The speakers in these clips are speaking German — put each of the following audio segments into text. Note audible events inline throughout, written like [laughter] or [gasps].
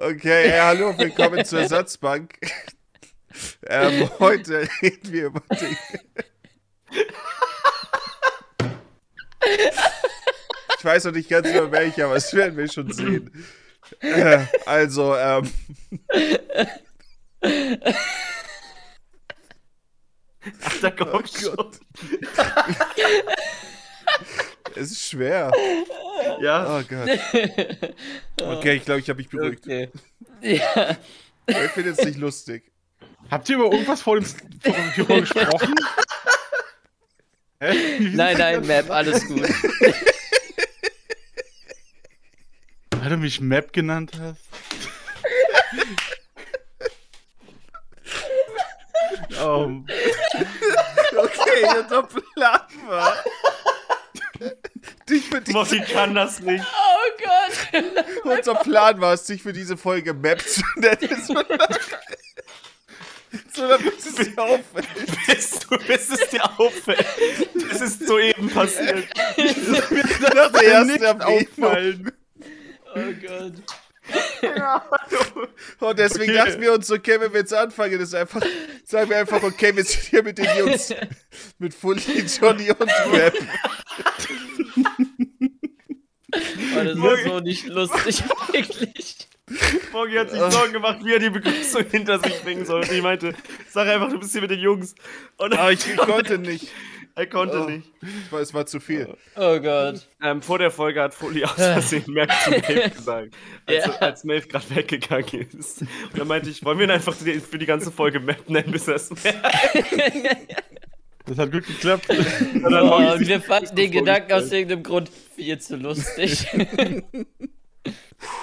Okay, hey, hallo, willkommen zur Ersatzbank. Ähm, heute reden wir über Dinge. Ich weiß noch nicht ganz über welche, aber das werden wir schon sehen. Äh, also, ähm. Ach, da Oh kommt schon. Es ist schwer. Ja. Oh Gott. Okay, ich glaube, ich habe mich beruhigt. Okay. Ja. Aber Ich finde es nicht lustig. Habt ihr über irgendwas vor dem, vor dem Büro gesprochen? Hä? Wie- Nein, nein, Map, alles gut. [laughs] Weil du mich Map genannt hast? oh, Okay, ihr Doppelhammer. Dich für diese, Motti kann das nicht. Oh Gott. unser Plan war es, dich für diese Folge Map zu [laughs] nennen. sondern- Sondern bis es dir auffällt. Bist du bist es dir auffällt. Das ist soeben passiert. Nach der ersten nicht Erwähnung. auffallen. Oh Gott. Und Oh, deswegen Okay. dachten wir uns, okay, wenn wir jetzt anfangen, das ist einfach, sagen wir einfach, okay, wir sind hier mit den [laughs] Jungs. Mit Fully, Johnny und Rap. Oh, das war so nicht lustig, [laughs] wirklich. Morgi hat sich Sorgen gemacht, wie er die Begrüßung hinter sich bringen sollte. Ich meinte, sag einfach, du bist hier mit den Jungs. Und Aber [laughs] ich konnte nicht. er konnte Oh. nicht. Es war- Es war zu viel. Oh Gott. Ähm, vor der Folge hat Foli aus Versehen Merk zu Maeve [laughs] gesagt. Als, Ja. als Maeve gerade weggegangen ist. Und dann meinte ich, wollen wir ihn einfach die- für die ganze Folge Map nennen, bis er es merkt. das hat gut geklappt. Und dann Oh, Morgi und sich- wir fanden den Gedanken aus vorgestellt. irgendeinem Grund viel zu [laughs] lustig. [laughs]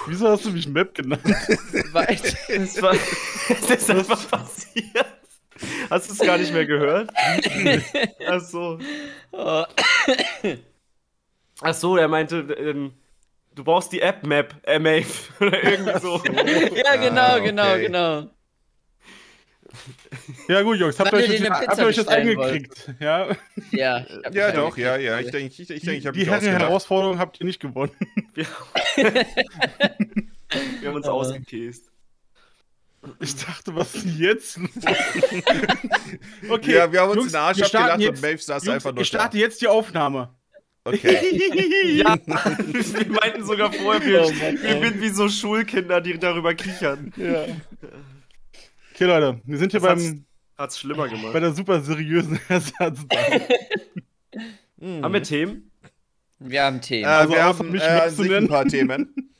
Wieso hast du mich Map genannt? Weit. Es war, [laughs] es ist einfach passiert. Hast du es gar nicht mehr gehört? Ach so. Oh, Ach so, er meinte, ähm, du brauchst die App Map, äh, Mave. [laughs] Oder irgendwie so. ja, genau, Ah, okay. genau, genau. Ja gut, Jungs, habt ihr Weil euch, wir jetzt- dir eine habt Pizza ihr euch das bestellen eingekriegt? Ja, Ja, ich hab Ja, mich doch, ja, ja. Ich angekriegt. denke, ich, denke, ich, denke, ich habe die mich Herren ausgedacht. Herausforderung habt ihr nicht gewonnen. Wir, wir haben uns Aber- ausgekäst. Ich dachte, was ist denn [laughs] jetzt? los? okay, ja, wir haben uns Jungs, den Arsch wir starten abgelacht und jetzt, Maeve saß Jungs, einfach nur Ich da. starte jetzt die [laughs] Aufnahme. [laughs] Okay. Ja, [laughs] wir meinten sogar vorher, wir, Oh Mann, wir ey. sind wie so Schulkinder, die darüber kichern. Ja. Okay, Leute, wir sind hier Das beim, Hat's schlimmer bei gemacht. der super seriösen [laughs] Ersatzbank. Haben wir Themen? Wir haben Äh, Themen. Also wir außer haben mich äh, an Maps zu sich ein nennen. [laughs] paar Themen.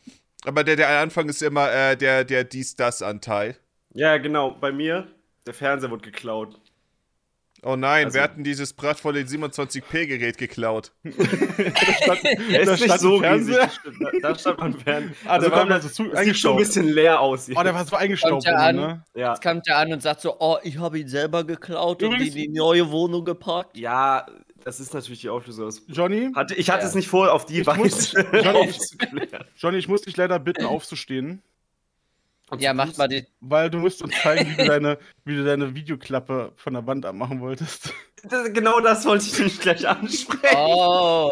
Aber der, der Anfang ist immer äh, der, der Dies-Das-Anteil. Ja, genau. Bei mir, der Fernseher wurde geklaut. Oh nein, Also- wir hatten dieses prachtvolle 27p-Gerät geklaut. Er Da ist nicht stand so ein Fernseher. riesig. Da, da stand mein Fernseher. Ah, der war Also komm, mal so zu Es sieht schon ein eingestaubt. bisschen leer aus hier. Oh, der war so eingestaubt. Kommt ja immer, an. ne? ja. Jetzt kommt er an und sagt so, oh, ich habe ihn selber geklaut und Übrigens- in die neue Wohnung geparkt. ja, das ist natürlich die Auflösung. Das- Johnny, Hatte, ich hatte Ja. es nicht vor, auf die [laughs] muss- Weise Johnny, ich- aufzuklären. Johnny, ich muss dich leider bitten, aufzustehen, Ja, macht mal den. weil du musst uns zeigen, wie du deine, wie du deine Videoklappe von der Wand abmachen wolltest. Das- Genau das wollte ich nämlich gleich ansprechen. Oh.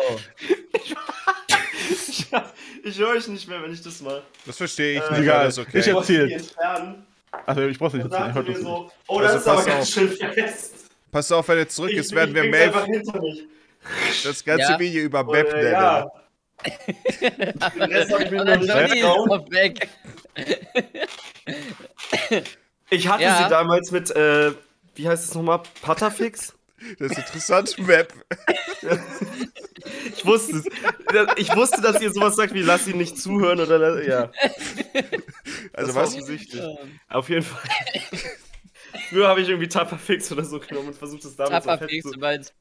Ich, ich höre euch nicht mehr, wenn ich das mal. Das verstehe ich Äh, nicht. egal. Alles okay. Ich hab- wollte die Erzählt. entfernen. Also, ich brauch's nicht Dann erzählen, sagte hört mir uns nicht. so, oh, Also das ist aber pass ganz schön fest. Pass auf, wenn er zurück Ich- ist, werden ich wir bring's einfach Maeve hinter mich. das ganze Ja. Video über Map Und, nennen. äh, ja. Den Rest hab ich mir Und [laughs] noch dann nicht Johnny ist getraut. noch weg. Ich hatte Ja. sie damals mit, äh, wie heißt es nochmal? Patafix? Das ist interessant, [laughs] Map. [laughs] Ich wusste es. Ich wusste, dass ihr sowas sagt wie lass ihn nicht zuhören oder lass, ja. Also Das war was? Offensichtlich. Auf jeden Fall. [laughs] Früher habe ich irgendwie Tapperfix oder so genommen und versucht es damit so Tapperfix, fest du zu... meinst.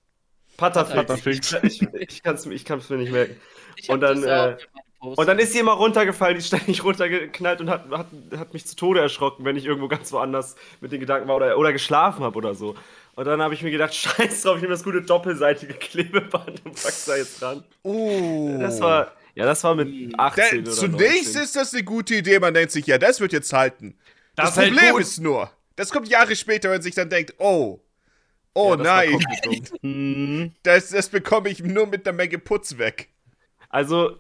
Patafix. Patafix. Ich, ich kann es mir, ich kann's mir nicht merken. Ich Und dann, das auch äh, in meinem Post. Und dann ist sie immer runtergefallen, die ist ständig [laughs] runtergeknallt und hat, hat, hat mich zu Tode erschrocken, wenn ich irgendwo ganz woanders mit den Gedanken war oder, oder geschlafen habe oder so. Und dann habe ich mir gedacht, [laughs] scheiß drauf, ich nehme das gute doppelseitige Klebeband und pack's da jetzt dran. Oh. Das war, ja, das war mit 18 Da- oder zunächst 19. ist das eine gute Idee, man denkt sich, ja, das wird jetzt halten. Das, hält Problem gut. ist nur, das kommt Jahre später, wenn man sich dann denkt, oh, oh Ja, das war nein, komplett dumm. Hm. das, das bekomme ich nur mit einer Menge Putz weg. [laughs] Also,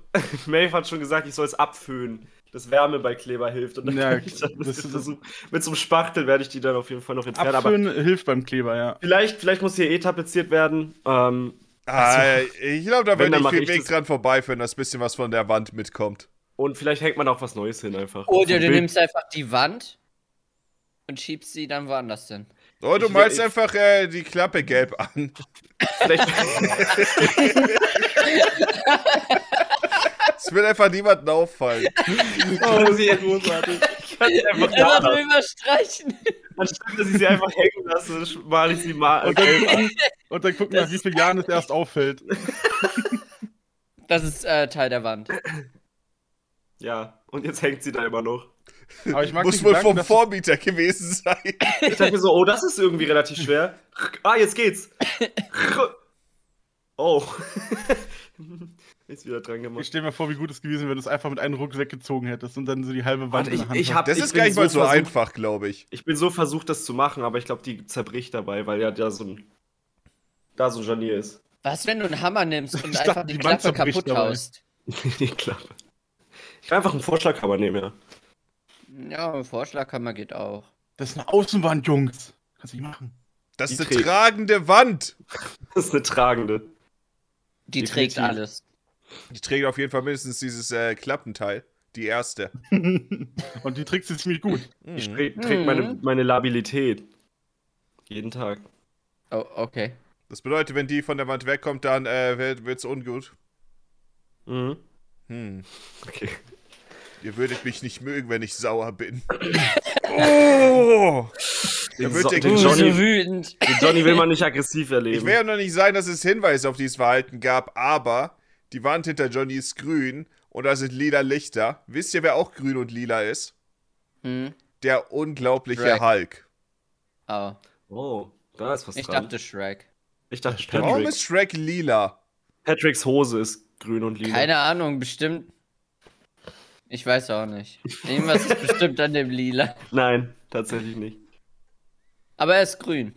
Maeve hat schon gesagt, ich soll es abföhnen. das Wärme bei Kleber hilft. Und dann Ja, kann ich dann das- das versuchen. Mit so einem Spachtel werde ich die dann auf jeden Fall noch entfernen. Aber Abführen hilft beim Kleber, ja. vielleicht, vielleicht muss hier eh tapeziert werden. Ähm, Ah, ich glaube, da Wenn, wird dann nicht mach viel ich Weg das. dran vorbeiführen, dass ein bisschen was von der Wand mitkommt. und vielleicht hängt man auch was Neues hin einfach. Oh, Oder du Bild. nimmst einfach die Wand und schiebst sie dann woanders hin. Oh, du Ich- malst ich- einfach äh, die Klappe gelb an. [laughs] Vielleicht, [laughs] Es wird einfach niemandem auffallen. Oh, das ist [laughs] großartig. vielleicht einfach Immer da lassen. drüber streichen. Anstatt, dass ich sie einfach hängen lasse, male ich sie mal. Und dann, und dann gucken, nach wie vielen Jahren es erst auffällt. Das ist äh, Teil der Wand. Ja, und jetzt hängt sie da immer noch. Aber ich mag Muss den wohl Gedanken, vom dass- Vormieter gewesen sein. Ich dachte mir so, oh, das ist irgendwie relativ schwer. Ah, jetzt geht's. Oh. [laughs] Ist wieder dran Ich gemacht. stell mir vor, wie gut es gewesen wäre, wenn du es einfach mit einem Ruck weggezogen hättest und dann so die halbe Wand Warte, in ich, der Hand ich, hast. hab, Das ich ist bin gar nicht mal so versucht- einfach, glaube ich. Ich bin so versucht, das zu machen, aber ich glaube, die zerbricht dabei, weil ja da so ein. Da so ein [laughs] Janier ist. Was, wenn du einen Hammer nimmst und Ich einfach dachte, die die Wand Klappe zerbricht kaputt dabei. haust? Die Klappe. Ich kann einfach einen Vorschlaghammer nehmen, ja. Ja, Vorschlaghammer geht auch. Das ist eine Außenwand, Jungs. Kannst du nicht machen. Das ist Die eine trägt- tragende Wand. Das ist eine tragende. Die Definitiv. trägt alles. Die trägt auf jeden Fall mindestens dieses äh, Klappenteil. Die erste. [laughs] Und die trägst du ziemlich gut. Ich Mhm. trä träg meine, Mhm. meine Labilität. Jeden Tag. Oh, okay. Das bedeutet, wenn die von der Wand wegkommt, dann äh, wird es ungut. Mhm. Hm. Okay. Ihr würdet mich nicht mögen, wenn ich sauer [clears throat] bin. oh! Den, wird so der den, Johnny- Johnny, Uh, wütend. den Johnny will man nicht aggressiv Ich erleben. will ja noch nicht sagen, dass es Hinweise auf dieses Verhalten gab, aber die Wand hinter Johnny ist grün und da sind lila Lichter. Wisst ihr, wer auch grün und lila ist? Hm. Der unglaubliche Shrek. Hulk. Oh, Oh, da ist was ich dran. dachte Shrek. ich dachte Warum Patrick. ist Shrek lila? Patricks Hose ist grün und lila. Keine Ahnung, bestimmt. Ich weiß auch nicht. Irgendwas ist bestimmt an dem Lila. Nein, tatsächlich nicht. Aber er ist grün.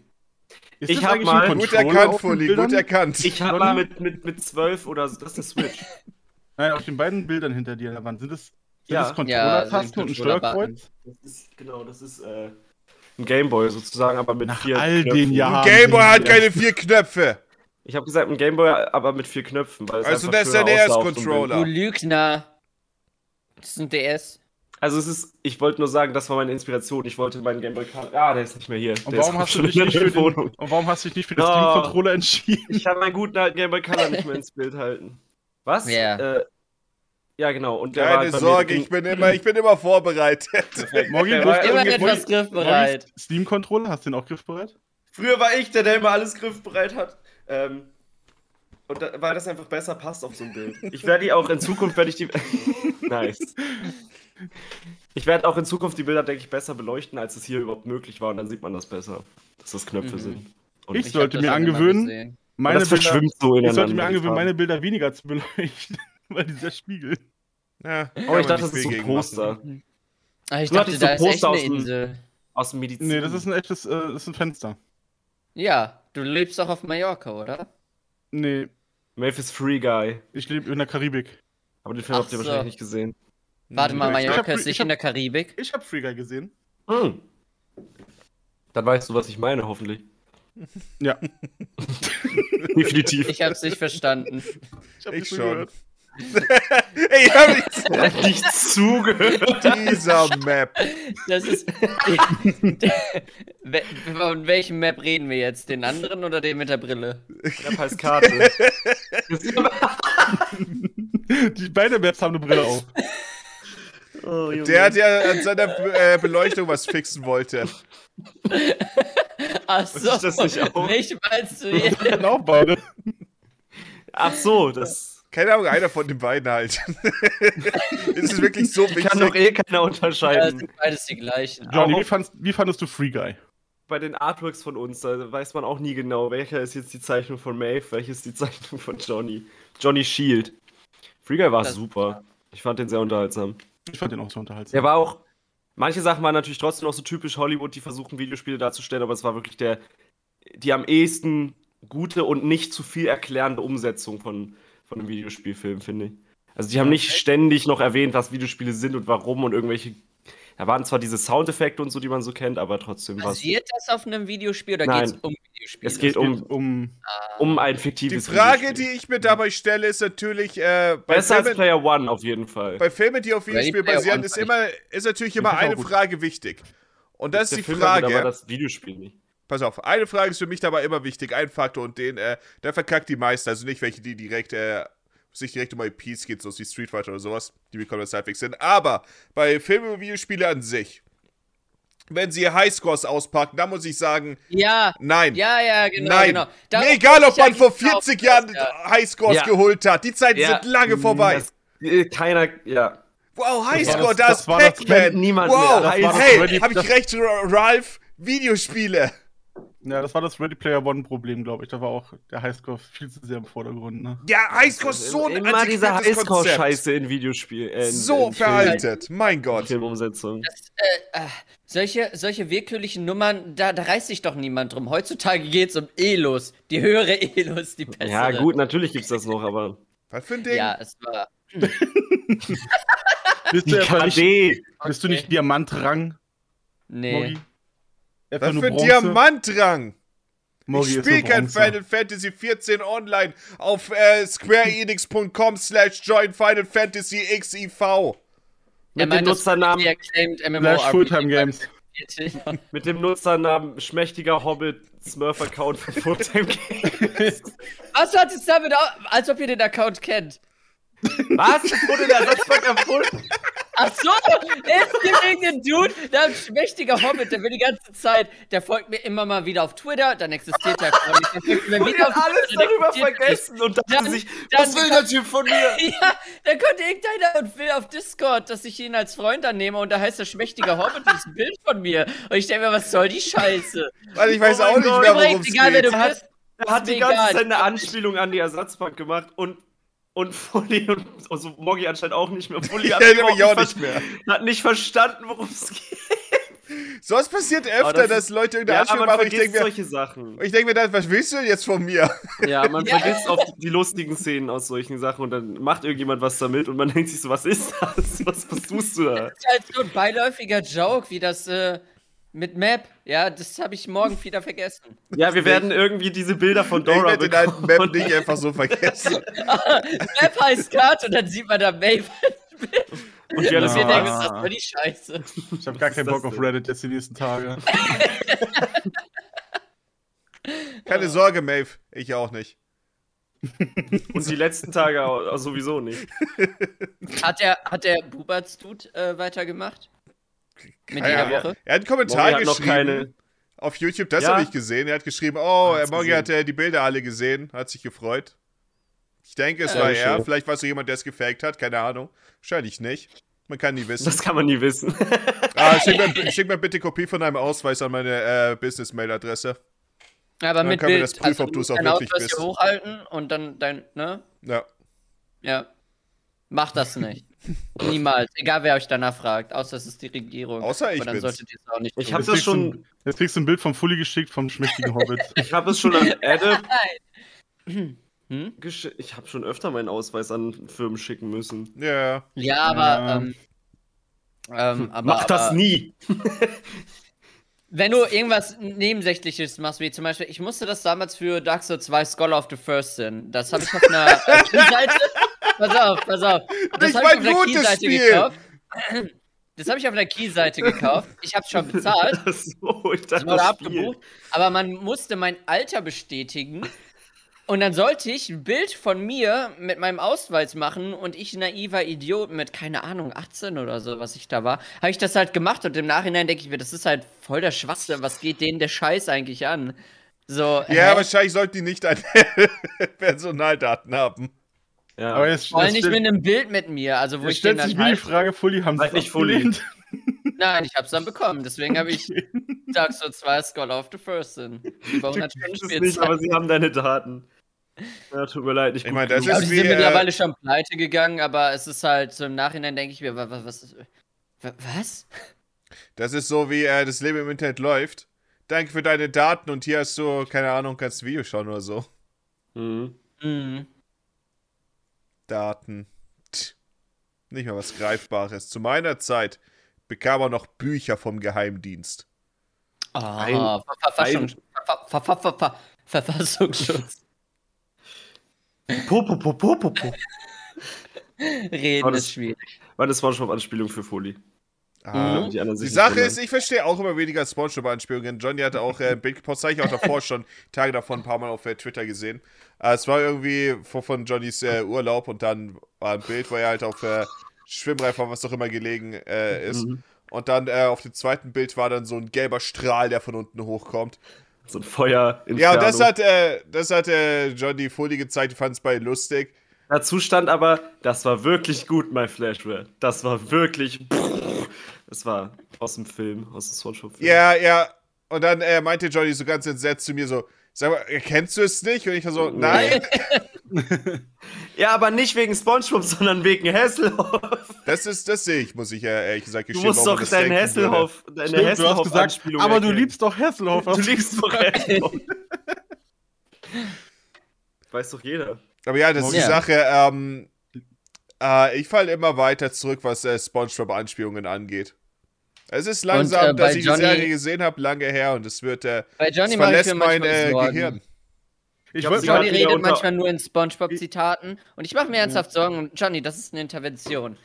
Ist Ich das hab eigentlich mal- ein Gut Controller erkannt, auf den Fully, Bildern? gut erkannt. Ich habe mal mit, mit, mit 12 oder so, das ist eine Switch. Nein, auf den beiden Bildern hinter dir an der Wand. Sind das, sind Ja. das Ja, sind Controller-Tasten und ein Controller-Button. Steuerkreuz? Das ist, genau, das ist äh, ein Gameboy sozusagen, aber mit Nach vier all Knöpfen. den Jahren. Gameboy hat Ja. keine vier Knöpfe. Ich habe gesagt, ein Gameboy, aber mit vier Knöpfen. Weil es Also einfach das ist der schöner aussah auf so einem DS-Controller. Du Lügner. Das ist ein DS. Bild. Also es ist, ich wollte nur sagen, das war meine Inspiration. Ich wollte meinen Gameboy... Ah, der ist nicht mehr hier. Und der ist warum, [laughs] hast du schon dich nicht für der den, Wohnung. und warum hast du dich nicht für den Ah. Steam-Controller entschieden? Ich habe meinen guten alten Gameboy Color nicht mehr ins Bild halten. Was? Ja. Äh, ja, genau. Und [laughs] der war Keine halt bei mir Sorge, im- ich bin, immer, ich bin immer vorbereitet. [laughs] Morgi, Der du war hast Immer irgendwie- etwas Morgi- griffbereit. Morgi, Steam-Controller, hast du den auch griffbereit? Früher war ich der, der immer alles griffbereit hat. Ähm, und da, weil das einfach besser passt auf so ein Bild. [laughs] Ich werde die auch in Zukunft, werde ich die. [laughs] nice. Ich werde auch in Zukunft die Bilder, denke ich, besser beleuchten, als es hier überhaupt möglich war. Und dann sieht man das besser, dass das Knöpfe Mhm. sind. Und Ich, hab sollte das mir schon immer angewöhnen, gesehen. und meine das Bilder, verschwimmt so ich ineinander. sollte mir die angewöhnen, Farben. meine Bilder weniger zu [laughs] beleuchten, weil dieser Spiegel. Ja, kann Oh, man ich dachte, das nicht viel ist so ein gegen machen. Poster. Ah, ich Du dachte, hattest so da ist echt Poster eine aus dem- Insel. Aus dem Medizin. Nee, das ist ein echtes, äh, das ist ein Fenster. Ja, du lebst doch auf Mallorca, oder? Nee, Memphis Free Guy. ich lebe in der Karibik. Aber den Film Ach habt ihr so. wahrscheinlich nicht gesehen. Warte mal, Ich hab- Mallorca ich ist nicht hab- in der Karibik. Ich habe Free Guy gesehen. Hm. Dann weißt du, was ich meine, hoffentlich. [laughs] Ja, Definitiv. Ich hab's nicht verstanden. ich habe Ich nicht so schon. gehört. Ey, [laughs] ich hab nichts nicht [laughs] zugehört. dieser Map. Das ist. We- [laughs] Von welchem Map reden wir jetzt? Den anderen oder den mit der Brille? Knapp heißt halt Karte. Die beiden Maps haben eine Brille [laughs] auf. Der hat ja an seiner äh, Beleuchtung was fixen wollte. Ach so, ist das nicht auch? Mich meinst du jetzt? Dann auch beide. Ach so, das Keine Ahnung, einer von den beiden halt. [laughs] es ist wirklich so wichtig. kann doch eh keiner Das unterscheiden. sind beides die gleichen. Johnny, Auch- wie fandst, wie fandest du Free Guy? Bei den Artworks von uns, da weiß man auch nie genau, welcher ist jetzt die Zeichnung von Maeve, welche ist die Zeichnung von Johnny. Johnny Shield. Free Guy war Das- super. Ich fand den sehr unterhaltsam. Ich fand den auch so unterhaltsam. Der war auch. Manche Sachen waren natürlich trotzdem noch so typisch Hollywood, die versuchen, Videospiele darzustellen, aber es war wirklich der, die am ehesten gute und nicht zu viel erklärende Umsetzung von, von einem Videospielfilm, finde ich. Also die haben nicht ständig noch erwähnt, was Videospiele sind und warum und irgendwelche. Da waren zwar diese Soundeffekte und so, die man so kennt, aber trotzdem was. Basiert das auf einem Videospiel oder Nein. geht es um Videospiele? Es geht um, um. um ein Die fiktives Frage, die Videospiel. ich mir dabei stelle, ist natürlich, äh, bei, Besser als Filmen, Player One auf jeden Fall. bei Filmen, die auf Videospiel Player basieren, One ist, fand immer, ist natürlich immer fand ich auch eine gut. Frage wichtig. Und das ist Der die Film war gut, aber Frage, das Videospiel nicht. pass auf, eine Frage ist für mich dabei immer wichtig, ein Faktor und den, äh, der verkackt die meisten, also nicht welche, die direkt, äh, sich direkt um IPs geht, so wie Street Fighter oder sowas, die bekommen das halbwegs hin, aber bei Filmen und Videospielen an sich, wenn sie Highscores auspacken, dann muss ich sagen, ja, nein. ja, ja, genau. Nein, genau. Darauf mir egal, wollte ob ich genau man vor eigentlich 40 hinaus, Jahren ja. Highscores Ja. geholt hat. Die Zeiten Ja. sind lange vorbei. Das, äh, keiner, ja. Wow, war Highscore, das- da das ist war das- Pac-Man. kennt niemand wow, mehr. Das war das hey, Ready- hab ich das- recht, R- Ralf? Videospiele. Ja, das war das Ready Player One-Problem, glaube ich. Da war auch der Highscore viel zu sehr im Vordergrund, ne? Ja, Highscore ist so ein Also Immer diese antiquiertes Konzept. Highscore-Scheiße in Videospielen. Äh, in- So in veraltet, mein Film- Gott. Filmumsetzung. Äh, solche, solche willkürlichen Nummern, da, da reißt sich doch niemand drum. Heutzutage geht's um Elos. Die höhere Elos, die bessere. Ja, gut, natürlich gibt's das noch, aber. Was für ein Ding? Ja, es war. Bist Die du, etwa nicht, KD! bist du nicht Diamantrang, Nee. Mori? Etwa Was nur für ein Bronze? Diamantrang. Mori Ich ist spiele nur kein Bronze. Final Fantasy 14 online auf äh, squareenix.com slash join Final Fantasy XIV. Er Mit dem meint das Nutzernamen- critically acclaimed Flash MMORPG. Fulltime Games. Mit dem Nutzernamen schmächtiger Hobbit Smurf-Account von Fulltime Games. Was hat es damit auf? Als ob ihr den Account kennt. Was? Wurde der Satz mal erfunden? Ach so, [laughs] er ist hier wegen dem Dude, der ist ein mächtiger Hobbit, der will die ganze Zeit, der folgt mir immer mal wieder auf Twitter, dann existiert der Freund nicht, dann folgt mir [laughs] Und wieder hat auf alles Twitter, dann existiert er darüber nicht. vergessen und dachte Dann- sich, dann- was will der Typ von mir? Ja, dann kommt irgendeiner und will auf Discord, dass ich ihn als Freund annehme und da heißt er schmächtiger Hobbit, das ist ein Bild von mir. Und ich denke mir, was soll die Scheiße? Weil ich weiß Oh mein auch nicht Gott. mehr, worum Übrigens, es egal wer du geht. bist, Er [laughs] hat Ist die mir egal. ganze Zeit eine Anspielung an die Ersatzbank gemacht und und Fully und also Moggi anscheinend auch nicht mehr. Fully hat, Ja, überhaupt nämlich auch nicht nicht mehr. ver- hat nicht verstanden, worum es geht. So was passiert öfter, das ist- dass Leute irgendeine Ja, Anspielung man machen. Ich vergisst denke mir, [laughs] solche Sachen. ich denk mir dann, was willst du denn jetzt von mir? Ja, man Ja. vergisst oft die lustigen Szenen aus solchen Sachen und dann macht irgendjemand was damit und man [laughs] denkt sich so, was ist das? Was versuchst du da? ist halt so ein beiläufiger Joke, wie das äh, mit Map. Ja, das habe ich morgen wieder vergessen. Ja, wir werden irgendwie diese Bilder von ich Dora werde den alten bekommen. Map [laughs] nicht einfach so vergessen. Map heißt Karte und dann sieht man da Maeve. Und wir alle Und so, wir denken, was? das war die Scheiße. Ich habe gar ist keinen das Bock auf denn? Reddit jetzt die nächsten Tage. Keine Sorge, Maeve. Ich auch nicht. Und die letzten Tage auch- sowieso nicht. Hat der, hat der Bubatz Dude äh, weitergemacht? Mit Ah, Ja, jeder ja. Woche? Er hat einen Kommentar Moggi hat noch geschrieben keine. auf YouTube, das Ja? habe ich gesehen. Er hat geschrieben, oh, Hat's Morgi gesehen. hat äh, die Bilder alle gesehen, hat sich gefreut. Ich denke, es Ja, war schön. er. Vielleicht war es so jemand, der es gefaked hat, keine Ahnung. Wahrscheinlich nicht. Man kann [laughs] nie wissen. Das kann man nie wissen. Ah, schick, mir, schick mir bitte Kopie von deinem Ausweis an meine äh, Business-Mail-Adresse. Aber mit können wir Bild. das prüfen, ob du es auch dein wirklich Ausweis hier bist. hochhalten und dann dein, ne? Ja. Ja. Mach [laughs] das nicht. Niemals. Egal, wer euch danach fragt. Außer es ist die Regierung. Außer ich Aber bin's. dann solltet ihr es auch nicht Ich tun. hab- Jetzt das kriegst du schon- ein- Jetzt kriegst du ein Bild vom Fully geschickt vom schmächtigen [laughs] Hobbit. Ich habe es schon an Adam Hm? Gesch- Ich habe schon öfter meinen Ausweis an Firmen schicken müssen. Ja. Ja, aber. Ja. Ähm, ähm, aber Hm. Mach das aber, nie! Wenn du irgendwas Nebensächliches machst, wie zum Beispiel, ich musste das damals für Dark Souls 2 Scholar of the First Sin. Das habe ich auf einer [laughs] äh, Keyseite. Pass auf, pass auf. Das Nicht habe ich auf mein einer gutes Keyseite Spiel. gekauft. Das habe ich auf einer Keyseite gekauft. Ich habe es schon bezahlt. Ach [laughs] so, ich Das dachte, wurde das Spiel. abgebucht. Aber man musste mein Alter bestätigen. Und dann sollte ich ein Bild von mir mit meinem Ausweis machen und ich naiver Idiot mit, keine Ahnung, 18 oder so, was ich da war, habe ich das halt gemacht und im Nachhinein denke ich mir, das ist halt voll der Schwachsinn, was geht denen der Scheiß eigentlich an? So, Ja, hä? wahrscheinlich sollten die nicht deine [laughs] Personaldaten haben. Ja. Aber jetzt, vor allem jetzt nicht stell- mit einem Bild mit mir, also wo jetzt ich den stellt dann sich mir die halt, Frage, Fully haben sie Halt es nicht Fully. abgelehnt? Nein, ich hab's dann bekommen, deswegen habe ich Dark Souls 2 Skull of the First Sin. Über du 100 Stunden kriegst es nicht, aber Spielzeit. sie haben deine Daten. Ja, tut mir leid, nicht Ich gut meine, das Ja, genug. aber ist- die wie, sind äh, mittlerweile schon pleite gegangen, aber es ist halt, so im Nachhinein denke ich mir, was, was, wa- was? Das ist so, wie äh, das Leben im Internet läuft. Danke für deine Daten und hier hast du, keine Ahnung, kannst ein Video schauen oder so. Mhm. Mhm. Daten. Nicht mal was Greifbares. Zu meiner Zeit bekam er noch Bücher vom Geheimdienst. Ah, Verfassung, Ver- Ver- Ver- Ver- Ver- Verfassungsschutz. Popo, popo, popo, popo. Reden Aber ist das- schwierig. War eine Spongebob-Anspielung für Folie. Ah, Mhm. Die, anderen Die sich Sache nicht ist, ich verstehe auch immer weniger Spongebob-Anspielungen. Johnny hatte auch äh, ein Bild gepostet, habe ich auch davor schon Tage davon ein paar Mal auf äh, Twitter gesehen. Äh, es war irgendwie vor- von Johnnys äh, Urlaub und dann war ein Bild, wo er halt auf äh, Schwimmreifen, was auch immer gelegen äh, ist. Mhm. Und dann äh, auf dem zweiten Bild war dann so ein gelber Strahl, der von unten hochkommt. erinnern. So ein Feuer. Ja, und das hat, äh, das hat äh, Johnny Folie gezeigt, fand es bei lustig. Dazu stand aber, das war wirklich gut, mein Flashback. Das war wirklich. Das war aus dem Film, aus dem Spongebob-Film. Ja, ja. Und dann äh, meinte Johnny so ganz entsetzt zu mir so, sag mal, kennst du es nicht? Und ich war so, nein. Ja, aber nicht wegen Spongebob, sondern wegen Hasselhoff. Das ist, das sehe ich, muss ich ja ehrlich gesagt Du gestehen. musst warum doch ich das deinen denken Hasselhoff, deine Stimmt, du hast gesagt, Hasselhoff-Anspielung. aber du erkennen. liebst doch Hasselhoff. Du liebst doch Hasselhoff. [laughs] Weiß doch jeder. Würde. Aber ja, das ist die Ja. Sache. Ähm, äh, ich falle immer weiter zurück, was äh, SpongeBob-Anspielungen angeht. Es ist langsam, Und, äh, dass bei ich Johnny- die Serie gesehen habe, lange her und es wird, äh, Bei es Johnny mache ich verlässt mir mein manchmal äh, Sorgen. Gehirn. Ich Ja, wollte sie hat gerade Johnny wieder redet unter- manchmal nur in Spongebob-Zitaten und ich mache mir ernsthaft Sorgen. Und Johnny, das ist eine Intervention.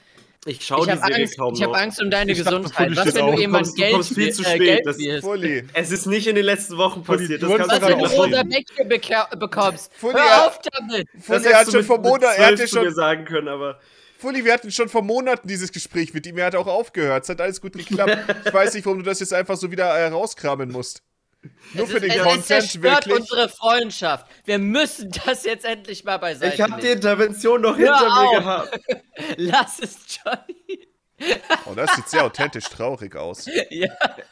Ich schaue ich die habe Serie Angst, kaum ich hab noch. Angst um deine Ich dachte, Gesundheit. Fully Was, steht wenn auf. du Du jemand kommst- du Geld, kommst viel zu äh, spät. Geld Das- wirst? Fully. Es ist nicht in den letzten Wochen passiert. du wolltest Was, Kannst wenn du du auch rosa sehen. Bäckchen beka- bekommst? Fully, Hör ja. auf damit! Fully, hat schon vor Monat, er hatte schon mir schon, sagen können, aber Fully, wir hatten schon vor Monaten dieses Gespräch mit ihm. Er hat auch aufgehört. Es hat alles gut geklappt. ich weiß nicht, warum du das jetzt einfach so wieder äh, rauskramen musst. Nur Es für ist- den es- es Content zerstört wirklich. unsere Freundschaft. Wir müssen das jetzt endlich mal beiseite ich habe die legen. Intervention noch Hör hinter auf. mir gehabt. Lass es, Johnny. Oh, das sieht sehr authentisch traurig aus. Ja,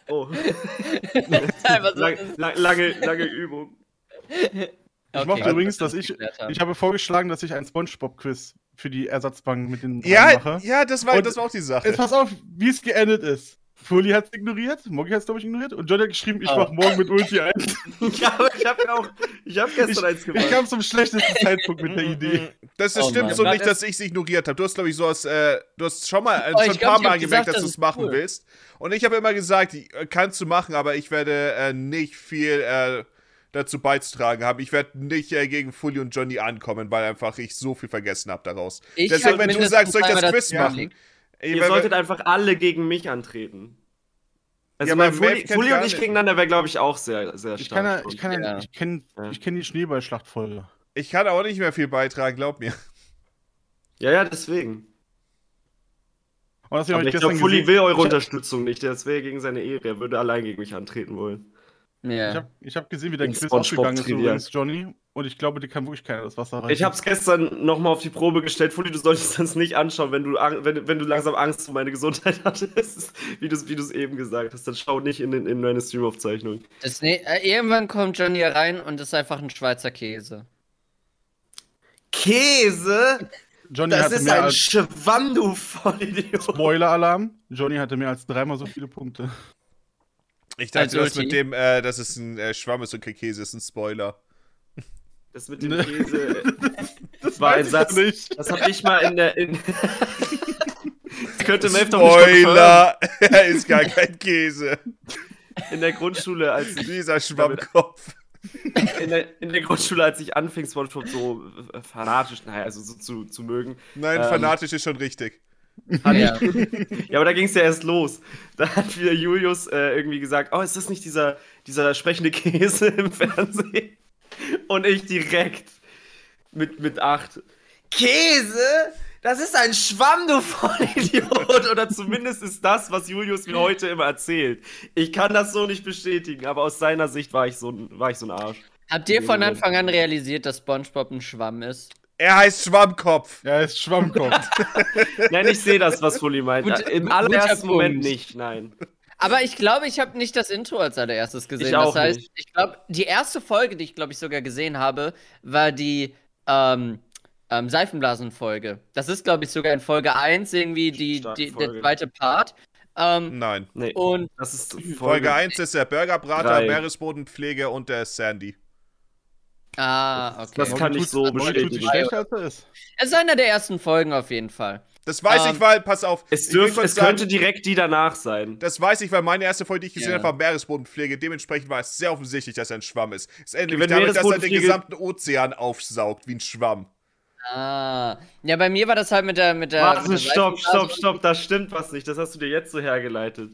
Oh, einfach so. lang, lang, lange, lange Übung. Ich mochte übrigens, dass ich, ich habe vorgeschlagen, dass ich ein Spongebob-Quiz für die Ersatzbank mit den dreien Ja, mache. ja, das war, Und- das war auch die Sache. Jetzt pass auf, wie es geendet ist. Fuli hat es ignoriert, Moggi hat es, glaube ich, ignoriert und Johnny hat geschrieben, ich Oh. mach morgen mit Ulti ein. [laughs] [laughs] Ja, aber ich habe auch, ich habe gestern eins Ich gemacht. kam zum schlechtesten Zeitpunkt mit der Mhm, Idee. Das, das Oh stimmt Mann. so War nicht, das- dass ich sie ignoriert habe. Du hast, glaube ich, sowas, äh, du hast schon mal äh, Oh, ich schon ein glaub, paar ich Mal hab gemerkt, gesagt, dass das du es ist machen cool. willst. Und ich habe immer gesagt, ich, äh, kannst du machen, aber ich werde äh, nicht viel äh, dazu beizutragen haben. Ich werde nicht äh, gegen Fully und Johnny ankommen, weil einfach ich so viel vergessen habe daraus. Ich Deswegen, hab wenn du mindestens sagst, soll ich das einmal Quiz dazu machen? Ey, Ihr wenn wir- solltet einfach alle gegen mich antreten. Also Ja, mein aber Maeve Fully, kennt Fully gar und ich nicht. gegeneinander wäre, glaube ich, auch sehr, sehr Ich kann ja, stark. ich kann ja, Ja. ich kenne Ja. ich kenn die Schneeballschlachtfolge. ich kann auch nicht mehr viel beitragen, glaub mir. ja, ja, deswegen. Und das Aber ich glaube, Fully will eure Unterstützung nicht. Das wäre gegen seine Ehre. Er würde allein gegen mich antreten wollen. Ich Ja. habe ich hab gesehen, wie dein In Quiz SpongeBob aufgegangen ist, Trivia. übrigens, Johnny. Und ich glaube, dir kann wirklich keiner das Wasser reichen. Ich habe es gestern nochmal auf die Probe gestellt. Fully, du solltest das nicht anschauen, wenn du, ang- wenn, wenn du langsam Angst um meine Gesundheit [laughs] hattest. Wie du es wie du's eben gesagt hast. Dann schau nicht in, den, in meine Streamaufzeichnung. Das, ne äh, irgendwann kommt Johnny hier rein und ist einfach ein Schweizer Käse. Käse? Johnny Das hatte ist mehr ein als Schwamm, du Vollidiot. Spoiler-Alarm. Johnny hatte mehr als dreimal so viele [laughs] Punkte. Ich Also, dachte, Als das mit Ulti. dem, äh, dass es ein äh, Schwamm ist und kein Käse ist ein Spoiler. Das mit dem Ne. Käse. [laughs] äh, Das war ein Satz. nicht. Das hab ich mal in der. [laughs] In das könnte Melf doch nicht confirmen. Spoiler! [laughs] er ist gar kein Käse. In der Grundschule, als ich [laughs] Dieser Schwammkopf. in der, in der Grundschule, als ich anfing, Spongebob so äh, fanatisch, naja, also so zu, zu mögen, Nein, Ähm. fanatisch ist schon richtig. hatte Ja. ich. Ja, aber da ging es ja erst los. Da hat wieder Julius äh, irgendwie gesagt: Oh, ist das nicht dieser, dieser sprechende Käse im Fernsehen? Und ich direkt mit, mit acht: Käse? Das ist ein Schwamm, du Vollidiot! Oder zumindest ist das, was Julius mir heute immer erzählt. Ich kann das so nicht bestätigen, aber aus seiner Sicht war ich so ein, war ich so ein Arsch. Habt ihr von Anfang an realisiert, dass SpongeBob ein Schwamm ist? Er heißt Schwammkopf. Ja, er ist Schwammkopf. Nein, ich sehe das, was Fully meint. Gut- Im guter allerersten Punkt. Moment nicht, nein. Aber ich glaube, ich habe nicht das Intro als allererstes gesehen. Ich auch das heißt, nicht. ich glaube, die erste Folge, die ich glaube ich sogar gesehen habe, war die ähm, ähm, Seifenblasenfolge. Das ist glaube ich sogar in Folge 1 irgendwie die, Starke die, der Folge. Mhm. zweite Part. Ähm, Nein. Nee, Und das ist Folge Folge 1 ist der Burgerbrater, Drei. Meeresbodenpflege und der Sandy. ah, okay. Das kann ich so ah, Johnny tut sich bestätigen. schlechter, als er ist. Es ist einer der ersten Folgen auf jeden Fall. Das weiß Ähm, ich, weil, pass auf. Es, ich will dürf, kurz es sagen, könnte direkt die danach sein. Das weiß ich, weil meine erste Folge, die ich gesehen Ja. habe, war Meeresbodenpflege. Dementsprechend war es sehr offensichtlich, dass er ein Schwamm ist. Es endet Wenn nämlich damit, dass er den Meeresbodenpflege- gesamten Ozean aufsaugt, wie ein Schwamm. Ah. Ja, bei mir war das halt mit der. Mit der mit Warte, der stopp, Seifenblase stopp, stopp, da stimmt was nicht. Das hast du dir jetzt so hergeleitet.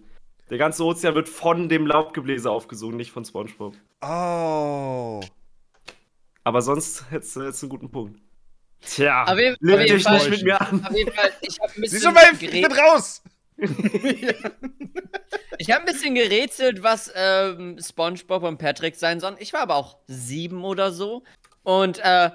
Der ganze Ozean wird von dem Laubgebläse aufgesogen, nicht von Spongebob. Oh. Aber sonst hättest du jetzt einen guten Punkt. Tja, Auf jeden- lehnt auf jeden dich Fall- nicht mit mir an. Auf jeden Fall, ich habe ein Siehst bisschen. du, Wave, ich geredet. bin raus! Ich habe ein bisschen gerätselt, was ähm, SpongeBob und Patrick sein sollen. Ich war aber auch sieben oder so. Und äh,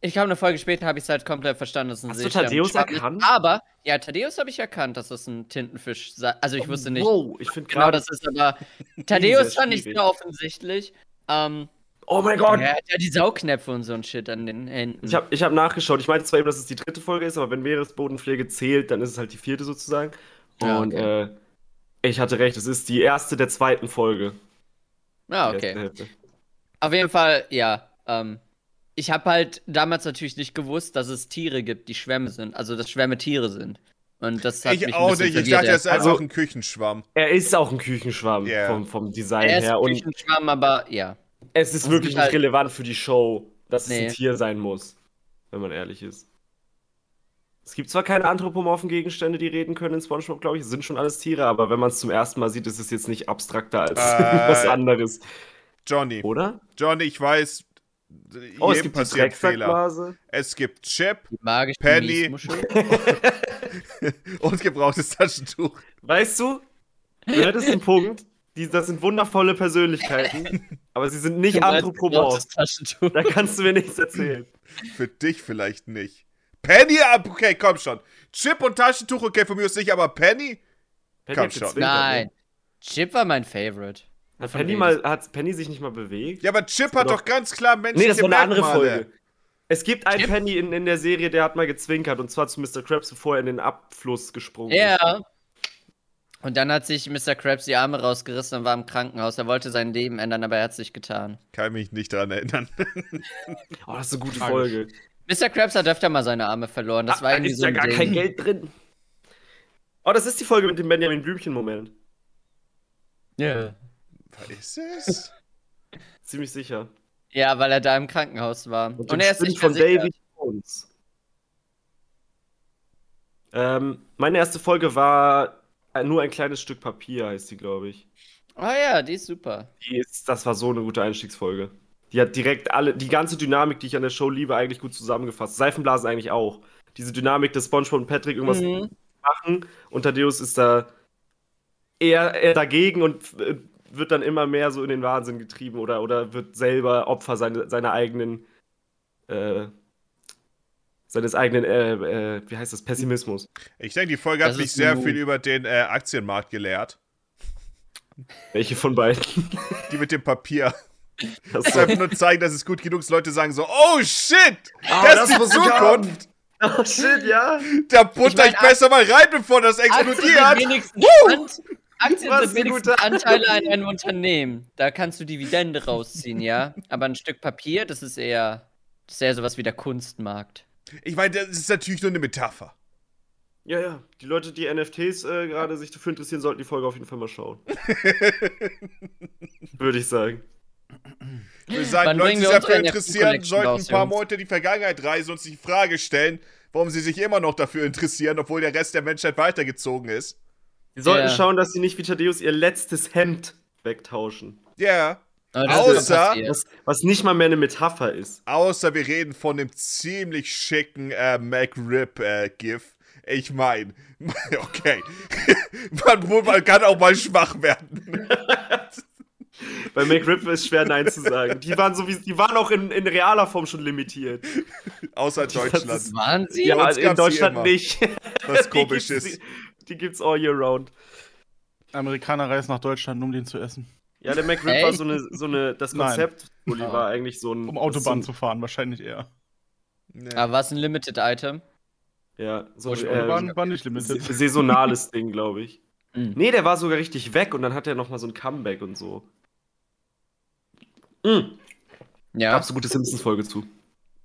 ich glaube, eine Folge später habe ich es halt komplett verstanden. Dass es ein Hast du Seestern- Thaddeus Schwamm ist. erkannt? Aber, ja, Thaddeus habe ich erkannt, dass das ein Tintenfisch sei. Also, ich wusste nicht Oh, Wow, ich finde genau, gerade. das ist aber. [laughs] Thaddeus fand ich schwierig. sehr offensichtlich. Ähm, Oh mein Gott! er hat ja die Saugnäpfe und so ein Shit an den Händen. Ich habe ich hab nachgeschaut. Ich meinte zwar eben, dass es die dritte Folge ist, aber wenn Meeresbodenpflege zählt, dann ist es halt die vierte sozusagen. Ja, Und äh, ich hatte recht, es ist die erste der zweiten Folge. ah, Die okay. erste Hälfte. Auf jeden Fall, ja. Ähm, ich habe halt damals natürlich nicht gewusst, dass es Tiere gibt, die Schwämme sind. Also, dass Schwämme Tiere sind. Und das hat Ich mich auch ein bisschen nicht. Ich verwirrt dachte, das ist erst. einfach Also- ein Küchenschwamm. Er ist auch ein Küchenschwamm Ja. vom, vom Design er ist her. Und ein Schwamm, aber ja. es ist wirklich halt- nicht relevant für die Show, dass Nee. es ein Tier sein muss, wenn man ehrlich ist. Es gibt zwar keine anthropomorphen Gegenstände, die reden können in Spongebob, glaube ich, es sind schon alles Tiere, aber wenn man es zum ersten Mal sieht, ist es jetzt nicht abstrakter als Äh. [laughs] was anderes, Johnny. oder? Johnny, ich weiß, Oh, es jedem gibt die passieren Fehler. Drecksackblase. Es gibt Chip [laughs] Die magische Penny. Niesmuschel. [laughs] und gebrauchtes Taschentuch. Weißt du, du hättest einen Punkt, die, das sind [laughs] wundervolle Persönlichkeiten, aber sie sind nicht Du weißt, anthropomorph. das Taschentuch. Da kannst du mir nichts erzählen. Für dich vielleicht nicht. Penny, ab- okay, komm schon. Chip und Taschentuch, okay, von mir aus nicht, aber Penny? Komm hat schon. gezwinkert, Nein. Chip war mein Favorite. ne? Hat Davon Penny, redest mal, hat Penny sich nicht mal bewegt? Ja, aber Chip hat doch- doch ganz klar nee, menschliche das war eine andere Merkmale. Folge. Es gibt einen Chip? Penny in, in der Serie, der hat mal gezwinkert und zwar zu Mr. Krabs, bevor er in den Abfluss gesprungen ist. Ja. Und dann hat sich Mr. Krabs die Arme rausgerissen und war im Krankenhaus. Er wollte sein Leben ändern, aber er hat es nicht getan. Kann mich nicht dran erinnern. Oh, das ist eine gute Tragisch. Folge. Mr. Krabs hat öfter mal seine Arme verloren. Das war Ah, da irgendwie ist so ja ein gar Ding. kein Geld drin. Oh, das ist die Folge mit dem Benjamin Blümchen-Moment. Ja. Was ist es? Ziemlich sicher. Ja, weil er da im Krankenhaus war. Und, dem er ist Spin nicht von versichert. David Jones. Ähm, meine erste Folge war äh, nur ein kleines Stück Papier, heißt die, glaube ich. Oh ja, die ist super. Die ist, das war so eine gute Einstiegsfolge. Die hat direkt alle, die ganze Dynamik, die ich an der Show liebe, eigentlich gut zusammengefasst. Seifenblasen eigentlich auch. Diese Dynamik, dass SpongeBob und Patrick irgendwas [laughs] Mhm. machen und Thaddeus ist da eher, eher dagegen und äh, wird dann immer mehr so in den Wahnsinn getrieben oder, oder wird selber Opfer seine, seiner eigenen, äh, seines eigenen, äh, äh, wie heißt das, Pessimismus. Ich denke, die Folge hat Das mich ist sehr Lou. viel über den äh, Aktienmarkt gelehrt. Welche von beiden? [laughs] Die mit dem Papier. Das Das ist einfach nur zeigen, dass es gut genug ist. Leute sagen so, oh shit, Ah, das, das ist muss die ich haben. Zukunft. [laughs] oh shit, ja. Da butter ich, Ich mein, ah, also besser mal rein, bevor das sind explodiert. wenigstens, Ant- Aktien Was sind ein wenigstens guter- Anteile an einem Unternehmen. Da kannst du Dividende rausziehen, ja. Aber ein Stück Papier, das ist eher, das ist eher sowas wie der Kunstmarkt. Ich meine, das ist natürlich nur eine Metapher. Ja, ja. Die Leute, die NFTs äh, gerade sich dafür interessieren, sollten die Folge auf jeden Fall [laughs] mal schauen. Würde ich sagen. Ich würde sagen, Wann Leute, die bringen sich dafür wir unsere interessieren, NFT-Collection sollten ein raus, paar Jungs? Monate in die Vergangenheit reisen und sich die Frage stellen, warum sie sich immer noch dafür interessieren, obwohl der Rest der Menschheit weitergezogen ist. Sie sollten Ja. schauen, dass sie nicht wie Thaddeus ihr letztes Hemd wegtauschen. Ja. Aber Oh, das ist Außer- passiert. Was, was nicht mal mehr eine Metapher ist. Außer wir reden von dem ziemlich schicken äh, MacRib-GIF. ich meine, [laughs] okay. [laughs] man, muss- man kann auch mal schwach werden. Bei McRib ist schwer Nein zu sagen. Die waren, so wie, die waren auch in, in realer Form schon limitiert. Außer ist- Deutschland, Wahnsinn. Ja, uns in gab's die Deutschland immer. [laughs] nicht. was Die komisch gibt's- ist. Die gibt's all year round. Amerikaner reisen nach Deutschland, um den zu essen. Ja, der McRib Echt? war so eine, so eine, das Nein. Konzept, Uli, Ja. war eigentlich so ein. Um Autobahn so, zu fahren, wahrscheinlich eher. Nee. Aber war es Ah, ein Limited-Item? Ja, so ein, Autobahn äh, Autobahn Also war nicht sa- limited. saisonales Ding, glaube ich. Mhm. Nee, der war sogar richtig weg und dann hat er nochmal so ein Comeback und so. Mhm. Ja. Gab's eine gute Simpsons-Folge zu.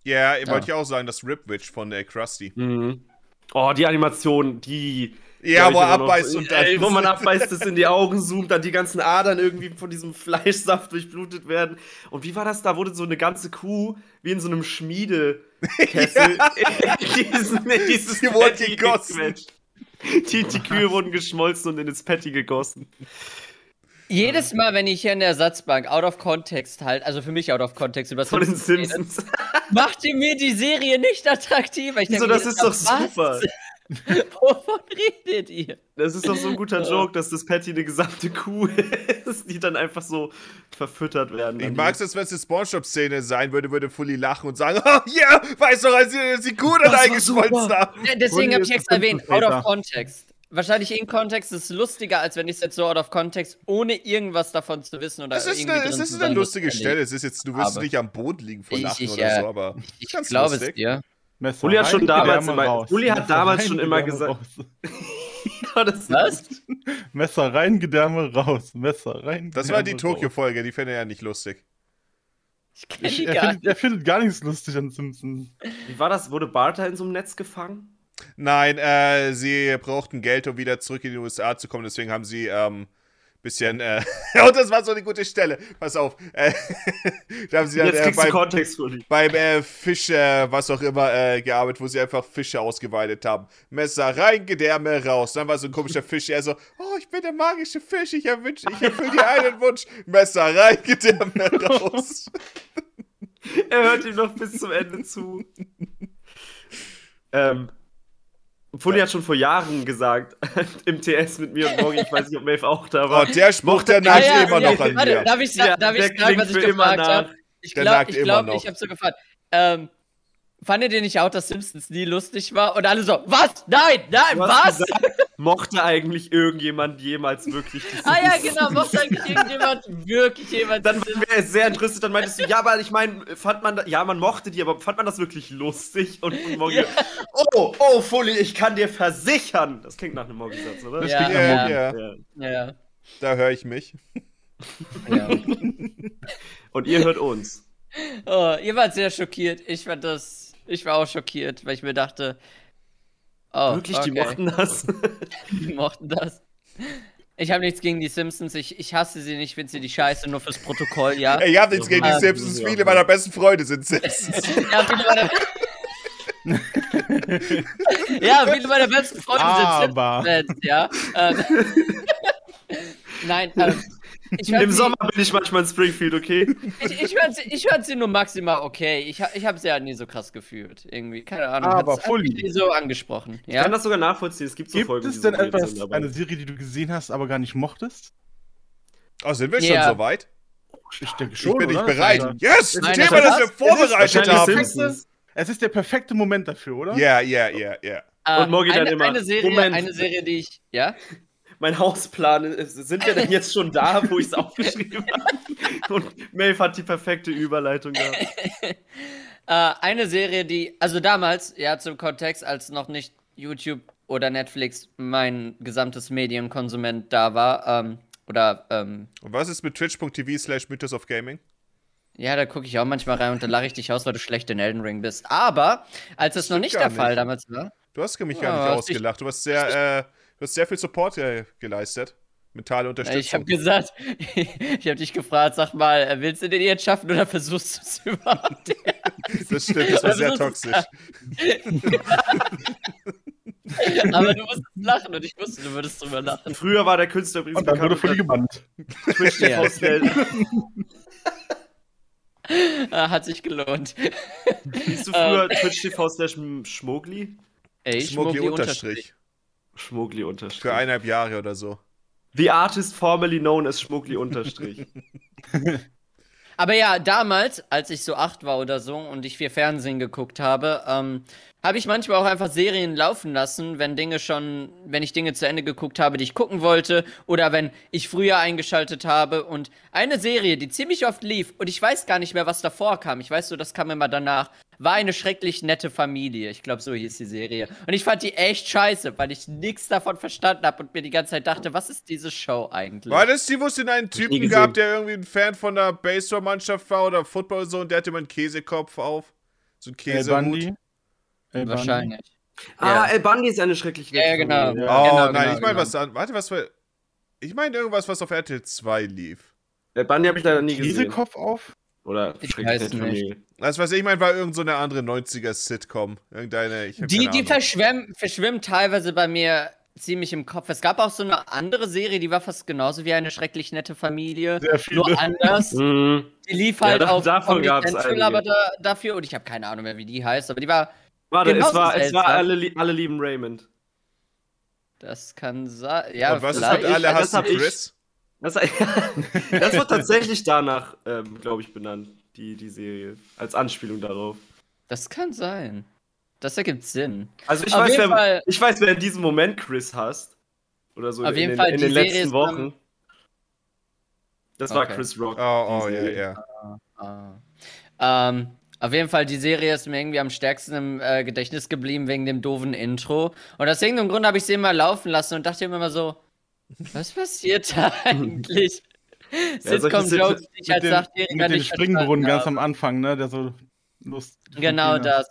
Ja, Ja. wollte ich auch sagen, das Ripwitch von äh, Krusty. Mhm. Oh, die Animation, die. Ja, glaub wo ich, er immer noch- abbeißt und [laughs] Ey, dann- [laughs] Wo man abbeißt, es in die Augen zoomt, dann die ganzen Adern irgendwie von diesem [laughs] Fleischsaft durchblutet werden. Und wie war das? Da wurde so eine ganze Kuh wie in so einem [laughs] Schmiedekessel in diesen, in dieses Die wurde Patty gegossen. gequetscht. Die, die Kühe wurden geschmolzen und in das Patty gegossen. Jedes Mal, wenn ich hier in der Ersatzbank out of context halt, also für mich out of context über Von den rede, Simpsons. macht ihr mir die Serie nicht attraktiver. Ich Wieso, denke mir das ist jedes doch Mal, super. was? [laughs] Wovon redet ihr? Das ist doch so ein guter Joke, dass das Patty eine gesamte Kuh [laughs] ist, die dann einfach so verfüttert werden. Ich mag es, wenn es eine Spongebob-Szene sein würde, würde Fully lachen und sagen, [laughs] oh ja, weißt du, als sie als die Kuh dann Das war eingeschmolzen super. haben. Ja, deswegen Grunde habe ich ist extra das erwähnt, Simpsons out of besser. context. Wahrscheinlich in Kontext ist lustiger, als wenn ich es jetzt so out of context, ohne irgendwas davon zu wissen oder Es ist irgendwie eine, es drin ist zu eine sein, lustige lustig Stelle. Es ist jetzt, du wirst Aber- nicht am Boden liegen vor Ich- Lachen ich, oder äh, so, aber Ich ganz glaube es lustig. dir. Messer Uli hat schon rein, damals Gedärme immer- raus. Uli hat Messer damals rein, schon immer Gedärme gesagt- raus. das Was? Messer rein, Gedärme raus. Messer rein. Das Gedärme war die raus. Tokio-Folge, die fände er ja nicht lustig. Ich kenne Ich, die er, gar nicht. findet, er findet gar nichts lustig an Simpsons. Wie war das? Wurde Barter in so einem Netz gefangen? Nein, äh, sie brauchten Geld, um wieder zurück in die USA zu kommen, deswegen haben sie ähm, bisschen, äh, [laughs] und das war so eine gute Stelle. Pass auf. Äh, [laughs] da haben sie dann, Jetzt äh, kriegst du beim, Kontext für dich. beim äh, Fisch, äh, was auch immer, äh, gearbeitet, wo sie einfach Fische ausgeweidet haben. Messer rein, Gedärme raus. Dann war so ein komischer Fisch, er so, oh, ich bin der magische Fisch, ich, erwünsch, ich erfülle dir einen Wunsch. Messer rein, Gedärme raus. Er hört ihm noch bis zum [laughs] Ende zu. ähm, Fully hat schon vor Jahren gesagt, [laughs] im TS mit mir und Morgi, ich weiß nicht, ob Maeve auch da Oh, [laughs] war. der Spruch, der [laughs] nagt ja, immer ja, noch an warte, mir. Darf ich, Ja, darf ich der sagen, was ich klingt für immer gefragt nach. habe? Ich Der glaube, nagt ich, immer glaub, noch. ich habe so gefragt. Ähm, fandet ihr nicht auch, dass Simpsons nie lustig war? Und alle so, was? Nein, nein, Du hast was? gesagt, Mochte eigentlich irgendjemand jemals wirklich die Ah ja, Simpsons? genau, mochte eigentlich irgendjemand, wirklich jemand. Dann wäre er sehr entrüstet, dann meintest du, ja, aber ich meine, fand man, da, ja, man mochte die, aber fand man das wirklich lustig? [laughs] Und, und Morgi, Ja. oh, oh, Fully, ich kann dir versichern. Das klingt nach einem Morgi-Satz, oder? Ja, ja, ja. ja, Ja. ja, da höre ich mich. ja. Und ihr hört uns. Oh, ihr wart sehr schockiert. Ich fand das, ich war auch schockiert, weil ich mir dachte, oh, Wirklich, die okay. mochten das. [laughs] Die mochten das. Ich habe nichts gegen die Simpsons. Ich, ich hasse sie nicht, finde sie die Scheiße, nur fürs Protokoll, ja. Ey, ihr habt nichts gegen die Ah, Simpsons, ja. viele meiner besten Freunde sind Simpsons. [laughs] Ja, viele meiner, [laughs] ja, viele meiner besten Freunde Aber. sind Simpsons-Fans, ja. Ähm, [laughs] Nein, ähm, ich fand Im sie- Sommer bin ich manchmal in Springfield, okay? Ich, ich, fand sie, ich fand sie nur maximal okay. Ich, ha- ich habe sie halt nie so krass gefühlt. Irgendwie, keine Ahnung. Aber hat's- hat Fully. mich nie so angesprochen. Ich Ja? kann das sogar nachvollziehen. Es gibt so Gibt Folgen, es so denn weird etwas, sind, aber- eine Serie, die du gesehen hast, aber gar nicht mochtest? Oh, sind wir Ja. schon so weit? Ich denke Ich bin nicht bereit. Also, Yes, ein Nein, Thema, das das wir war's. vorbereitet Wahrscheinlich haben. Simpsons. Es ist der perfekte Moment dafür, oder? Ja, ja, ja, ja. Äh, Und Morgi dann eine, immer, Eine Serie, Moment. eine Serie, die ich. Ja? Mein Hausplan, ist- sind wir denn jetzt schon da, wo [laughs] ich es aufgeschrieben habe? Und Maeve hat die perfekte Überleitung da. [laughs] Äh, eine Serie, die. Also damals, ja, zum Kontext, als noch nicht YouTube oder Netflix mein gesamtes Medienkonsument da war. Ähm, oder. Ähm, Und was ist mit twitch.tv slash Mythos of Gaming? ja, da gucke ich auch manchmal rein und da lache ich dich aus, weil du schlecht in Elden Ring bist. Aber als es noch nicht gar der Fall nicht. damals war, Du hast mich Ja, gar nicht hast dich- ausgelacht. Du hast sehr, äh, du hast sehr viel Support äh, geleistet. Mentale Na, Ich Unterstützung. habe gesagt, [laughs] ich habe dich gefragt, sag mal, äh, willst du den jetzt schaffen oder versuchst du es [laughs] überhaupt? das stimmt, das war Aber sehr das ist- toxisch. Aber du musstest lachen und ich wusste, du würdest drüber lachen. Früher war der Künstler übrigens Und dann wurde unter Fully gebannt. Twitch TV Ja. [laughs] Snell. Äh, hat sich gelohnt. Siehst du früher Ähm. Twitch TV slash Schmogli? Ey, Schmuckli Schmuckli Unterstrich. Schmogli unterstrich. Für eineinhalb Jahre oder so. The artist formerly known as Schmogli [laughs] unterstrich. Aber ja, damals, als ich so acht war oder so und ich viel Fernsehen geguckt habe, ähm, habe ich manchmal auch einfach Serien laufen lassen, wenn Dinge schon, wenn ich Dinge zu Ende geguckt habe, die ich gucken wollte, oder wenn ich früher eingeschaltet habe. Und eine Serie, die ziemlich oft lief, und ich weiß gar nicht mehr, was davor kam, ich weiß so, das kam immer danach, war eine schrecklich nette Familie. Ich glaube, so hieß die Serie. Und ich fand die echt scheiße, weil ich nichts davon verstanden habe und mir die ganze Zeit dachte, was ist diese Show eigentlich? War das die, wo es den einen Typen gesehen. gab, der irgendwie ein Fan von der Baseballmannschaft war oder Football so und der hatte immer einen Käsekopf auf? So einen El Käsehut. Bundy. El Bundy. Wahrscheinlich. Ah, El Bundy ist eine schreckliche Ja, ja, genau. Familie. Oh nein, genau, genau, ich meine genau. was an. Warte, was für. Ich meine irgendwas, was auf RTL 2 lief. El Bundy habe ich leider nie Diese gesehen. Kopf auf? Oder Ich schreckliche weiß nicht. Familie. Das, Also, was ich meine, war irgend so eine andere 90er-Sitcom. Irgendeine. Ich hab Die, keine die Ahnung. verschwemmt, verschwimmt teilweise bei mir ziemlich im Kopf. Es gab auch so eine andere Serie, die war fast genauso wie eine schrecklich nette Familie. Sehr viele. Nur anders. Mhm. Die lief Ja, halt da- auf davon Comedy gab's Central, einige. aber da, dafür, und ich habe keine Ahnung mehr, wie die heißt, aber die war, Warte, Genau es war, so es war seltsam. alle, lie- alle lieben Raymond. das kann sein. Ja, Und was ist vielleicht. mit alle das hassen hab ich- Chris? Das, [laughs] das war tatsächlich danach, ähm, glaube ich, benannt, die, die Serie. Als Anspielung darauf. Das kann sein. Das ergibt Sinn. Also ich Auf weiß, jeden Fall- wer, ich weiß, wer in diesem Moment Chris hasst. Oder so Auf in, jeden den, Fall, in die den Serie letzten ist Wochen. Das war Okay. Chris Rock. Oh, oh, die ja, Serie. ja. Ah. Ähm, auf jeden Fall, die Serie ist mir irgendwie am stärksten im äh, Gedächtnis geblieben wegen dem doofen Intro. Und aus irgendeinem Grund habe ich sie immer laufen lassen und dachte mir immer so, was passiert [laughs] da eigentlich? solche Sitcom-Jokes, die ich Mit als dem, Sachjähriger mit dem nicht Springbrunnen verstanden ganz habe. am Anfang, ne? Der so Lust. Genau das.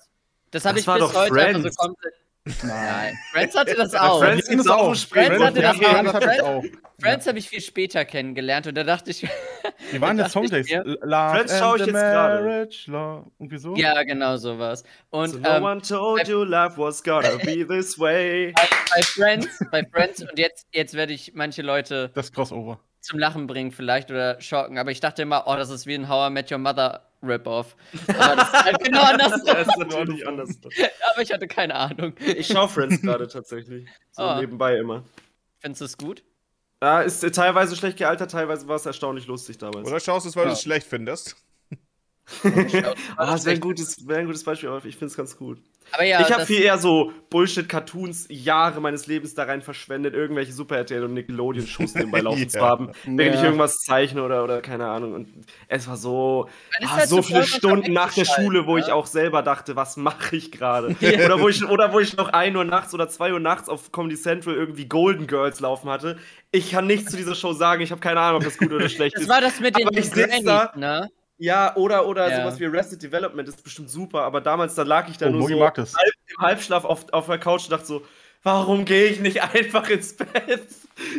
Das habe Das ich war bis doch heute einfach Friends. so komplett... [laughs] Nein, Friends hatte das Bei auch. Friends Friends gibt's auch einen auch. Springbrunnen. Friends hatte ja, das auch, Friends aber hab ich Friends- auch. Friends habe ich viel später kennengelernt und da dachte Hm? ich, Die waren der dachte ich Songtext. mir. Friends schau ich jetzt gerade. gerade. Irgendwie so. ja genau sowas. Und So ähm, no one told you love [laughs] was gonna be this way. bei, bei Friends, bei Friends und jetzt, jetzt werde ich manche Leute Das Crossover. zum Lachen bringen vielleicht oder schocken, aber ich dachte immer, oh, das ist wie ein How I Met Your Mother Rip-Off. Aber das ist halt genau andersrum, [laughs] Das ist natürlich anders. aber ich hatte keine Ahnung. Ich schaue Friends gerade tatsächlich. So Oh. nebenbei immer. Findest du es gut? Ja, ist äh, teilweise schlecht gealtert, teilweise war es erstaunlich lustig damals. Oder schaust du es, weil du es Ja. schlecht findest? Ah, es wäre ein, gutes- wär ein gutes Beispiel, aber ich finde es ganz gut. Aber ja, ich habe das- viel eher so Bullshit-Cartoons Jahre meines Lebens da rein verschwendet, irgendwelche super RTL und Nickelodeon-Shows nebenbei laufen [laughs] zu Ja. haben, während ich Ja. irgendwas zeichne oder, oder keine Ahnung. Und es war so, Man ist ah, halt so zu faul, viele um Stunden nach der abzuschalten, Schule, wo ne? ich auch selber dachte, was mache [laughs] ich gerade? oder, wo ich, oder wo ich noch 1 Uhr nachts oder 2 Uhr nachts auf Comedy Central irgendwie Golden Girls laufen hatte. Ich kann nichts zu dieser Show sagen, ich habe keine Ahnung, ob das [laughs] gut oder schlecht das ist. war das mit den Aber ich sitz Grannies, da- ne? Ja, oder, oder Ja. sowas wie Arrested Development ist bestimmt super, aber damals, da lag ich da Oh, nur Mogi so mag das. halb im Halbschlaf auf, auf der Couch und dachte so, warum gehe ich nicht [laughs] einfach ins Bett?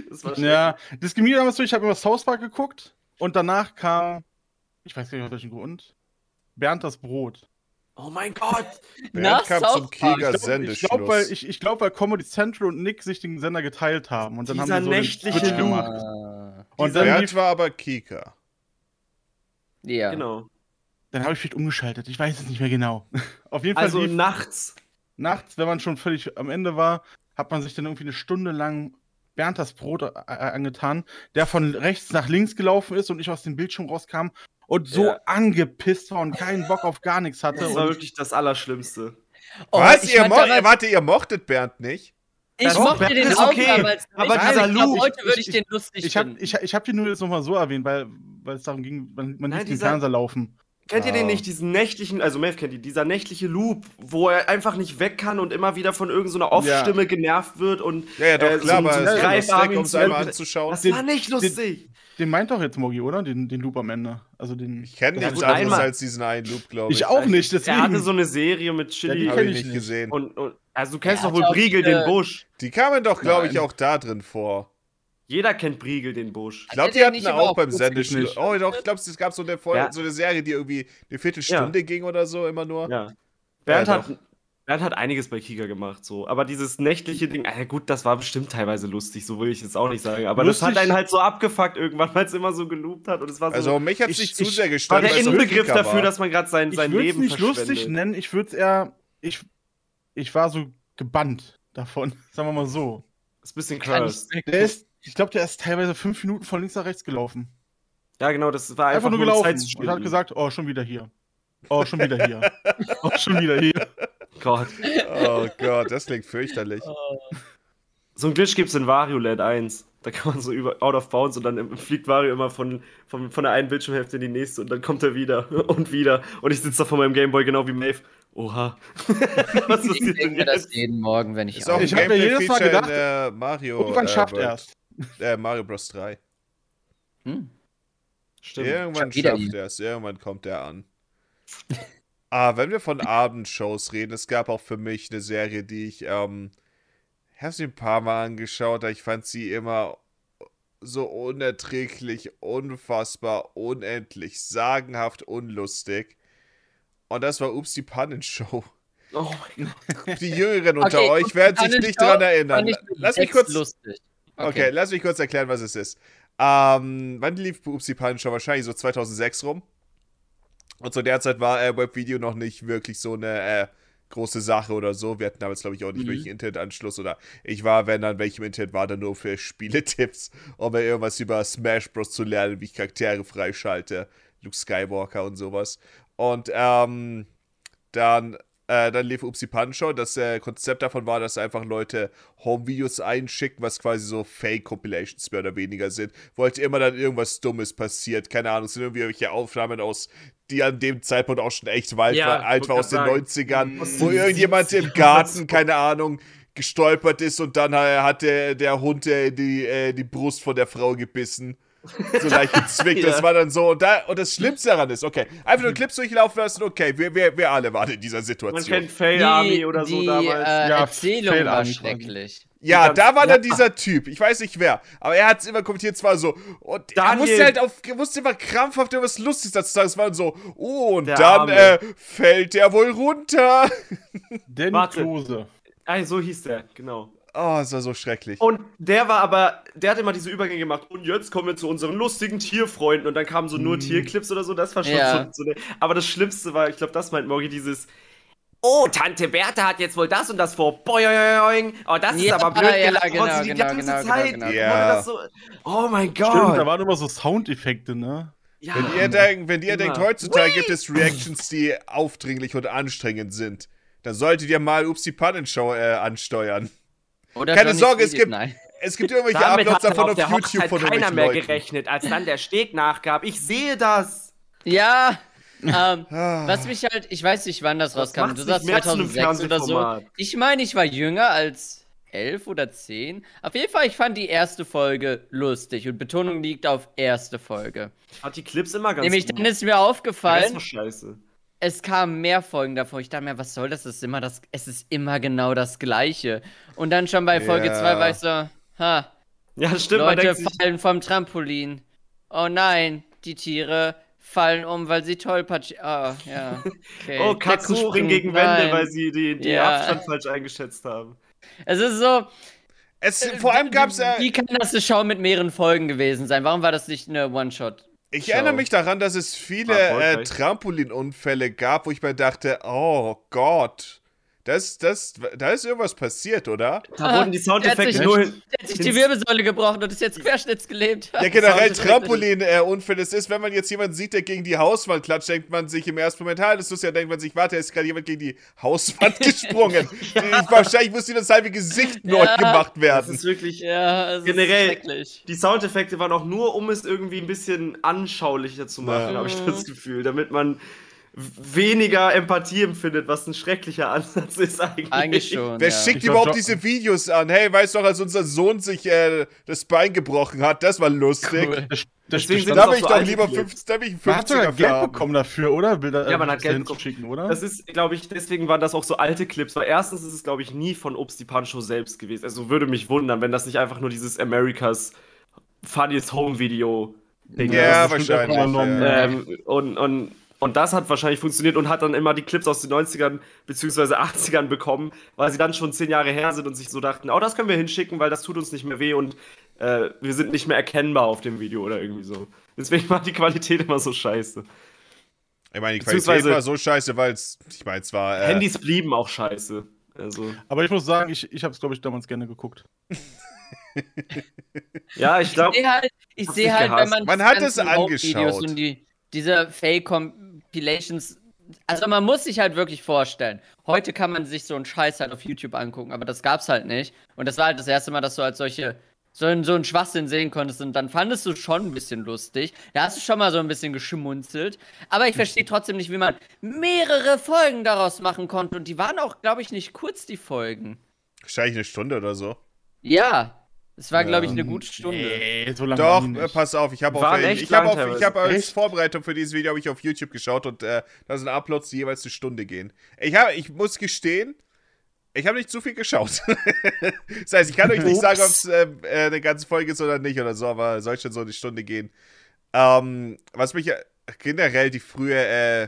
Das war schlimm. Ja, das ging mir damals so, ich habe immer South Park geguckt und danach kam, ich weiß gar nicht aus welchem Grund, Bernd das Brot. Oh mein Gott! Bernd kam South zum Park. Krieger Ich Sendeschluss. glaube, weil, ich, ich glaub, weil Comedy Central und Nick sich den Sender geteilt haben. Und dann Dieser haben die so den nächtliche Switch Loop. gemacht. Ah, Und dann, Bernd lief- war aber Kika. ja. Genau. dann habe ich vielleicht umgeschaltet. Ich weiß es nicht mehr genau. [laughs] Auf jeden Fall Also lief nachts. nachts, wenn man schon völlig am Ende war, hat man sich dann irgendwie eine Stunde lang Bernd das Brot äh, angetan, der von rechts nach links gelaufen ist und ich aus dem Bildschirm rauskam und so Ja. angepisst war und keinen Bock auf gar nichts hatte. Das Und war wirklich das Allerschlimmste. Oh, Was? ich Ihr fand mo damals- Warte, ihr mochtet Bernd nicht? Ich Doch, mochte Bernd den ist auch okay, damals nicht, aber ich dieser glaub, Loop, heute ich- würde ich, ich- den lustig Ich habe finden. ich, ich hab die nur jetzt nochmal so erwähnt, weil, weil es darum ging, man, man Nein, ließ den dieser- Fernseher laufen. Kennt ihr Ja. den nicht, diesen nächtlichen, also Maeve kennt ihr, dieser nächtliche Loop, wo er einfach nicht weg kann und immer wieder von irgendeiner Off-Stimme genervt wird und Ja, ja, doch, äh, klar, so, aber so es ist ja lustig, greifarmig um es einmal zu anzuschauen. Das Den- war nicht lustig. Den meint doch jetzt Mogi, oder? Den, den Loop am Ende. Also den. Ich kenne Ja, nichts gut, anderes einmal- als diesen einen Loop, glaube ich. ich auch nicht, deswegen. Er hatte so eine Serie mit Chili die Habe kenn ich ich nicht nicht. gesehen. Und, und also du kennst Ja, doch wohl hat auch Briegel viele- den Busch. Die kamen doch, glaube ich, Nein. auch da drin vor. Jeder kennt Briegel den Busch. Ich Hat glaube, er die den hatten nicht aber auch auch beim kurz Sendeschluss. geknipst? Oh, doch, ich glaube, es gab so eine, Folge, Ja. so eine Serie, die irgendwie eine Viertelstunde ging oder so immer nur. Also, Ja. Bernd, Ja, doch. hat, Bernd hat einiges bei Kika gemacht, so. Aber dieses nächtliche Ding, ah, gut, das war bestimmt teilweise lustig, so will ich jetzt auch nicht sagen. Aber das Lustig- hat einen halt so abgefuckt irgendwann, weil es immer so geloobt hat. Und es war so. Also mich hat es Ich- nicht zu ich sehr war gestört. der weil es so Inbegriff Kika dafür, war. dass man gerade sein, ich sein würde es Leben nicht lustig verschwendet. nennen, ich würde es eher. Ich, ich war so gebannt davon, [laughs] sagen wir mal so. Ist ein bisschen Kann ich cursed. Der ist, ich glaube, der ist teilweise fünf Minuten von links nach rechts gelaufen. Ja, genau, das war Einfach, einfach, nur um gelaufen und Zeitschnitt. hat gesagt, oh, schon wieder hier. Oh, schon wieder hier. [laughs] oh, schon wieder hier. Gott. Oh Gott, das klingt fürchterlich. So ein Glitch gibt's in Wario Land 1. Da kann man so über out of bounds und dann fliegt Wario immer von, von, von der einen Bildschirmhälfte in die nächste und dann kommt er wieder [laughs] und wieder. Und ich sitze da vor meinem Gameboy genau wie Maeve. Oha. [laughs] Was ich passiert denn denke mir das jetzt? jeden Morgen, wenn ich, Ist auch ein Ich hab mir jedes Mal Gameplay-Feature in gedacht, äh, Mario. Irgendwann äh, schafft World. er es. Äh, Mario Bros. 3. Hm. Stimmt. Irgendwann Schon wieder schafft ihn. er es, irgendwann kommt er an. [laughs] Ah, wenn wir von Abendshows reden, es gab auch für mich eine Serie, die ich, ähm, ich habe sie ein paar Mal angeschaut, aber ich fand sie immer so unerträglich, unfassbar, unendlich, sagenhaft, unlustig. Und das war Ups, die [laughs] Pannenshow. Oh mein Gott. Die Jüngeren unter Okay, euch Ups, werden die sich nicht Pannenshow dran erinnern. Fand ich Lass mich echt kurz, lustig. Okay, lass mich kurz erklären, was es ist. Ähm, wann lief Upsi Pan schon? Wahrscheinlich so 2006 rum. Und zu der Zeit war äh, Webvideo noch nicht wirklich so eine äh, große Sache oder so. Wir hatten damals, glaube ich, auch nicht Mhm. wirklich Internetanschluss oder ich war, wenn dann welchem Internet war, dann nur für Spieletipps, um mir irgendwas über Smash Bros. zu lernen, wie ich Charaktere freischalte, Luke Skywalker und sowas. Und ähm, dann, äh, dann lief Upsi Puncher. Das äh, Konzept davon war, dass einfach Leute Home-Videos einschicken, was quasi so Fake-Compilations mehr oder weniger sind. Wollte immer dann irgendwas Dummes passiert. Keine Ahnung, es sind irgendwie irgendwelche Aufnahmen aus, die an dem Zeitpunkt auch schon echt weit Ja, waren, alt wollte war grad aus den sagen. 90ern, Aus wo den irgendjemand im 70ern. Garten, keine Ahnung, gestolpert ist und dann äh, hat der, der Hund äh, die, äh, die Brust von der Frau gebissen. So leicht gezwickt. Ja. Das war dann so. Und, da, und das Schlimmste daran ist, okay, einfach nur Clips durchlaufen lassen, okay, wir, wir, wir alle waren in dieser Man Situation. kennt Fail Army oder so die, damals. Äh, Ja, Erzählung Fail war Army quasi. schrecklich. Ja, ganz- da war dann ja. dieser Typ. Ich weiß nicht wer. Aber er hat es immer kommentiert, zwar so. Und er Daniel. musste halt auf, er musste immer krampfhaft irgendwas Lustiges dazu sagen. Es war dann so, oh, und Der dann Arme. äh, fällt der wohl runter. Danny Warte. Klose. Ah, so hieß der, genau. Oh, es war so schrecklich. Und der war aber, der hat immer diese Übergänge gemacht. Und jetzt kommen wir zu unseren lustigen Tierfreunden. Und dann kamen so Mhm. nur Tierclips oder so. Das war schon Ja. so, so eine, Aber das Schlimmste war, ich glaube, das meint Morgi, dieses. Oh, Tante Bertha hat jetzt wohl das und das vor. Boing. Oh, das Ja, ist aber blöd ja, gelaufen. genau, Und sie die genau, ganze genau, genau, Zeit genau. wurde Ja. das so, oh mein Gott. Stimmt, da waren immer so Soundeffekte, ne? ja. Wenn ihr, denkt, wenn ihr Immer. denkt, heutzutage gibt es Reactions, die aufdringlich und anstrengend sind, dann solltet ihr mal Ups die Pannenshow äh, ansteuern. Oder Keine Johnny Sorge, es Sweet, gibt- Nein. [laughs] Es gibt irgendwelche Damit Uploads hat davon davon auf, der YouTube Hochzeit von keiner irgendwelchen mehr Leuten. gerechnet, als dann der Steg nachgab. Ich sehe das. Ja, [laughs] ähm, Ah. was mich halt, ich weiß nicht, wann das Das rauskam. macht's Du sagst nicht mehr zu einem 2006 oder so. Fernsehformat. Ich meine, ich war jünger als elf oder zehn. Auf jeden Fall, ich fand die erste Folge lustig und Betonung liegt auf erste Folge. Hat die Clips immer ganz Nämlich gut. dann ist mir das aufgefallen, war scheiße. es kamen mehr Folgen davor. Ich dachte mir, was soll das? Es ist immer das, es ist immer genau das Gleiche. Und dann schon bei Folge Ja. 2 war ich so, ha, Ja, stimmt. man Leute denkt sich, fallen vom Trampolin. Oh nein, die Tiere fallen um, weil sie tollpatsch. Oh, [laughs] ja. Okay. Oh, Katzen Kuchen, springen gegen nein. Wände, weil sie den die Ja. Abstand falsch eingeschätzt haben. Es ist so. Es, vor allem gab es. Äh, Wie kann das eine Show mit mehreren Folgen gewesen sein? Warum war das nicht eine One-Shot? Ich Show. erinnere mich daran, dass es viele War erfolgreich. äh, Trampolinunfälle gab, wo ich mir dachte, oh Gott, das, das, da ist irgendwas passiert, oder? Da [laughs] wurden die der hat Soundeffekte sich- nur hin. Der hat sich die Wirbelsäule gebrochen und ist jetzt querschnittsgelebt. Ja, [laughs] generell Sollte- Trampolin-Unfälle. Es ist, wenn man jetzt jemanden sieht, der gegen die Hauswand klatscht, denkt man sich im ersten Moment, ha, das ist ja, denkt man sich, warte, da ist gerade jemand gegen die Hauswand [laughs] [laughs] gesprungen. Die- Wahrscheinlich muss ihm das halbe Gesicht neu gemacht Das werden. ist wirklich. Ja, es Generell. ist schrecklich. Die Soundeffekte waren auch nur, um es irgendwie ein bisschen anschaulicher zu machen, Ja. habe ich das Gefühl. Damit man w- weniger Empathie empfindet, was ein schrecklicher [laughs] Ansatz ist eigentlich. ne? Eigentlich schon. Wer ja. schickt Ich glaub, überhaupt Jo- diese Videos an? Hey, weißt du noch, als unser Sohn sich äh, das Bein gebrochen hat, das war lustig. Cool. Das, das Deswegen sind Da das bin auch ich so doch alte lieber Clips. 50, da bin ich ein man hat sogar 50er für Geld haben. bekommen dafür, oder? Bilder, Ja, man hat äh, Geld dahin bekommen. zu schicken, oder? Das ist, glaube ich, deswegen waren das auch so alte Clips, weil erstens ist es, glaube ich, nie von Obst die Pancho selbst gewesen. Also würde mich wundern, wenn das nicht einfach nur dieses Americas Funniest Home Video Ding Ja, das ist bestimmt wahrscheinlich, einfach mal genommen. ja. Ähm, und, und, und das hat wahrscheinlich funktioniert und hat dann immer die Clips aus den 90ern bzw. 80ern bekommen, weil sie dann schon zehn Jahre her sind und sich so dachten, oh, das können wir hinschicken, weil das tut uns nicht mehr weh und äh, wir sind nicht mehr erkennbar auf dem Video oder irgendwie so. Deswegen war die Qualität immer so scheiße. Ich meine, die Qualität Beziehungsweise- war so scheiße, weil es, ich meine, es war. Äh, Handys blieben auch scheiße. Also. Aber ich muss sagen, ich, ich habe es, glaube ich, damals gerne geguckt. Ja, ich glaube, Ich sehe halt, ich Hast seh dich halt wenn gehasst. man. Man die hat es ganzen Home-Videos angeschaut. Und die, diese Fake-Compilations. Also, man muss sich halt wirklich vorstellen. Heute kann man sich so einen Scheiß halt auf YouTube angucken, aber das gab's halt nicht. Und das war halt das erste Mal, dass du halt solche. So einen, so einen Schwachsinn sehen konntest und dann fandest du schon ein bisschen lustig. Da hast du schon mal so ein bisschen geschmunzelt. Aber ich verstehe trotzdem nicht, wie man mehrere Folgen daraus machen konnte. Und die waren auch, glaube ich, nicht kurz, die Folgen. Wahrscheinlich eine Stunde oder so. Ja. Es war, glaube ich, Ähm, eine gute Stunde. Nee, so lange Doch, waren die äh, nicht. pass auf, ich habe auf, Waren ich hab echt lang auf, ich teilweise. hab als Echt? Vorbereitung für dieses Video habe ich auf YouTube geschaut und äh, da sind Uploads, die jeweils eine Stunde gehen. Ich habe, ich muss gestehen, ich habe nicht zu viel geschaut. [laughs] das heißt, ich kann euch nicht Ups. sagen, ob es äh, äh, eine ganze Folge ist oder nicht oder so, aber soll schon so eine Stunde gehen. Ähm, was mich äh, generell die frühe äh,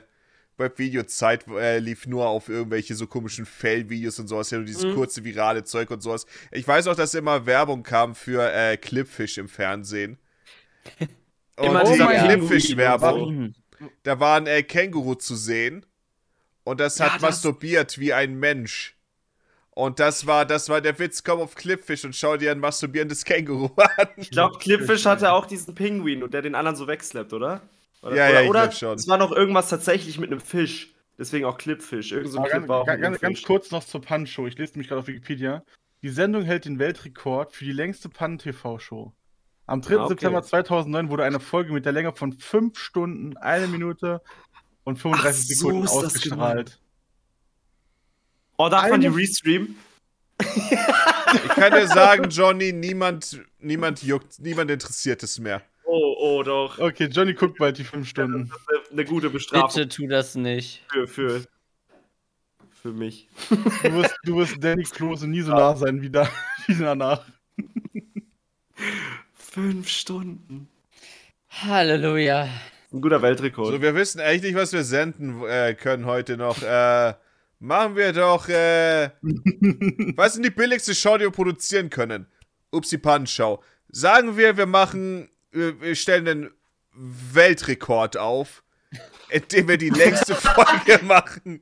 Webvideo-Zeit äh, lief nur auf irgendwelche so komischen Fail-Videos und sowas, ja, nur dieses Mhm. kurze virale Zeug und sowas. Ich weiß auch, dass immer Werbung kam für äh, Clipfish im Fernsehen. Und [laughs] Immer die dieser Clipfish-Werbung. Känguru-Video Da war ein äh, Känguru zu sehen und das Ja, hat das- masturbiert wie ein Mensch. Und das war, das war der Witz, komm auf Clipfish und schau dir ein masturbierendes Känguru an. Ich glaube, Clipfish hatte auch diesen Pinguin und der den anderen so wegslappt, oder? oder Ja, ja, oder, ich oder glaub schon. Es war noch irgendwas tatsächlich mit einem Fisch. Deswegen auch Clipfish. Irgend so ein Aber Clip war auch ganz, ganz, mit einem ganz, ganz Fisch. kurz noch zur Pan-Show. Ich lese mich gerade auf Wikipedia. Die Sendung hält den Weltrekord für die längste Pan-TV-Show. Am 3. Ah, okay. September 2009 wurde eine Folge mit der Länge von 5 Stunden, 1 Minute und 35 Ach, so Sekunden ist das ausgestrahlt. Oh, darf man die Eine- restreamen? Ich kann dir [laughs] sagen, Johnny, niemand, niemand juckt, niemand interessiert es mehr. Oh, oh, doch. Okay, Johnny guckt bald die 5 Stunden. Das ist eine gute Bestrafung Bitte tu das nicht. für, für, für mich. Du wirst, du wirst Danny Klose nie so Ah. nah sein wie, da, [laughs] wie danach. Fünf Stunden. Halleluja. Ein guter Weltrekord. So, wir wissen echt nicht, was wir senden äh, können heute noch. Äh, machen wir doch, [laughs] äh, was ist denn die billigste Show, die wir produzieren können? Upsi Pannenshow. Sagen wir, wir machen, wir, wir stellen einen Weltrekord auf, indem wir die [laughs] längste Folge machen.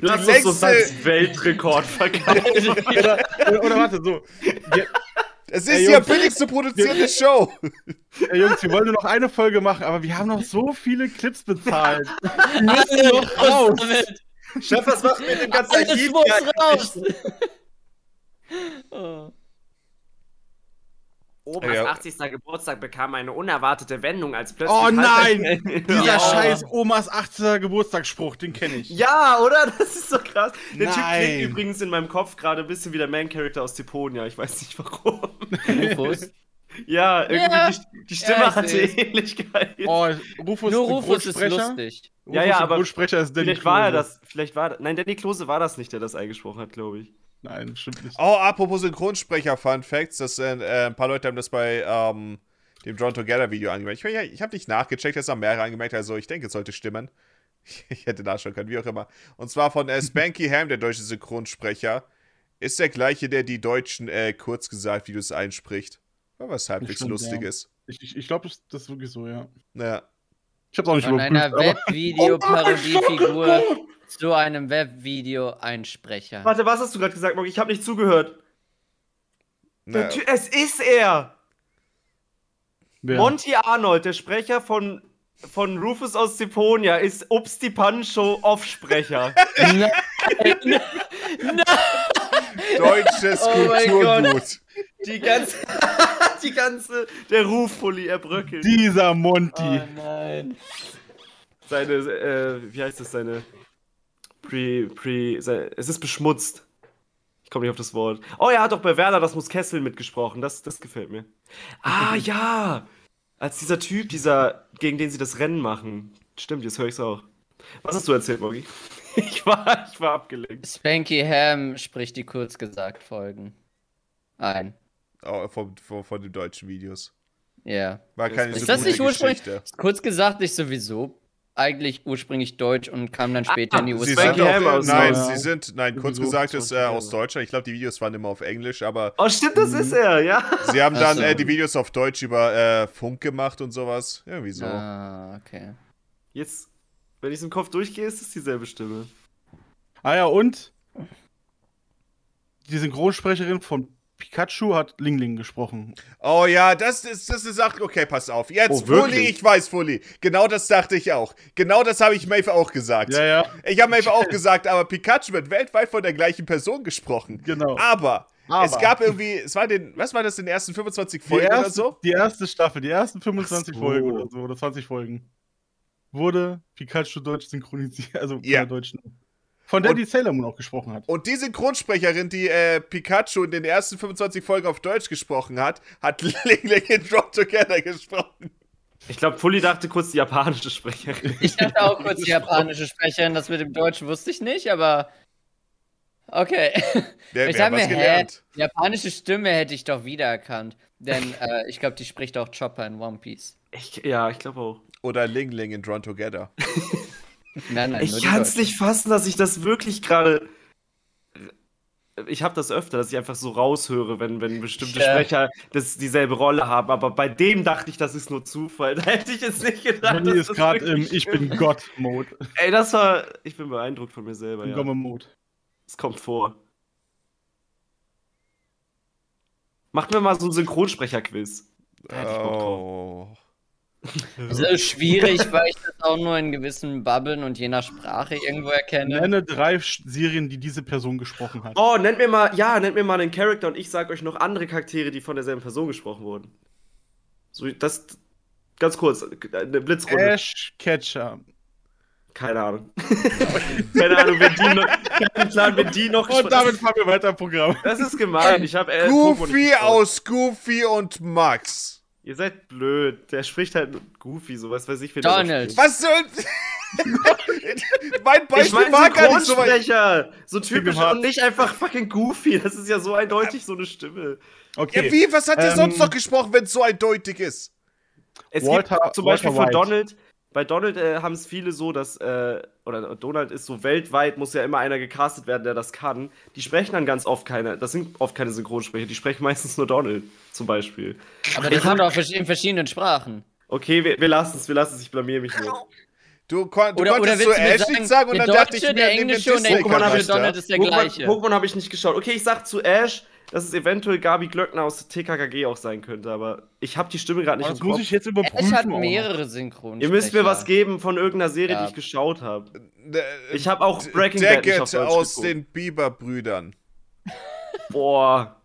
Lass die uns das längste- als Weltrekord verkaufen. Oder, oder, oder warte, so. Wir, Es Ey, ist ja Jungs. billigst zu produzierende Show. ey, Jungs, wir wollen nur noch eine Folge machen, aber wir haben noch so viele Clips bezahlt. Alle raus damit. [laughs] Chef, was machen wir denn ganz [laughs] Alles muss raus. [laughs] Oh. Omas Ja. 80. Geburtstag bekam eine unerwartete Wendung, als plötzlich. Oh nein! [laughs] Dieser Ja. scheiß Omas 80. Geburtstagsspruch, den kenne ich. Ja, oder? [laughs] Das ist so krass. Der Typ Nein. klingt übrigens in meinem Kopf gerade ein bisschen wie der Man-Character aus Deponia. Ich weiß nicht warum. [laughs] Rufus. Ja, irgendwie Ja. Die, die Stimme Ja, ich hatte seh's. [laughs] Ähnlichkeit. Oh, Rufus, Nur Rufus ist Synchronsprecher. lustig. Rufus Ja, ja, aber Synchronsprecher ist Danny vielleicht war er Klose. das. Vielleicht war das. Nein, Danny Klose war das nicht, der das eingesprochen hat, glaube ich. Nein, stimmt nicht. Oh, apropos Synchronsprecher-Fun Facts, das, äh, äh, ein paar Leute haben das bei ähm, dem Drawn Together Video angemerkt. Ich, mein, ja, ich habe nicht nachgecheckt, das haben mehrere angemerkt, also ich denke, es sollte stimmen. [laughs] Ich hätte nachschauen können, wie auch immer. Und zwar von äh, Spanky Ham, der deutsche Synchronsprecher, ist der gleiche, der die deutschen äh, kurz gesagt Videos einspricht. Ja, Was halbwegs Bestimmt, lustig ja. ist. Ich, ich, ich glaube, das, das ist wirklich so, ja. Naja. Ich hab's auch nicht Von einer überprüft, Oh, Webvideo-Parodiefigur zu einem Webvideo-Einsprecher. Warte, was hast du gerade gesagt, Mock? Ich habe nicht zugehört. naja. Natü- Es ist er! aber... Monty Arnold, der Sprecher von, von Rufus aus Deponia, ist Ups die Pannenshow Off-Sprecher. Nein. [laughs] Deutsches Oh mein Kulturgut. Die ganze, die ganze, der Ruhpulli, er bröckelt. Dieser Monty. Oh nein. Seine, äh, wie heißt das, seine, pre, pre, sei- es ist beschmutzt. Ich komme nicht auf das Wort. Oh, er hat doch bei Werder das muss Kessel mitgesprochen, das, das gefällt mir. Ah, ja, als dieser Typ, dieser, gegen den sie das Rennen machen. Stimmt, jetzt höre ich's auch. Was hast du erzählt, Mogi? [laughs] Ich war, ich war abgelenkt. Spanky Ham spricht die kurz gesagt Folgen ein. Oh, von, von, von den deutschen Videos. Ja. War keine Ist so das gute nicht ursprünglich- Geschichte. Kurz gesagt, ich sowieso eigentlich ursprünglich deutsch und kam dann später Ah, in die Sie USA. sind Spanky auch, Hammer aus nein, Deutschland. sie sind, nein, kurz Sowieso gesagt ist äh, Deutschland. aus Deutschland. Ich glaube, die Videos waren immer auf Englisch, aber Oh, stimmt, das ist er, ja. sie haben Ach dann so. äh, die Videos auf Deutsch über äh, Funk gemacht und sowas. Irgendwie so. Ah, okay. Jetzt, wenn ich im Kopf durchgehe, ist es dieselbe Stimme. Ah ja, und die Synchronsprecherin von Pikachu hat Ling Ling gesprochen. Oh ja, das ist, das ist Sache. Okay, pass auf. Jetzt, Oh, wirklich? Fully, ich weiß, Fully. Genau das dachte ich auch. Genau das habe ich Maeve auch gesagt. Ja, ja, Ich habe Maeve auch gesagt, aber Pikachu wird weltweit von der gleichen Person gesprochen. genau. Aber, Aber. es gab irgendwie, es war den, was war das in den ersten 25 die, Folgen oder erste, so? die erste Staffel, die ersten 25 Ach so. Folgen oder so, oder 20 Folgen, wurde Pikachu deutsch synchronisiert, also von Ja. der deutschen. von der die Sailor Moon auch gesprochen hat. Und die Synchronsprecherin, die äh, Pikachu in den ersten 25 Folgen auf Deutsch gesprochen hat, hat [laughs] Ling Ling in Drop Together gesprochen. Ich glaube, Fully dachte kurz die japanische Sprecherin. [laughs] Ich dachte auch kurz die japanische Sprecherin, das mit dem Deutschen wusste ich nicht, aber. Okay. [laughs] Wer, ich wer hat habe was mir, hä, gelernt? die japanische Stimme hätte ich doch wiedererkannt. Denn äh, ich glaube, die spricht auch Chopper in One Piece. Ich, ja, ich glaube auch. Oder Ling Ling in Drawn Together. Nein, nein, nur Ich die kann es Deutschen. nicht fassen, dass ich das wirklich gerade. Ich habe das öfter, dass ich einfach so raushöre, wenn, wenn bestimmte Ich, äh, Sprecher das, dieselbe Rolle haben. Aber bei dem dachte ich, das ist nur Zufall. [laughs] Da hätte ich jetzt nicht gedacht. Mandy dass ist [laughs] das gerade im wirklich Ich stimmt. bin Gott-Mode. Ey, das war. Ich bin beeindruckt von mir selber. Im [laughs] Ja. Gomme-Mode. Es kommt vor. Macht mir mal so ein Synchronsprecher-Quiz. Da hätte ich Bock drauf. Oh. So schwierig, weil ich das auch nur in gewissen Bubbeln und je nach Sprache irgendwo erkenne. Nenne drei Sch- Serien, die diese Person gesprochen hat. Oh, nennt mir mal, ja, nennt mir mal einen Charakter und ich sag euch noch andere Charaktere, die von derselben Person gesprochen wurden. So, das, ganz kurz, eine Blitzrunde. Äh. Ash Catcher. Keine Ahnung. [laughs] keine Ahnung, wenn die noch, keinen Plan, wenn die noch Und gesprochen- damit fahren wir weiter im Programm. Das ist gemein, ich hab äh, Pokémon nicht Goofy gesprochen. aus Goofy und Max. Ihr seid blöd, der spricht halt Goofy, so was weiß ich. wer der Donald. spricht. Was soll. [laughs] mein Ich Beispiel meine war gar nicht so weit. Synchronsprecher, so typisch Hart. und nicht einfach fucking Goofy. Das ist ja so eindeutig so eine Stimme. Ja, Okay. wie? Was hat der Ähm, sonst noch gesprochen, wenn es so eindeutig ist? Es Walter- gibt zum Walter Beispiel für White. Donald, bei Donald äh, haben es viele so, dass, äh, oder Donald ist so weltweit, muss ja immer einer gecastet werden, der das kann. Die sprechen dann ganz oft keine, das sind oft keine Synchronsprecher, die sprechen [laughs] meistens nur Donald zum Beispiel. Aber das kommt auch vers- in verschiedenen Sprachen. Okay, wir, wir lassen es, wir lassen es, ich blamier mich nur. Du, kon du Oder, oder konntest willst so du mir Ash sagen, nicht sagen und der dann dachte ich Deutsche, mir, der nimm den Englische und der Disney-Charakter. japanische Donald ist der Pokémon, gleiche. Pokémon habe ich nicht geschaut. Okay, ich sag zu Ash, dass es eventuell Gabi Glöckner aus TKKG auch sein könnte, aber ich habe die Stimme gerade nicht Oh, das im muss Kopf. ich jetzt überprüfen. Ash hat auch. mehrere Synchron. Ihr müsst mir was geben von irgendeiner Serie, Ja. die ich geschaut habe. Äh, Ich habe auch Breaking Bad nicht auf Jacket Deutsch aus geguckt. den Bieber-Brüdern. Boah.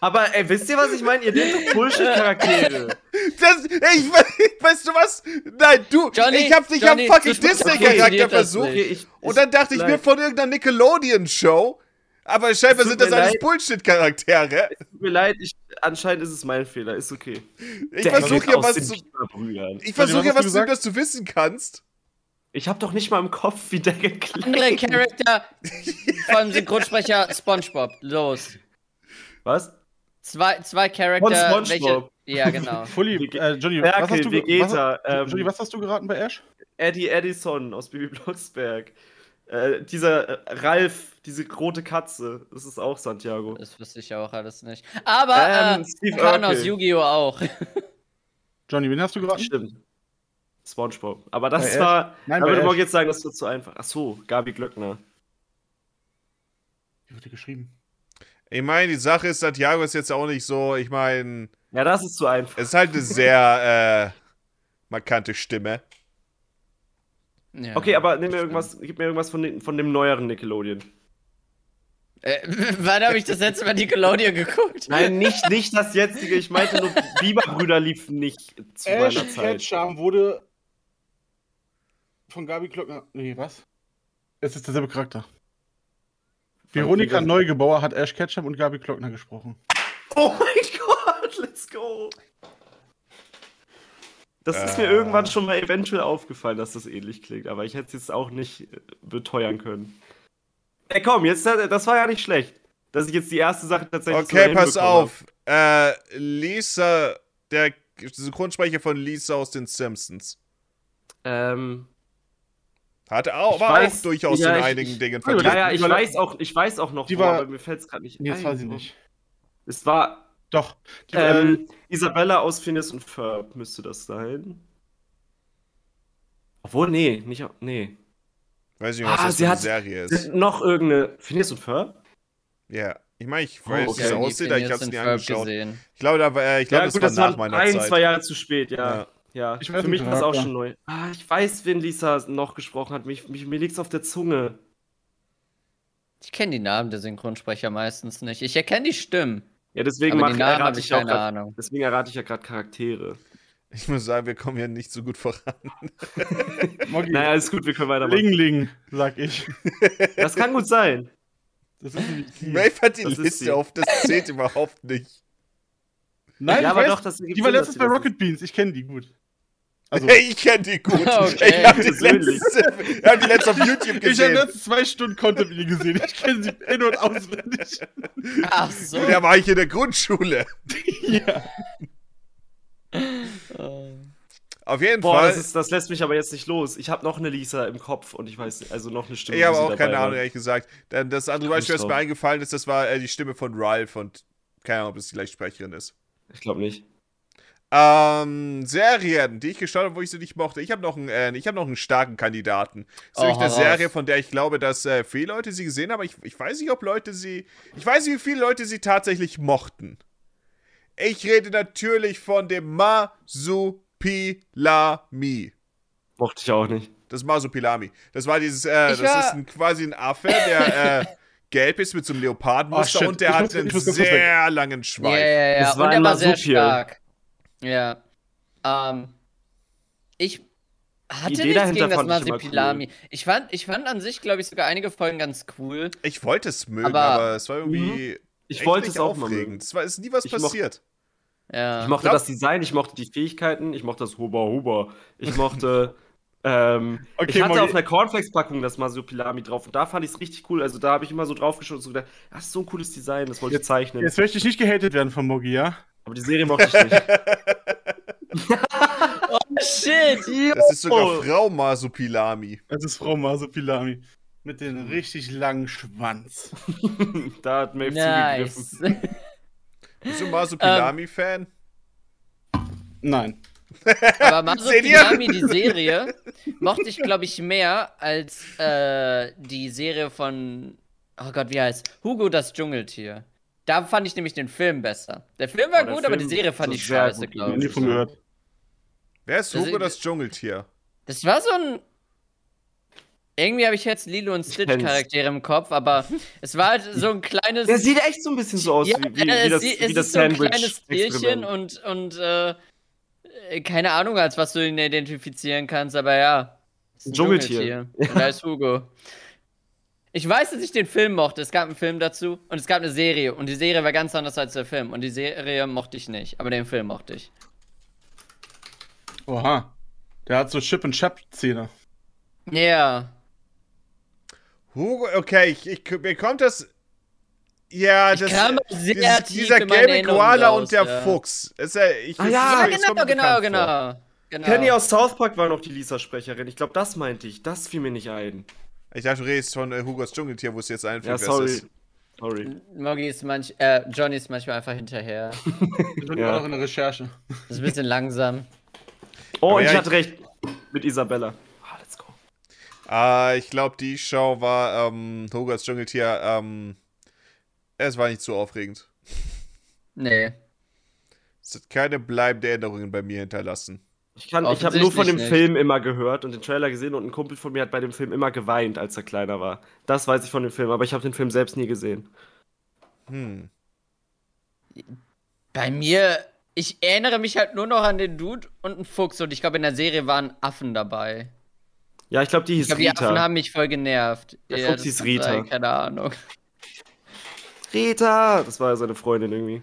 Aber ey, wisst ihr, was ich meine? Ihr nehmt doch Bullshit-Charaktere. Das, ich, we- [laughs] weißt du was? Nein, du, Johnny, ich hab dich am Johnny, fucking das funktioniert Disney-Charakter das versucht. nicht. ich, Und dann dachte ich mir von. von irgendeiner Nickelodeon-Show. Aber scheinbar Es tut sind das mir alles leid. Bullshit-Charaktere. Tut mir leid, ich, anscheinend ist es mein Fehler, ist okay. Ich Der versuche Gag hier aus was den zu. Bieberbrüdern. Ich versuche was hier hast was du zu tun, gesagt? dass du wissen kannst. Ich hab doch nicht mal im Kopf, wie [laughs] der geklingt. Andere Charakter vom [laughs] Synchronsprecher Spongebob. Los. Was? Zwei, zwei Charakter. Von SpongeBob. Welche, ja, genau. Fully, Vege- äh, Johnny, was Merkel, hast du ge- Vegeta, was, hast- Johnny, ähm, was hast du geraten bei Ash? Eddie Edison aus Bibi Blocksberg. Äh, dieser äh, Ralf, diese rote Katze, das ist auch Santiago. Das wusste ich auch alles nicht. Aber Ähm, ähm, äh, Steve Kahn aus Urkel. Yu-Gi-Oh! auch. Johnny, wen hast du geraten? Stimmt. Spongebob. Aber das Bei Ash? war. Nein, da bei würde man Ash. jetzt sagen, das wird zu einfach. Achso, Gabi Glöckner. Wie wird die geschrieben? Ich meine, die Sache ist, Santiago ist jetzt auch nicht so. Ich meine, Ja, das ist zu einfach. es ist halt eine sehr äh, markante Stimme. Ja. Okay, aber nimm mir irgendwas, gib mir irgendwas von, den, von dem neueren Nickelodeon. Äh, [laughs] wann habe ich das letzte Mal Nickelodeon geguckt? Nein, nicht, nicht das jetzige. Ich meinte nur, Biberbrüder liefen nicht zu meiner Zeit. Ketchum wurde von Gabi Glöckner. Nee, was? Es ist derselbe Charakter. Veronika Von- Neugebauer hat Ash Ketchum und Gabi Glockner gesprochen. Oh mein Gott, let's go. Das ist mir Äh. irgendwann schon mal eventuell aufgefallen, dass das ähnlich klingt, aber ich hätte es jetzt auch nicht äh, beteuern können. Ey, komm, jetzt, äh, das war ja nicht schlecht, dass ich jetzt die erste Sache tatsächlich so Okay, pass hinbekommen habe. auf. Äh, Lisa, der Synchronsprecher von Lisa aus den Simpsons, Ähm, hatte auch, Ich war weiß, auch durchaus ja, in ich- einigen ich- Dingen vertreten. ja, ja, ich weiß auch, ich weiß auch noch, Die wo, war- aber mir fällt es gerade nicht Nee, das ein. weiß ich nicht. Es war Doch. Die, äh, Ähm, Isabella aus Phineas und Ferb müsste das sein. Obwohl, nee, nicht. au- Nee. Weiß nicht, was Ah, das sie für eine hat- Serie Ist ist. noch irgendeine. Phineas und Ferb? Ja. Ich meine, ich weiß, Oh, okay. wie es aussieht, aber ich hab's nie angeschaut. gesehen. Ich glaube, da war, äh, ich glaube, das war nach meiner ein, Zeit. zwei Jahre zu spät, ja. Ja. ja. Ich weiß Für nicht, mich war es auch ja. schon neu. Ah, ich weiß, wen Lisa noch gesprochen hat. Mich, mich, mir liegt's auf der Zunge. Ich kenne die Namen der Synchronsprecher meistens nicht. Ich erkenne die Stimmen. Ja, deswegen aber mach, die Namen errate habe ich ich auch keine grad, Ahnung. Deswegen errate ich ja gerade Charaktere. Ich muss sagen, wir kommen ja nicht so gut [laughs] voran. Moggi, Ähm, Naja, ist gut, wir können weitermachen. Ling Ling, sag ich. Das kann gut sein. Das ist nämlich die. Rafe hat die Das ist sie. Liste auf, das zählt überhaupt nicht. Nein, ja, ich aber weiß, doch, das ergibt die war Sinn, letztes dass bei die das Rocket Beans, ich kenne die gut. Also, [laughs] Ich kenne die [laughs] gut. Okay. Ich habe die, Persönlich. letzte- ich hab die letzte [laughs] auf YouTube ich habe gesehen. letzte zwei Stunden Content mit ihr gesehen. Ich kenne sie in- und auswendig. Ach so. [laughs] Und da war ich in der Grundschule. ja. Äh, Auf jeden Boah, Fall. das, ist, das lässt mich aber jetzt nicht los. Ich habe noch eine Lisa im Kopf und ich weiß, also noch eine Stimme. Ich habe wo sie auch keine dabei war. Ahnung, ehrlich gesagt. Dann Das andere Komm Beispiel, ich was mir drauf. eingefallen ist, das war äh, die Stimme von Ralph und keine Ahnung, ob das die gleiche Sprecherin ist. Ich glaube nicht. Ähm, Serien, die ich geschaut habe, wo ich sie nicht mochte. Ich habe noch, einen, äh, ich hab noch einen starken Kandidaten. Das ist Oh, nämlich eine hau Serie, raus. von der ich glaube, dass äh, viele Leute sie gesehen haben, aber ich, ich weiß nicht, ob Leute sie. Ich weiß nicht, wie viele Leute sie tatsächlich mochten. Ich rede natürlich von dem Masupilami. Mochte ich auch nicht. Das ist Masupilami. Das war dieses, äh, das Ich war- ist ein, quasi ein Affe, [laughs] der äh, gelb ist mit so einem Leopardenmuster Oh, shit. und der Ich hat muss- einen ich muss kurz was sehr langen Ja, Schweif. ja, ja. Das war und er ein war sehr Marsupial. stark. Ja. Ähm, ich hatte Idee nichts dahinter gegen das fand ich immer Marsipilami. Ich, fand, ich fand an sich, glaube ich, sogar einige Folgen ganz cool. Ich wollte es mögen, aber, Aber- es war mhm. irgendwie. Ich echt wollte nicht es auch mal mögen. aufregend. Es war, ist nie was Ich moch- passiert. Ja. Ich mochte Glaub- das Design, ich mochte die Fähigkeiten, ich mochte das Huber Huber. Ich mochte. ähm, Okay, ich hatte Mogi. auf einer Cornflakes-Packung das Masopilami drauf und da fand ich es richtig cool. Also da habe ich immer so draufgeschaut und so gedacht, ach, so ein cooles Design, das wollte ich zeichnen. Jetzt möchte ich nicht gehatet werden von Moggi, ja? Aber die Serie mochte ich nicht. Ah, oh, shit! Das ist Oh. sogar Frau Masupilami. Das ist Frau Masopilami. Mit dem richtig langen Schwanz. da hat Maeve Nice. zugegriffen. Bist Ähm, du Masupilami-Fan? Nein. [laughs] Aber Seht ihr? Marsupilami, die Serie, mochte ich, glaube ich, mehr als äh, die Serie von, oh Gott, wie heißt Hugo das Dschungeltier. Da fand ich nämlich den Film besser. Der Film war Oh, der gut, aber die Film Serie fand ist ich sehr scheiße, gut. Noch glaube nie ich. von gehört. Wer ist Das Hugo ist- das Dschungeltier? Das war so ein. Irgendwie habe ich jetzt Lilo und Stitch kenn's. Charaktere im Kopf, aber es war halt so ein kleines. Der sieht echt so ein bisschen so aus Ja, wie, wie, äh, wie es das, sieht- wie es das ist so ein kleines Tierchen Sandwich-Experiment. und, und äh, äh, keine Ahnung, als was du ihn identifizieren kannst, aber ja. es ist Ein Dschungeltier. Und da ist Hugo. Ich weiß, dass ich den Film mochte. Es gab einen Film dazu und es gab eine Serie. Und die Serie war ganz anders als der Film. Und die Serie mochte ich nicht, aber den Film mochte ich. Oha. Der hat so Chip and Chap Zähne. Ja. Hugo, okay, ich, ich, mir kommt das. Ja, Ich das. kam sehr dieses, tief dieser in meine gelbe Erinnerung Koala raus, und der ja. Fuchs. Es, äh, ich, Ah es- ja, es Ja, kommt genau, mir bekannt genau, vor. genau, genau. Penny aus South Park war noch die Lisa-Sprecherin. Ich glaube, das meinte ich. Das fiel mir nicht ein. Ich dachte, du redest von äh, Hugos Dschungeltier, wo es jetzt einfällt. wer es Ja, sorry. ist. Sorry. Moggy ist manch, äh, Johnny ist manchmal einfach hinterher. Ich bin Ja. immer noch in der Recherche. Das ist ein [laughs] bisschen langsam. Oh, Aber ich ja, hatte recht. Mit Isabella. Ah, let's go. Ah, ich glaube, die Show war ähm, Hogwarts Dschungeltier. Ähm, es war nicht so aufregend. Nee. Es hat keine bleibende Erinnerungen bei mir hinterlassen. Ich, kann- ich habe nur von dem Offensichtlich nicht. Film immer gehört und den Trailer gesehen und ein Kumpel von mir hat bei dem Film immer geweint, als er kleiner war. Das weiß ich von dem Film, aber ich habe den Film selbst nie gesehen. Hm. Bei mir, ich erinnere mich halt nur noch an den Dude und einen Fuchs und ich glaube in der Serie waren Affen dabei. Ja, ich glaube, die Ich hieß glaube, die Affen Rita. haben mich voll genervt. Der Ja, Fuchs das hieß kann Rita. sein, keine Ahnung. Rita! Das war ja seine Freundin irgendwie.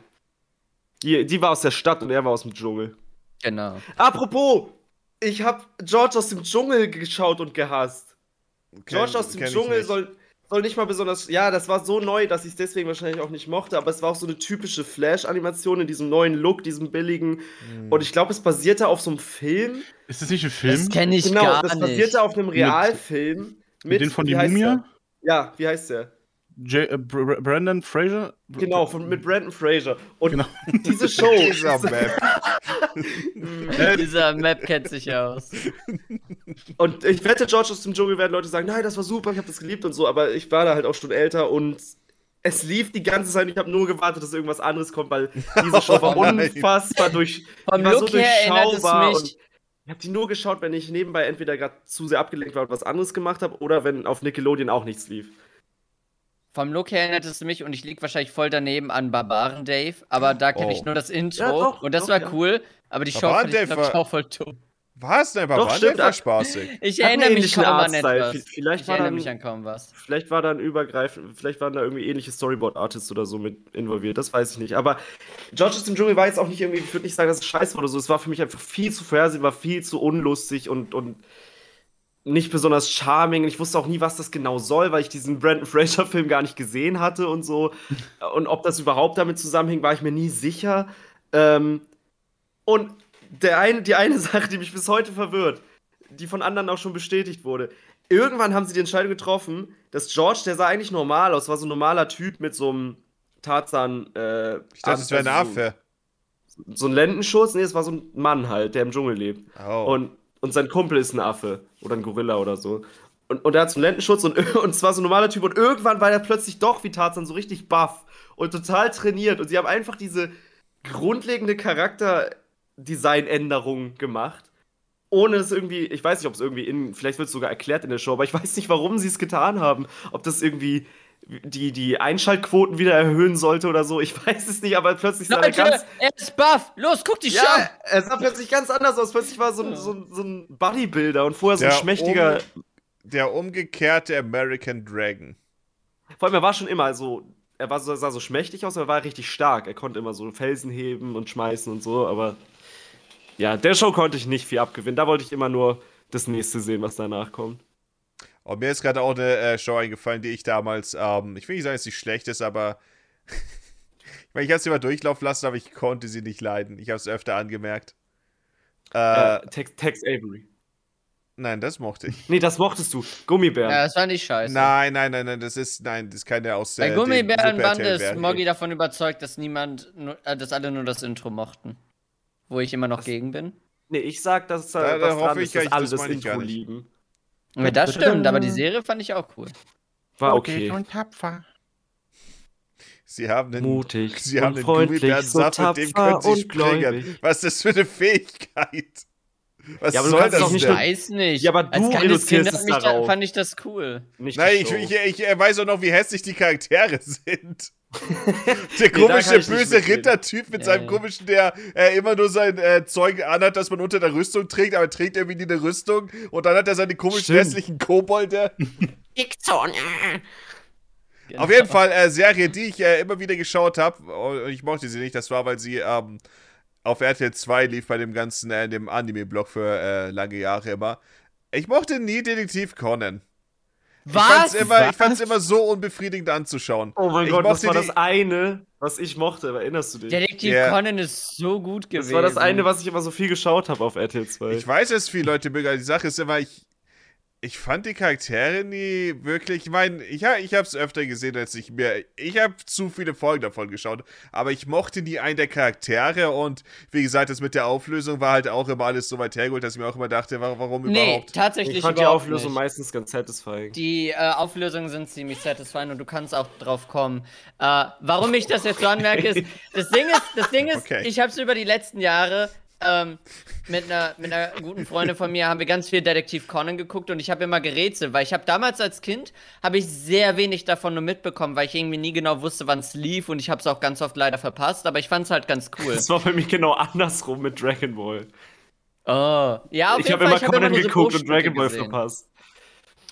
Die, die war aus der Stadt und er war aus dem Dschungel. Genau. Apropos, ich habe George aus dem Dschungel geschaut und gehasst. George aus dem kenn ich Dschungel nicht. soll, soll nicht mal besonders. Ja, das war so neu, dass ich es deswegen wahrscheinlich auch nicht mochte, aber es war auch so eine typische Flash-Animation in diesem neuen Look, diesem billigen. Hm. Und ich glaube, es basierte auf so einem Film. Ist das nicht ein Film? Das kenne ich genau, gar das nicht. basierte auf einem Realfilm. Mit den von wie die heißt Mumie? der? Ja, wie heißt der? J äh, Br Br- Brandon Fraser? Br- Genau, von, mit Brandon Fraser. Und Genau. diese [laughs] [laughs] Show. [laughs] Dieser Map. Dieser Map kennt sich [laughs] aus. Und ich wette, George aus dem Dschungel werden Leute sagen, nein, das war super, ich habe das geliebt und so, aber ich war da halt auch schon älter und es lief die ganze Zeit und ich habe nur gewartet, dass irgendwas anderes kommt, weil diese Show [laughs] war Oh nein. unfassbar durch, Vom die war so Look her erinnert durchschaubar es mich. und ich habe die nur geschaut, wenn ich nebenbei entweder gerade zu sehr abgelenkt war und was anderes gemacht habe oder wenn auf Nickelodeon auch nichts lief. Vom Look her erinnert es mich und ich lieg wahrscheinlich voll daneben an Barbaren Dave, aber da kenne ich Oh. nur das Intro Ja, doch, und das doch, war ja. cool, aber die Show Barbaren fand ich, Dave glaub, war- ich auch voll dumm. Was? Nein, Doch, war stimmt, war hat- spaßig. Ich Hat einen erinnere mich ähnlichen kaum an Artstyle. etwas. V- vielleicht ich war erinnere dann- mich an kaum was. Vielleicht war da ein übergreifend, vielleicht waren da irgendwie ähnliche Storyboard-Artists oder so mit involviert, das weiß ich nicht. Aber Georges im Dschungel war jetzt auch nicht irgendwie, ich würde nicht sagen, dass es scheiße war oder so. Es war für mich einfach viel zu vorhersehbar, viel zu unlustig und, und nicht besonders charming. Ich wusste auch nie, was das genau soll, weil ich diesen Brandon Fraser-Film gar nicht gesehen hatte und [laughs] so. Und ob das überhaupt damit zusammenhing, war ich mir nie sicher. Ähm, und der eine, die eine [laughs] Sache, die mich bis heute verwirrt, die von anderen auch schon bestätigt wurde. Irgendwann haben sie die Entscheidung getroffen, dass George, der sah eigentlich normal aus, war so ein normaler Typ mit so einem Tarzan. Äh, Ich dachte, es wäre ein also so- Affe. So ein Lendenschutz, nee, es war so ein Mann halt, der im Dschungel lebt. Oh. Und, und sein Kumpel ist ein Affe oder ein Gorilla oder so. Und, und er hat so einen Lendenschutz und, [laughs] und zwar so ein normaler Typ. Und irgendwann war er plötzlich doch wie Tarzan so richtig buff und total trainiert. Und sie haben einfach diese grundlegende Charakterdesign-Änderung gemacht. Ohne es irgendwie, ich weiß nicht, ob es irgendwie in, vielleicht wird es sogar erklärt in der Show, aber ich [laughs] weiß nicht, warum sie es getan haben. Ob das irgendwie die, die Einschaltquoten wieder erhöhen sollte oder so, ich [laughs] weiß es nicht, aber plötzlich sah er ganz Leute, er ist buff! Los, guck die Show! ja, er sah plötzlich ganz anders aus. Plötzlich war so ein, so ein, so ein Bodybuilder und vorher so ein Der um- schmächtiger. Oh. Der umgekehrte American Dragon. Vor allem, er war schon immer so. Er war so, sah so schmächtig aus, aber er war richtig stark. Er konnte immer so Felsen heben und schmeißen und so, aber. Ja, der Show konnte ich nicht viel abgewinnen. Da wollte ich immer nur das nächste sehen, was danach kommt. Und Oh, mir ist gerade auch eine äh, Show eingefallen, die ich damals, ähm, ich will nicht sagen, dass sie schlecht ist, aber [laughs] ich meine, ich habe sie mal durchlaufen lassen, aber ich konnte sie nicht leiden. Ich habe es öfter angemerkt. Äh, Äh, Tex, Tex Avery. nein, das mochte ich. Nee, das mochtest du. Gummibären. Ja, das war nicht scheiße. Nein, nein, nein, nein, das ist, nein, das ist keine aus Bei äh, dem Gummibärenbande Super-RTL ist werden. Moggi davon überzeugt, dass niemand, nur- äh, dass alle nur das Intro mochten. Wo ich immer noch gegen bin. Nee, ich sag, dass da, Da- da was dran hoffe ist, ich gar dass nicht, alle das das meine ich Intro gar nicht. lieben. Ja, das stimmt, aber die Serie fand ich auch cool. War okay. Mutig und tapfer. Sie haben den, Mutig [laughs] sie und haben den freundlich, Gummibärensaft, so mit dem tapfer können sie und springen. gläubig. Was ist das für eine Fähigkeit? Was Ja, aber du soll kannst das doch nicht denn? Weiß nicht. Ja, aber du reduzierst hat es mich da- darauf. fand ich das cool. Nicht die Nein, ich, Show. ich, ich äh, weiß auch noch, wie hässlich die Charaktere [laughs] sind. Der Nee, da komische kann ich nicht böse mitreden. Rittertyp mit Ja, seinem ja. komischen, der äh, immer nur sein äh, Zeug anhat, das man unter der Rüstung trägt, aber trägt irgendwie nie eine Rüstung. Und dann hat er seine komischen Stimmt. hässlichen Kobolde. Genau. Auf jeden Fall äh, Serie, die ich äh, immer wieder geschaut habe. Und ich mochte sie nicht. Das war, weil sie ähm, auf RTL 2 lief bei dem ganzen, äh, dem Anime-Blog für äh, lange Jahre immer. Ich mochte nie Detektiv Conan. Was? Ich fand's immer, ich Was? fand's immer so unbefriedigend anzuschauen. Oh mein ich Gott, das mochte war die- das eine, was ich mochte, erinnerst du dich? Detektiv Ja. Conan ist so gut gewesen. das war das eine, was ich immer so viel geschaut habe auf RTL 2. Ich weiß, dass viele Leute mögen, aber die Sache ist immer, ich, ich fand die Charaktere nie wirklich. Ich meine, ich, ha- ich habe es öfter gesehen, als ich mir. Ich habe zu viele Folgen davon geschaut, aber ich mochte nie einen der Charaktere und wie gesagt, das mit der Auflösung war halt auch immer alles so weit hergeholt, dass ich mir auch immer dachte, wa- warum Nee, überhaupt? tatsächlich ich fand die überhaupt Auflösung nicht. meistens ganz satisfying. Die äh, Auflösungen sind ziemlich satisfying und du kannst auch drauf kommen. Äh, warum ich das jetzt so anmerke, ist, das Ding ist, das Ding ist Okay. ich habe es über die letzten Jahre ähm, mit, einer, mit einer guten Freundin von mir haben wir ganz viel Detektiv Conan geguckt und ich habe immer gerätselt, weil ich habe damals als Kind habe ich sehr wenig davon nur mitbekommen, weil ich irgendwie nie genau wusste, wann es lief und ich habe es auch ganz oft leider verpasst, aber ich fand es halt ganz cool. Das war bei mir genau andersrum mit Dragon Ball. Oh. Ja, auf ich jeden habe Fall. immer ich hab immer Conan nur so geguckt und Bruchstücke Dragon Ball gesehen. verpasst.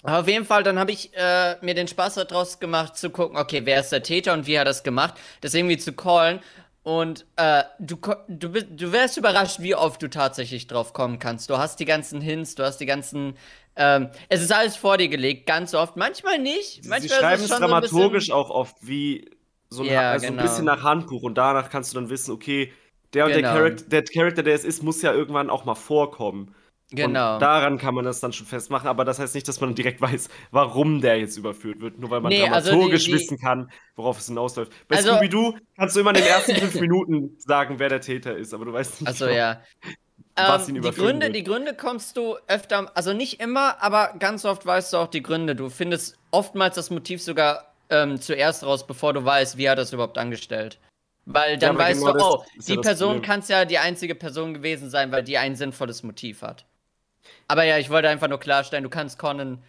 Aber auf jeden Fall, dann habe ich äh, mir den Spaß daraus gemacht, zu gucken, okay, wer ist der Täter und wie hat er das gemacht, das irgendwie zu callen. Und äh, du, ko- du, bist- du wärst überrascht, wie oft du tatsächlich drauf kommen kannst. Du hast die ganzen Hints, du hast die ganzen. Ähm, es ist alles vor dir gelegt, ganz oft. Manchmal nicht. Sie, manchmal sie ist schreiben es schon so ein bisschen- dramaturgisch auch oft wie so ein, Ja, also genau. ein bisschen nach Handbuch und danach kannst du dann wissen, okay, der und Genau. der Charakter, der Charakter, der es ist, muss ja irgendwann auch mal vorkommen. Genau. Und daran kann man das dann schon festmachen, aber das heißt nicht, dass man direkt weiß, warum der jetzt überführt wird, nur weil man Nee, also dramaturgisch die- die- wissen kann, worauf es hinausläuft. Bei Also- Scooby-Doo kannst du immer in den ersten fünf Minuten sagen, wer der Täter ist, aber du weißt nicht, Also warum. ja. was Ähm, ihn die, überführen Gründe, wird. die Gründe kommst du öfter, also nicht immer, aber ganz oft weißt du auch die Gründe. Du findest oftmals das Motiv sogar ähm, zuerst raus, bevor du weißt, wie hat das überhaupt angestellt. Weil dann aber weißt genau du, das oh, ist die ja das Person Problem. kann es ja die einzige Person gewesen sein, weil die ein sinnvolles Motiv hat. Aber ja, ich wollte einfach nur klarstellen, du kannst Conan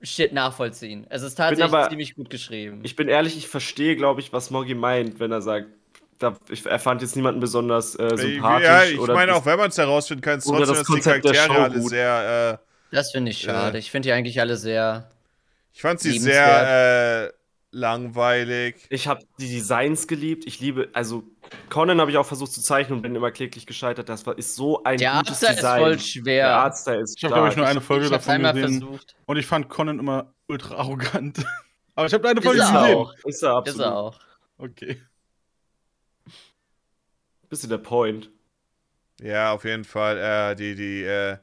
Shit nachvollziehen. Es ist tatsächlich aber- ziemlich gut geschrieben. Ich bin ehrlich, ich verstehe, glaube ich, was Moggy meint, wenn er sagt, da, ich, er fand jetzt niemanden besonders äh, sympathisch. Ja, ich oder meine, auch wenn man es herausfinden kann, ist oder trotzdem, das dass die Konzept der Charaktere Show alle gut. sehr. Äh, das finde ich schade. Äh. Ich finde die eigentlich alle sehr. ich fand sie sehr äh, Liebenswert. langweilig. Ich habe die Designs geliebt. Ich liebe, also Conan habe ich auch versucht zu zeichnen und bin immer kläglich gescheitert. Das war, ist so ein Der gutes Artstyle ist Design. voll schwer. Der Artstyle ist Ich habe, glaube ich, nur stark. eine Folge ich hab's davon einmal gesehen. versucht. Und ich fand Conan immer ultra arrogant. [laughs] Aber ich habe eine Ist Folge er gesehen. auch. Ist er absolut. Ist er auch. Okay. Bisschen der Point. Ja, auf jeden Fall. Äh, die die äh,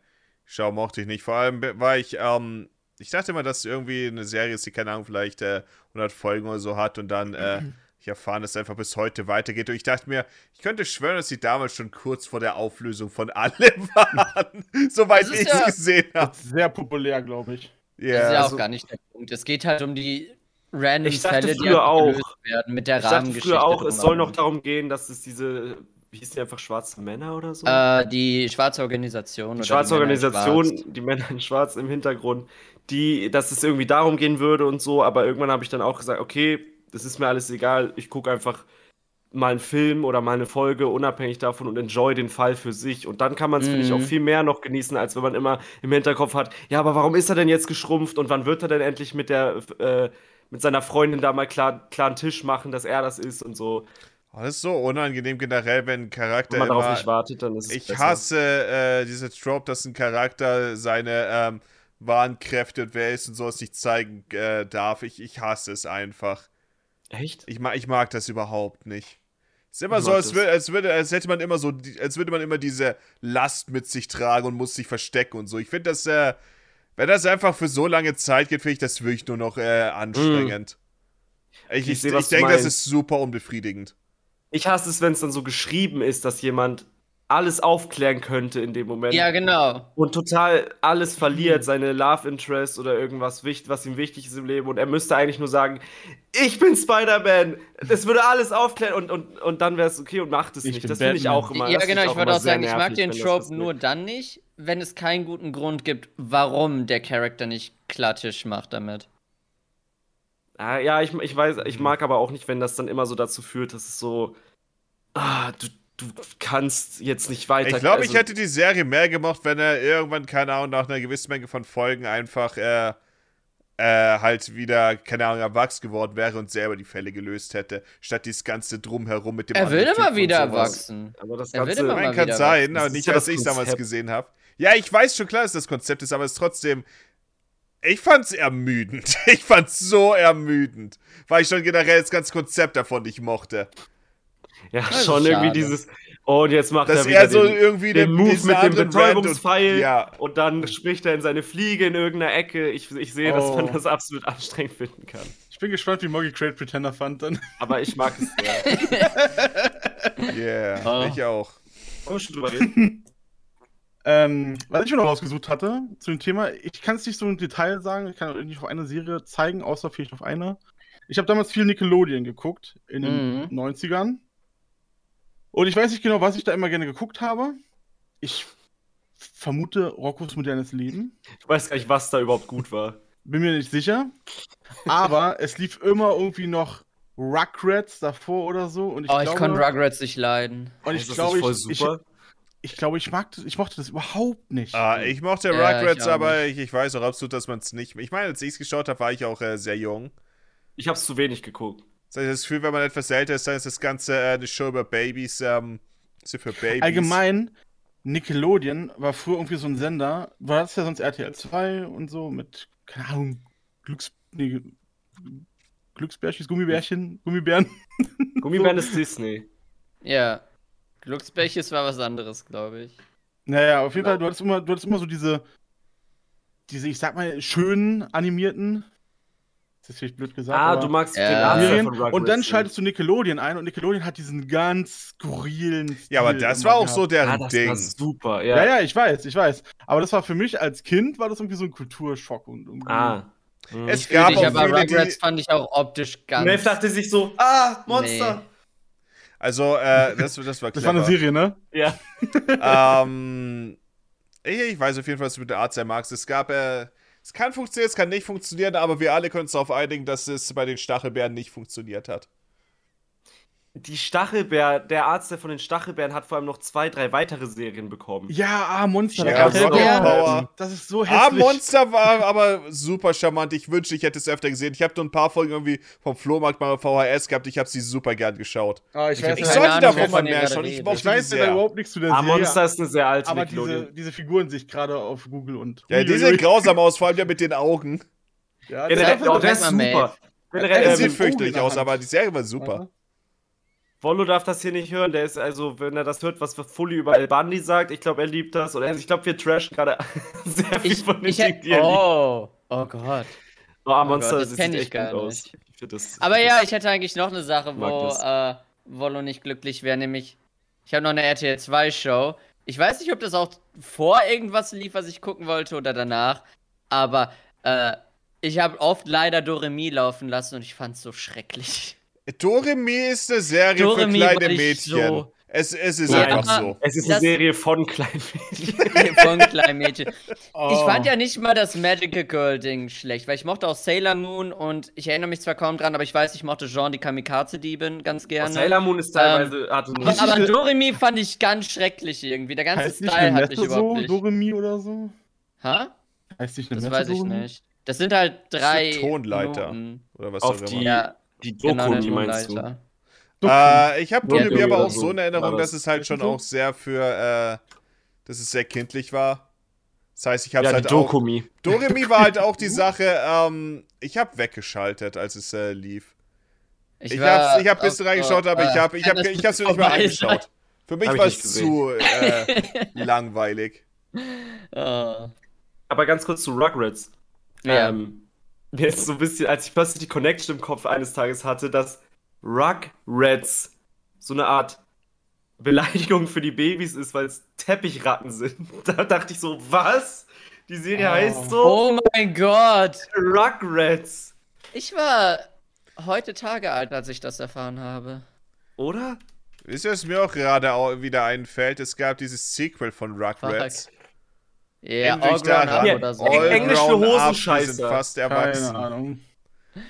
Show mochte ich nicht. Vor allem be- war ich. Ähm, ich dachte immer, dass es irgendwie eine Serie ist, die keine Ahnung, vielleicht äh, 100 Folgen oder so hat und dann. [clears throat] Äh, ich erfahren, dass es einfach bis heute weitergeht. Und ich dachte mir, ich könnte schwören, dass sie damals schon kurz vor der Auflösung von allem [laughs] waren. Soweit Das ich ist es ja- gesehen habe. Sehr populär, glaube ich. Ja, das ist ja auch also- gar nicht der Punkt. Es geht halt um die random Ich dachte Fälle, die früher einfach auch. gelöst werden mit der Ich dachte Rahmengeschichte. früher auch, es soll noch drumherum. darum gehen, dass es diese, wie hießen die einfach, schwarze Männer oder so? äh, die schwarze Organisation. oder die schwarze Männer in Organisation, Schwarz. die Männer in Schwarz im Hintergrund, die, dass es irgendwie darum gehen würde und so, aber irgendwann habe ich dann auch gesagt, okay, das ist mir alles egal, ich gucke einfach mal einen Film oder mal eine Folge, unabhängig davon und enjoy den Fall für sich. Und dann kann man es, finde ich, Mhm. auch viel mehr noch genießen, als wenn man immer im Hinterkopf hat, ja, aber warum ist er denn jetzt geschrumpft und wann wird er denn endlich mit der, äh, mit seiner Freundin da mal klar, klaren Tisch machen, dass er das ist und so. Oh, das ist so unangenehm generell, wenn ein Wenn Charakter man darauf immer- nicht wartet, dann ist es Ich besser. hasse äh, diese Trope, dass ein Charakter seine ähm, wahren Kräfte und wer er ist und sowas nicht zeigen äh, darf. Ich, ich hasse es einfach. Echt? Ich, ma ich mag das überhaupt nicht. Es ist immer Ich so, mag als, das. wür- als würde, als hätte man immer so, die- als würde man immer diese Last mit sich tragen und muss sich verstecken und so. Ich finde das, äh, wenn das einfach für so lange Zeit geht, finde ich das wirklich nur noch äh, anstrengend. Ich, Mm. Ich ich, seh, ich, was du denke, das meinst. ist super unbefriedigend. Ich hasse es, wenn es dann so geschrieben ist, dass jemand alles aufklären könnte in dem Moment Ja, Mhm. genau. und total alles verliert, seine Love Interest oder irgendwas, wicht- was ihm wichtig ist im Leben und er müsste eigentlich nur sagen, ich bin Spider-Man, das würde alles aufklären und, und, und dann wäre es okay und macht es Ich nicht. bin Das finde ich Batman. auch immer. ja, das find genau. Ich immer wollte auch sehr sagen, ich mag nervig, den wenn das Trope passiert. nur dann nicht, wenn es keinen guten Grund gibt, warum der Charakter nicht klar Tisch macht damit. Ah, ja, ich, ich weiß, ich mag aber auch nicht, wenn das dann immer so dazu führt, dass es so, ah, du, du kannst jetzt nicht weiter. Ich glaube, ich also- hätte die Serie mehr gemacht, wenn er irgendwann, keine Ahnung, nach einer gewissen Menge von Folgen einfach äh, äh, halt wieder, keine Ahnung, erwachsen geworden wäre und selber die Fälle gelöst hätte, statt dieses ganze Drumherum mit dem Er will anderen immer Typen Genau, wieder und sowas. erwachsen. Aber das Er will Ganze- immer mal Nein, kann wieder sein, erwachsen. Das aber ist nicht, ja dass das ich es damals Konzept. gesehen habe. Ja, ich weiß schon klar, dass das Konzept ist, aber es ist trotzdem. Ich fand's ermüdend. [laughs] Ich fand's so ermüdend. Weil ich schon generell das ganze Konzept davon nicht mochte. Ja, ist schon irgendwie schade. dieses. Oh, und jetzt macht Dass er wieder er so den, irgendwie den den- Move diesen mit dem anderen Rand und- Betäubungspfeil. Ja. Und dann spricht er in seine Fliege in irgendeiner Ecke. Ich, ich sehe, dass man Oh. das absolut anstrengend finden kann. Ich bin gespannt, wie Moggy Great Pretender fand dann. Aber ich mag es sehr. Yeah, Ah. ich auch. Wollen wir schon drüber reden? Ähm, was ich mir noch rausgesucht hatte zu dem Thema, ich kann es nicht so im Detail sagen, ich kann auch nicht auf eine Serie zeigen, außer vielleicht auf eine. Ich habe damals viel Nickelodeon geguckt, in den Mhm. 90ern. Und ich weiß nicht genau, was ich da immer gerne geguckt habe. Ich vermute Roccos modernes Leben. Ich weiß gar nicht, was da überhaupt gut war. Bin mir nicht sicher. Aber es lief immer irgendwie noch Rugrats davor oder so. Und ich, oh, glaube, ich konnte Rugrats nicht leiden. und Ist ich Also, das glaube, nicht voll ich, ich, super. ich, glaube, ich, mag das, ich mochte das überhaupt nicht. Ah, ich mochte Ja, ich Rugrats, auch aber ich, ich weiß auch absolut, dass man es nicht. Ich meine, als ich es geschaut habe, war ich auch äh, sehr jung. Ich, hab's zu wenig geguckt. Das heißt, das Gefühl, wenn man etwas älter ist, dann ist das Ganze äh, eine Show über Babys. Ähm, ist ja für Babys. Allgemein, Nickelodeon war früher irgendwie so ein Sender, war das ja sonst RTL 2 und so mit, keine Ahnung, Glücks, nee, Glücksbärchis, Gummibärchen, Gummibären. [laughs] Gummibären ist Disney. Ja. Glücksbäches war was anderes, glaube ich. Naja, auf jeden Genau. Fall, du hattest immer, du hattest immer so diese, diese, ich sag mal, schönen animierten. Das ist vielleicht blöd gesagt. Ah, aber- du magst Ja. den Arzt Serien. von Rugrats. Und dann nicht. schaltest du Nickelodeon ein und Nickelodeon hat diesen ganz skurrilen. Ja, aber Stil das immer war auch gehabt. so Ah, deren das Ding. war super, Ja. ja. ja, ich weiß, ich weiß. Aber das war für mich als Kind, war das irgendwie so ein Kulturschock und irgendwie. Ah. Mhm. Es Fühl gab dich, auch aber viele, Rugrats die, fand ich auch optisch ganz. Melf dachte sich so, ah, Monster. Monster. Also, äh, das, das war Das clever. war eine Serie, ne? Ja. Ähm, ich, ich weiß auf jeden Fall, was du mit der Art sehr magst. Es gab, äh, Es kann funktionieren, es kann nicht funktionieren, aber wir alle können uns darauf einigen, dass es bei den Stachelbeeren nicht funktioniert hat. Die Stachelbär, der Arzt, der von den Stachelbären hat vor allem noch zwei, drei weitere Serien bekommen. Ja, ah, Monster. da Ja, gab's Rocket auch- Power. Das ist so Ah, hässlich. Monster war aber super charmant. Ich wünschte, ich hätte es öfter gesehen. Ich habe nur ein paar Folgen irgendwie vom Flohmarkt mal VHS gehabt. Ich habe sie super gern geschaut. Ah, ich weiß, Ich keine nicht. sollte Ahnung, davon wovon mal ihr mehr gerade schauen. Ich redet. mochte ich weiß die ja sehr. überhaupt nichts zu der Ah, Serie. Monster ist eine sehr alte aber Nickelodeon. diese, diese Figuren sehe ich gerade auf Google und. Ja, die sehen grausam aus, vor allem ja mit den Augen. Ja, das Generell, ist doch oh, einfach- der ist Batman super. Generell, Er mit ähm, sieht Augen fürchterlich in der aus, Hand. aber die Serie war super. Wollo darf das hier nicht hören. Der ist also, wenn er das hört, was Fully über El Bandi sagt, ich glaube, er liebt das. Oder also ich glaube, wir trashen gerade [laughs] sehr viel Ich, von den ich Dingen, hätte. die er liebt. Oh, oh Gott. Oh, ah, Monster, Gott, das das kenn sieht ich echt gut gar aus. nicht. Ich find das- Aber ja, ich hätte eigentlich noch eine Sache, wo Magnus. äh, Wollo nicht glücklich wäre, nämlich ich habe noch eine RTL 2 Show. Ich weiß nicht, ob das auch vor irgendwas lief, was ich gucken wollte oder danach, aber äh, ich habe oft leider Doremi laufen lassen und ich fand es so schrecklich. [laughs] Doremi ist eine Serie Doremi für kleine war ich Mädchen. so- Es, es ist Nein. einfach so. es ist eine das- Serie von Kleinmädchen. Von kleinen Mädchen. Ich Oh. fand ja nicht mal das Magical Girl Ding schlecht, weil ich mochte auch Sailor Moon und ich erinnere mich zwar kaum dran, aber ich weiß, ich mochte Jean die Kamikaze-Diebin ganz Oh, gerne. Sailor Moon ist teilweise. hatte einen- Was ne? Ähm, aber ist- Doremi fand ich ganz schrecklich irgendwie. Der ganze Heißt nicht Style eine hat mich Messe so? überhaupt nicht. Doremi oder so? Ha? Heißt nicht eine Das Messe weiß ich Doremi? nicht. Das sind halt drei. Tonleiter. Noten. Oder was Auf auch die, immer. Ja, die Doku, Genau, eine die meinst du? Tonleiter. Ah, Äh, ich habe Ja, Doremi aber Doremi auch so. so eine Erinnerung, War dass das- es halt schon auch sehr für, äh, dass es sehr kindlich war. Das heißt, ich habe Ja, es die halt auch Dokumi. Doremi war halt auch die Sache, ähm, ich habe weggeschaltet, als es äh, lief. Ich, war hab's, ich hab bis auf- reingeschaut, aber ich äh, habe ich hab, kann das ich hab's mir nicht mal vorbei [laughs] angeschaut. Für mich Hab ich war nicht es gesehen. zu äh, langweilig. sein? Aber ganz kurz zu Rugrats. Äh, Oh. ja. Ähm, mir ist so ein bisschen, als ich plötzlich die Connection im Kopf eines Tages hatte, dass Rugrats so eine Art Beleidigung für die Babys ist, weil es Teppichratten sind. [laughs] Da dachte ich so, was? Die Serie Oh. heißt so oh mein Gott! Rugrats, Ich war heute Tage alt, als ich das erfahren habe. oder? Wisst ihr, was mir auch gerade au- wieder einfällt? Es gab dieses Sequel von Rugrats. Ja, Endlich All Grown Up daran. oder so. All Eng- englische Grown Up, die Hosenscheiße. sind fast Keine erwachsen. Ahnung.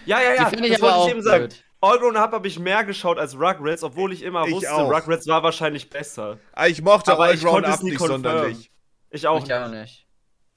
Ja, ja, ja. Die finde ich das aber wollte auch ich eben sagen. blöd. All Grown Up habe ich mehr geschaut als Rugrats, obwohl ich immer Ich wusste, auch. Rugrats war wahrscheinlich besser. Ah, Ich mochte Aber All ich Grown konnte es Up nie nicht confirmen. sonderlich. Ich auch. Ich auch nicht.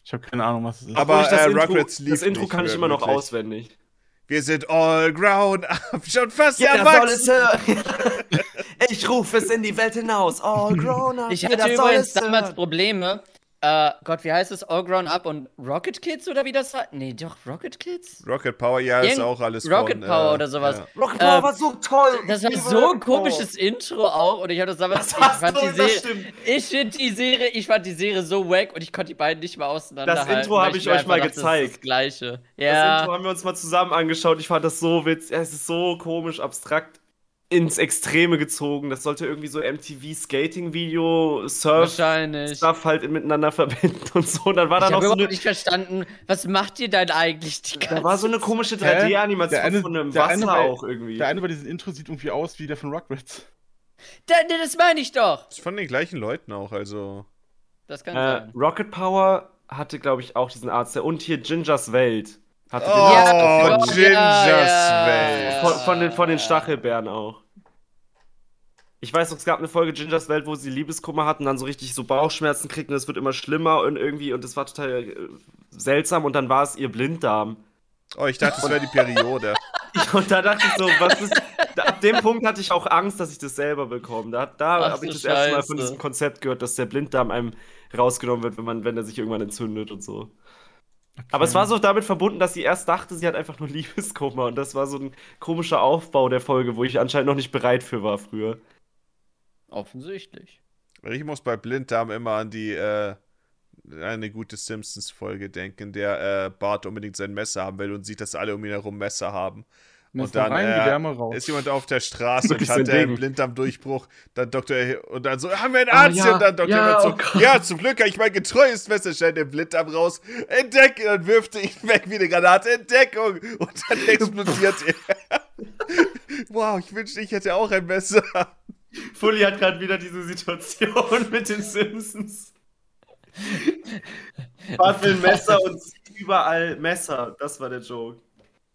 Ich habe keine Ahnung, was es ist. Aber, Obwohl ich das äh, Intro, Rugrats lief Das Intro nicht kann ich mehr immer noch wirklich. auswendig. Wir sind All Grown Up, [laughs] schon fast Jeder erwachsen. soll es hören. [laughs] Ich rufe es in die Welt hinaus. All grown up. Ich jeder hatte soll übrigens es damals hören. Probleme. Äh, Gott, wie heißt es? All Grown Up und Rocket Kids oder wie das war? Nee, doch, Rocket Kids? Rocket Power, ja, ist Irgend- auch alles Rocket von, Power äh, oder sowas. Ja. Rocket Power Ähm, war so toll. Das war Ich liebe so ein Rocket Power. komisches Intro auch und ich habe das damals. Das ich hast fand du, die das Serie, stimmt. ich finde die Serie, ich fand die Serie so wack und ich konnte die beiden nicht mehr auseinanderhalten. Intro weil habe ich mir euch einfach mal dachte, das ist Das gezeigt. gleiche. Das Ja. Intro haben wir uns mal zusammen angeschaut. Ich fand das so witzig. Ja, Es ist so komisch, abstrakt ins Extreme gezogen. Das sollte irgendwie so MTV Skating Video Surf Wahrscheinlich. Ich Stuff halt miteinander verbinden und so. Und dann war da habe noch so überhaupt eine, nicht verstanden, was macht ihr denn eigentlich die ganze da war so eine komische 3D Der eine- Animation von einem der eine Wasser bei- auch irgendwie. Der eine bei diesem Intro sieht irgendwie aus wie der von Rugrats. Da, nee, das meine ich doch. Ist von den gleichen Leuten auch, also. Das kann Äh, sein. Rocket Power hatte, glaube ich, auch diesen Arzt. Und hier Gingers Welt. Hatte Oh, den Arzt. Gott, auch. Gingers ja, ja, Welt. ja. Von, von, den, von den Stachelbären auch. Ich weiß noch, es gab eine Folge Gingers Welt, wo sie Liebeskummer hatten, dann so richtig so Bauchschmerzen kriegt und es wird immer schlimmer und irgendwie, und das war total äh, seltsam und dann war es ihr Blinddarm. Oh, ich dachte, es wäre die Periode. Ich, und da dachte ich so, was ist. Da, ab dem Punkt hatte ich auch Angst, dass ich das selber bekomme. Da, Ach da habe du ich das erste Mal Scheiße. von diesem Konzept gehört, dass der Blinddarm einem rausgenommen wird, wenn, man, wenn er sich irgendwann entzündet und so. Aber es war so damit verbunden, dass sie erst dachte, sie hat einfach nur Liebeskummer. Und das war so ein komischer Aufbau der Folge, wo ich anscheinend noch nicht bereit für war früher. Offensichtlich. Ich muss bei Blinddarm immer an die, äh, eine gute Simpsons-Folge denken, in der äh, Bart unbedingt sein Messer haben will und sieht, dass alle um ihn herum Messer haben. Messer und dann, rein, äh, die Wärme raus. Ist jemand auf der Straße und Wirklich hat sein äh, einen Oh. Ding. Ah, Blinddarm-Durchbruch, dann Dr. Hill- und dann so, haben wir einen Arzt ja, hier? Und dann Dr. ja, Hill oh so, Gott. ja, zum Glück habe ich mein getreues Messer, schnell den Blinddarm raus, entdecke und wirft ihn [laughs] weg wie eine Granate, Entdeckung! Und dann [laughs] explodiert er. [laughs] wow, ich wünschte, ich hätte auch ein Messer. [laughs] Fully hat gerade wieder diese Situation mit den Simpsons. Bart will Messer und sieht überall Messer. Das war der Joke.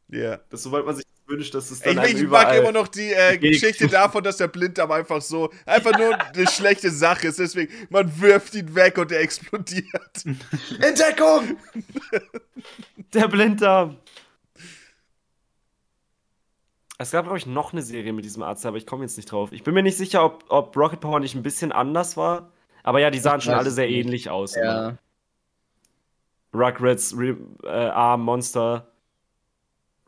Ja. Dass sobald man sich das wünscht, dass es Ich, dann einem ich mag überall... immer noch die äh, Gegen- Geschichte davon, dass der Blinddarm einfach so, einfach nur [laughs] eine schlechte Sache ist. Deswegen, man wirft ihn weg und er explodiert. Entdeckung! [laughs] Der Blinddarm. Es gab, glaube ich, noch eine Serie mit diesem Arzt, aber ich komme jetzt nicht drauf. Ich bin mir nicht sicher, ob, ob Rocket Power nicht ein bisschen anders war. Aber ja, die sahen schon weiß alle es sehr nicht. ähnlich aus. ne? Ja. Rugrats, Re äh, Arm, Monster,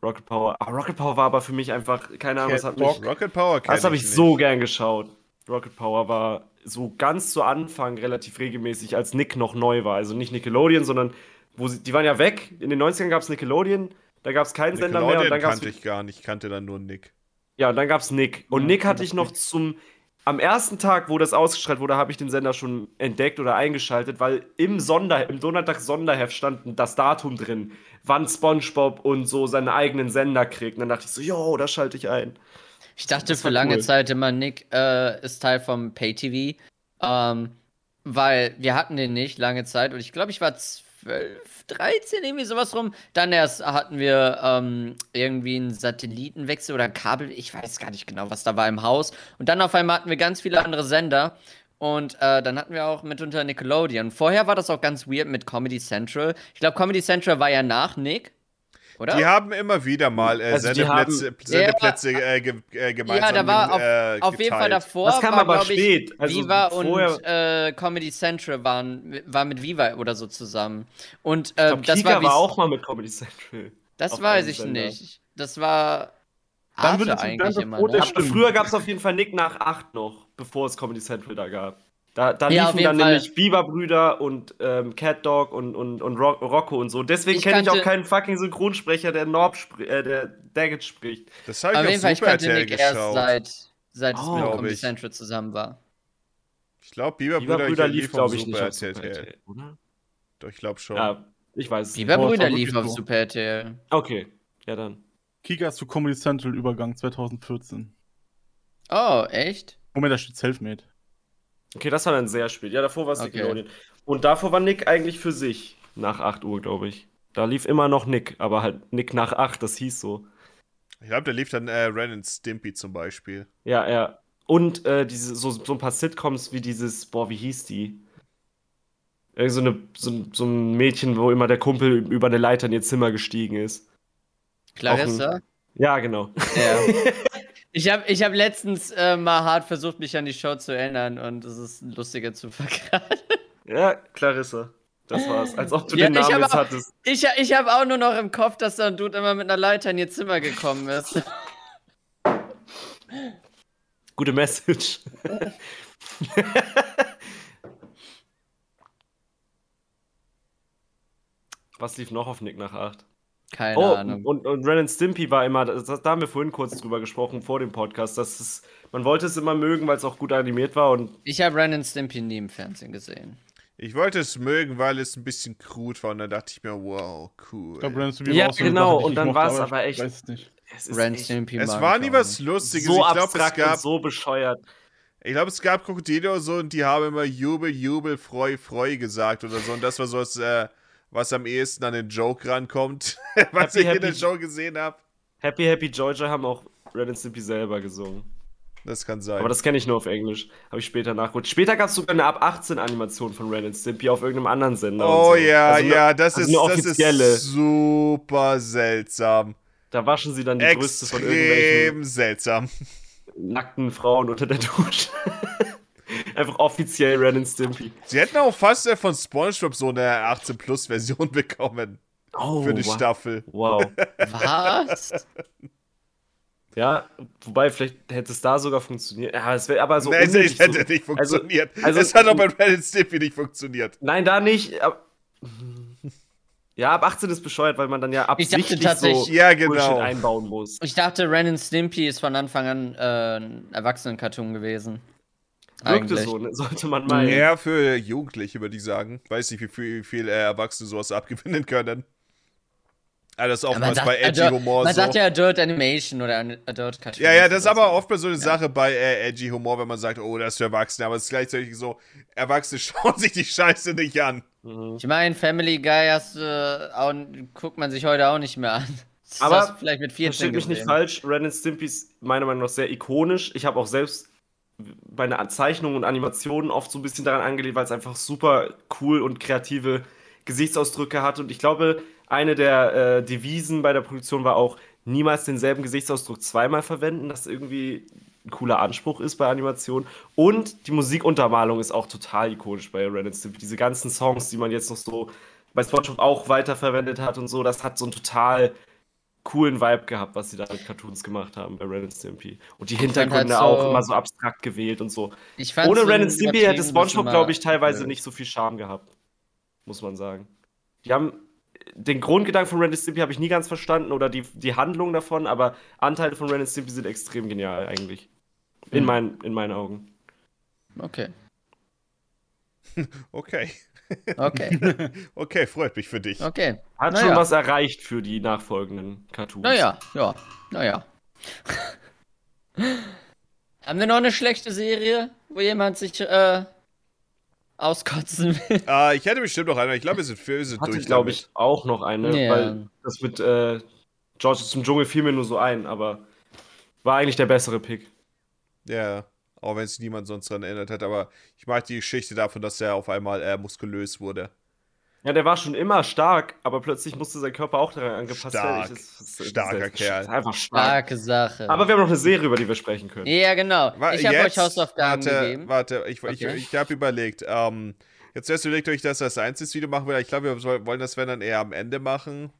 Rocket Power. Ah, Rocket Power war aber für mich einfach, keine Ahnung, das hat mich, Rocket Power kenn das habe ich nicht. so gern geschaut. Rocket Power war so ganz zu Anfang relativ regelmäßig, als Nick noch neu war. Also nicht Nickelodeon, sondern wo sie, die waren ja weg. In den 90ern gab es Nickelodeon, da gab es keinen Sender mehr und Nickelodeon dann gab kannte es. ich gar nicht, ich kannte dann nur Nick. Ja, und dann gab es Nick. Und Ja, Nick hatte das ich noch zum. Am ersten Tag, wo das ausgestrahlt wurde, habe ich den Sender schon entdeckt oder eingeschaltet, weil im Sonder, im Donnerstag-Sonderheft stand das Datum drin, wann SpongeBob und so seinen eigenen Sender kriegt. Und dann dachte ich so, jo, da schalte ich ein. Ich dachte Das für war lange cool. Zeit immer, Nick äh, ist Teil vom Pay-TV. Ähm, weil wir hatten den nicht lange Zeit und ich glaube, ich war 12, 13, irgendwie sowas rum. Dann erst hatten wir ähm, irgendwie einen Satellitenwechsel oder ein Kabel, ich weiß gar nicht genau, was da war im Haus. Und dann auf einmal hatten wir ganz viele andere Sender. Und äh, dann hatten wir auch mitunter Nickelodeon. Vorher war das auch ganz weird mit Comedy Central. Ich glaube, Comedy Central war ja nach Nick, oder? Die haben immer wieder mal äh, Also die Sendeplätze, [laughs] Sendeplätze Ja, äh, ge äh, gemeinsam ja, da war auf, äh, auf jeden Fall geteilt. davor. Das kam war, aber glaub ich, spät. Also Viva und vorher- äh, Comedy Central waren war mit Viva oder so zusammen. Und Ich äh, glaub, das Kika war, war, wie- auch mal mit Comedy Central. das auf weiß einem ich Sender. nicht. Das war Dann wird Arte es ein eigentlich ganzes immer. Brot Ne? der Sch- Aber Stimmt. früher gab es auf jeden Fall Nick nach 8 noch, bevor es Comedy Central da gab. Da, da Ja, auf liefen jeden dann Fall. nämlich Biber-Brüder und ähm, Cat Dog und, und, und Ro Rocco und so. Deswegen Ich kenne ich auch kannte- keinen fucking Synchronsprecher, der Norb spr äh, der Daggett spricht. Das habe Auf ich jeden auf Fall, ich Super kannte RTL Nick erst geschaut. seit, seit es Oh, mit glaub Comedy ich. Central zusammen war. ich glaube, Biberbrüder Biber-Brüder lief, auf glaube ich, nicht Super auf Super RTL. RTL, oder? Doch, ich glaube schon. Ja, ich weiß es Viva Boah, Brüder verrückt lief auf so. Super RTL. nicht. Okay, ja dann. Kikas zu Comedy Central Übergang 2014. Oh, echt? Moment, da steht Selfmade. Okay, das war dann sehr spät. Ja, davor war es Okay. Nickelodeon. Und davor war Nick eigentlich für sich. Nach 8 Uhr, glaube ich. Da lief immer noch Nick, aber halt Nick nach 8, das hieß so. Ich glaube, da lief dann äh, Ren and Stimpy zum Beispiel. Ja, ja. Und äh, diese, so, so ein paar Sitcoms wie dieses, boah, wie hieß die? Irgend so, eine, so, ein- so ein Mädchen, wo immer der Kumpel über eine Leiter in ihr Zimmer gestiegen ist. Clarissa? Ja, genau. Ja. [laughs] Ich habe ich hab letztens äh, mal hart versucht, mich an die Show zu erinnern und es ist lustiger zu vergraben. Ja, Clarissa. Das war's. Als ob du Ja, den ich Namen hab jetzt auch- hattest. Ich, ich habe auch nur noch im Kopf, dass da ein Dude immer mit einer Leiter in ihr Zimmer gekommen ist. Gute Message. [laughs] Was lief noch auf Nick nach 8? Keine Oh, Ahnung. und, und Ren and Stimpy war immer, das, das, da haben wir vorhin kurz drüber gesprochen, vor dem Podcast, dass es, man wollte es immer mögen, weil es auch gut animiert war und Ich habe Ren and Stimpy nie im Fernsehen gesehen. Ich wollte es mögen, weil es ein bisschen crude war und dann dachte ich mir, wow, cool. Ich glaube, Ren Stimpy Ja, war auch so eine genau, Sache, die ich und dann mochte, war's aber echt- Ich weiß es [laughs] nicht. es ist Ren and echt Stimpy es mag war ich nie auch was nicht. Lustiges. so ich glaube, es abstrakt gab und so bescheuert. Ich glaube, es gab Krokodile oder so und die haben immer Jubel, Jubel, Freu, Freu gesagt oder so. Und das war so was, äh, was am ehesten an den Joke rankommt, [laughs] was Happy, ich in happy. der Show gesehen habe. Happy Happy Georgia haben auch Ren and Stimpy selber gesungen. Das kann sein. Aber das kenne ich nur auf Englisch. Habe ich später nachgeholt. Später gab es sogar eine ab 18 Animation von Ren and Stimpy auf irgendeinem anderen Sender. und oh so. ja, Also eine- ja, das, also ist, eine das offizielle. ist super seltsam. Da waschen sie dann die Brüste von irgendwelchen Extrem seltsam. nackten Frauen unter der Dusche. [laughs] Einfach offiziell Ren and Stimpy. Sie hätten auch fast äh, von SpongeBob so eine 18-Plus-Version [laughs] bekommen Oh, für die wow. Staffel. [laughs] Wow. Was? Ja, wobei, vielleicht hätte es da sogar funktioniert. Ja, es wäre aber so. Nein, unnötig es hätte so. nicht um Also- funktioniert. also- es hat auch bei Red and Stimpy nicht funktioniert. Nein, da nicht. aber- [laughs] Ja, ab 18 ist bescheuert, weil man dann ja Ich dachte absichtlich so tatsächlich- Ja, Bullshit genau. einbauen muss. Ich dachte, Ren and Stimpy ist von Anfang an äh, ein Erwachsenen-Cartoon gewesen. Wirkte Eigentlich. so, ne? sollte man meinen. Eher für Jugendliche, würde ich sagen. Weiß nicht, wie viel, wie viel äh, Erwachsene sowas abgewinnen können. Ah, das ist auch Ja, was bei Edgy Adult- Humor man so. sagt ja Adult Animation oder an- Adult Cartoon. Ja, ja, das ist oder so. aber oft so eine Sache bei äh, Edgy Humor, wenn man sagt, oh, das ist für Erwachsene, aber es ist gleichzeitig so, Erwachsene [laughs] schauen sich die Scheiße nicht an. Ich meine, Family Guy hast, äh, auch, guckt man sich heute auch nicht mehr an. Das Aber hast du vielleicht mit 14 Versteht mich nicht gesehen. falsch, Ren and Stimpy ist meiner Meinung nach sehr ikonisch. Ich habe auch selbst bei einer Zeichnung und Animationen oft so ein bisschen daran angelegt, weil es einfach super cool und kreative Gesichtsausdrücke hat. Und ich glaube, eine der äh, Devisen bei der Produktion war auch, niemals denselben Gesichtsausdruck zweimal verwenden, das irgendwie ein cooler Anspruch ist bei Animationen. Und die Musikuntermalung ist auch total ikonisch bei Ren and Stimpy. Diese ganzen Songs, die man jetzt noch so bei Spongebob auch weiterverwendet hat und so, das hat so ein total coolen Vibe gehabt, was sie da mit Cartoons gemacht haben bei Ren and Stimpy. Und die Hintergründe halt so- auch immer so abstrakt gewählt und so. Ich fand's Ohne so Ren and Stimpy hätte übertrieben, SpongeBob, dass glaube ich, immer- teilweise Nö. nicht so viel Charme gehabt. Muss man sagen. Die haben. äh, Den Grundgedanken von Ren and Stimpy habe ich nie ganz verstanden oder die, die Handlung davon, aber Anteile von Ren and Stimpy sind extrem genial eigentlich. In, Mhm. meinen- in meinen Augen. Okay, [laughs] Okay, [laughs] okay, okay, freut mich für dich. okay. Hat Naja. schon was erreicht für die nachfolgenden Cartoons. Naja, ja, [laughs] naja. Haben wir noch eine schlechte Serie, wo jemand sich äh, auskotzen will? Ah, ich hätte bestimmt noch einen, ich glaube, wir sind, wir sind Hatte, durch. glaube damit. ich, auch noch eine, Ja. weil das mit äh, George zum Dschungel fiel mir nur so ein, aber war eigentlich der bessere Pick. Ja, auch wenn es niemand sonst daran erinnert hat, aber ich mag die Geschichte davon, dass er auf einmal äh, muskulös wurde. Ja, der war schon immer stark, aber plötzlich musste sein Körper auch daran angepasst Stark. werden. Ich- das- das- Starker das- das- Kerl. das- Einfach stark. Starke Sache. Aber wir haben noch eine Serie, über die wir sprechen können. ja, genau. Wa- ich habe jetzt? euch Hausaufgaben warte, gegeben. Warte, ich, Okay. ich, ich habe überlegt. Ähm, jetzt erst überlegt euch, dass das einzige Video machen will. Ich glaube, wir soll- wollen das wenn dann eher am Ende machen,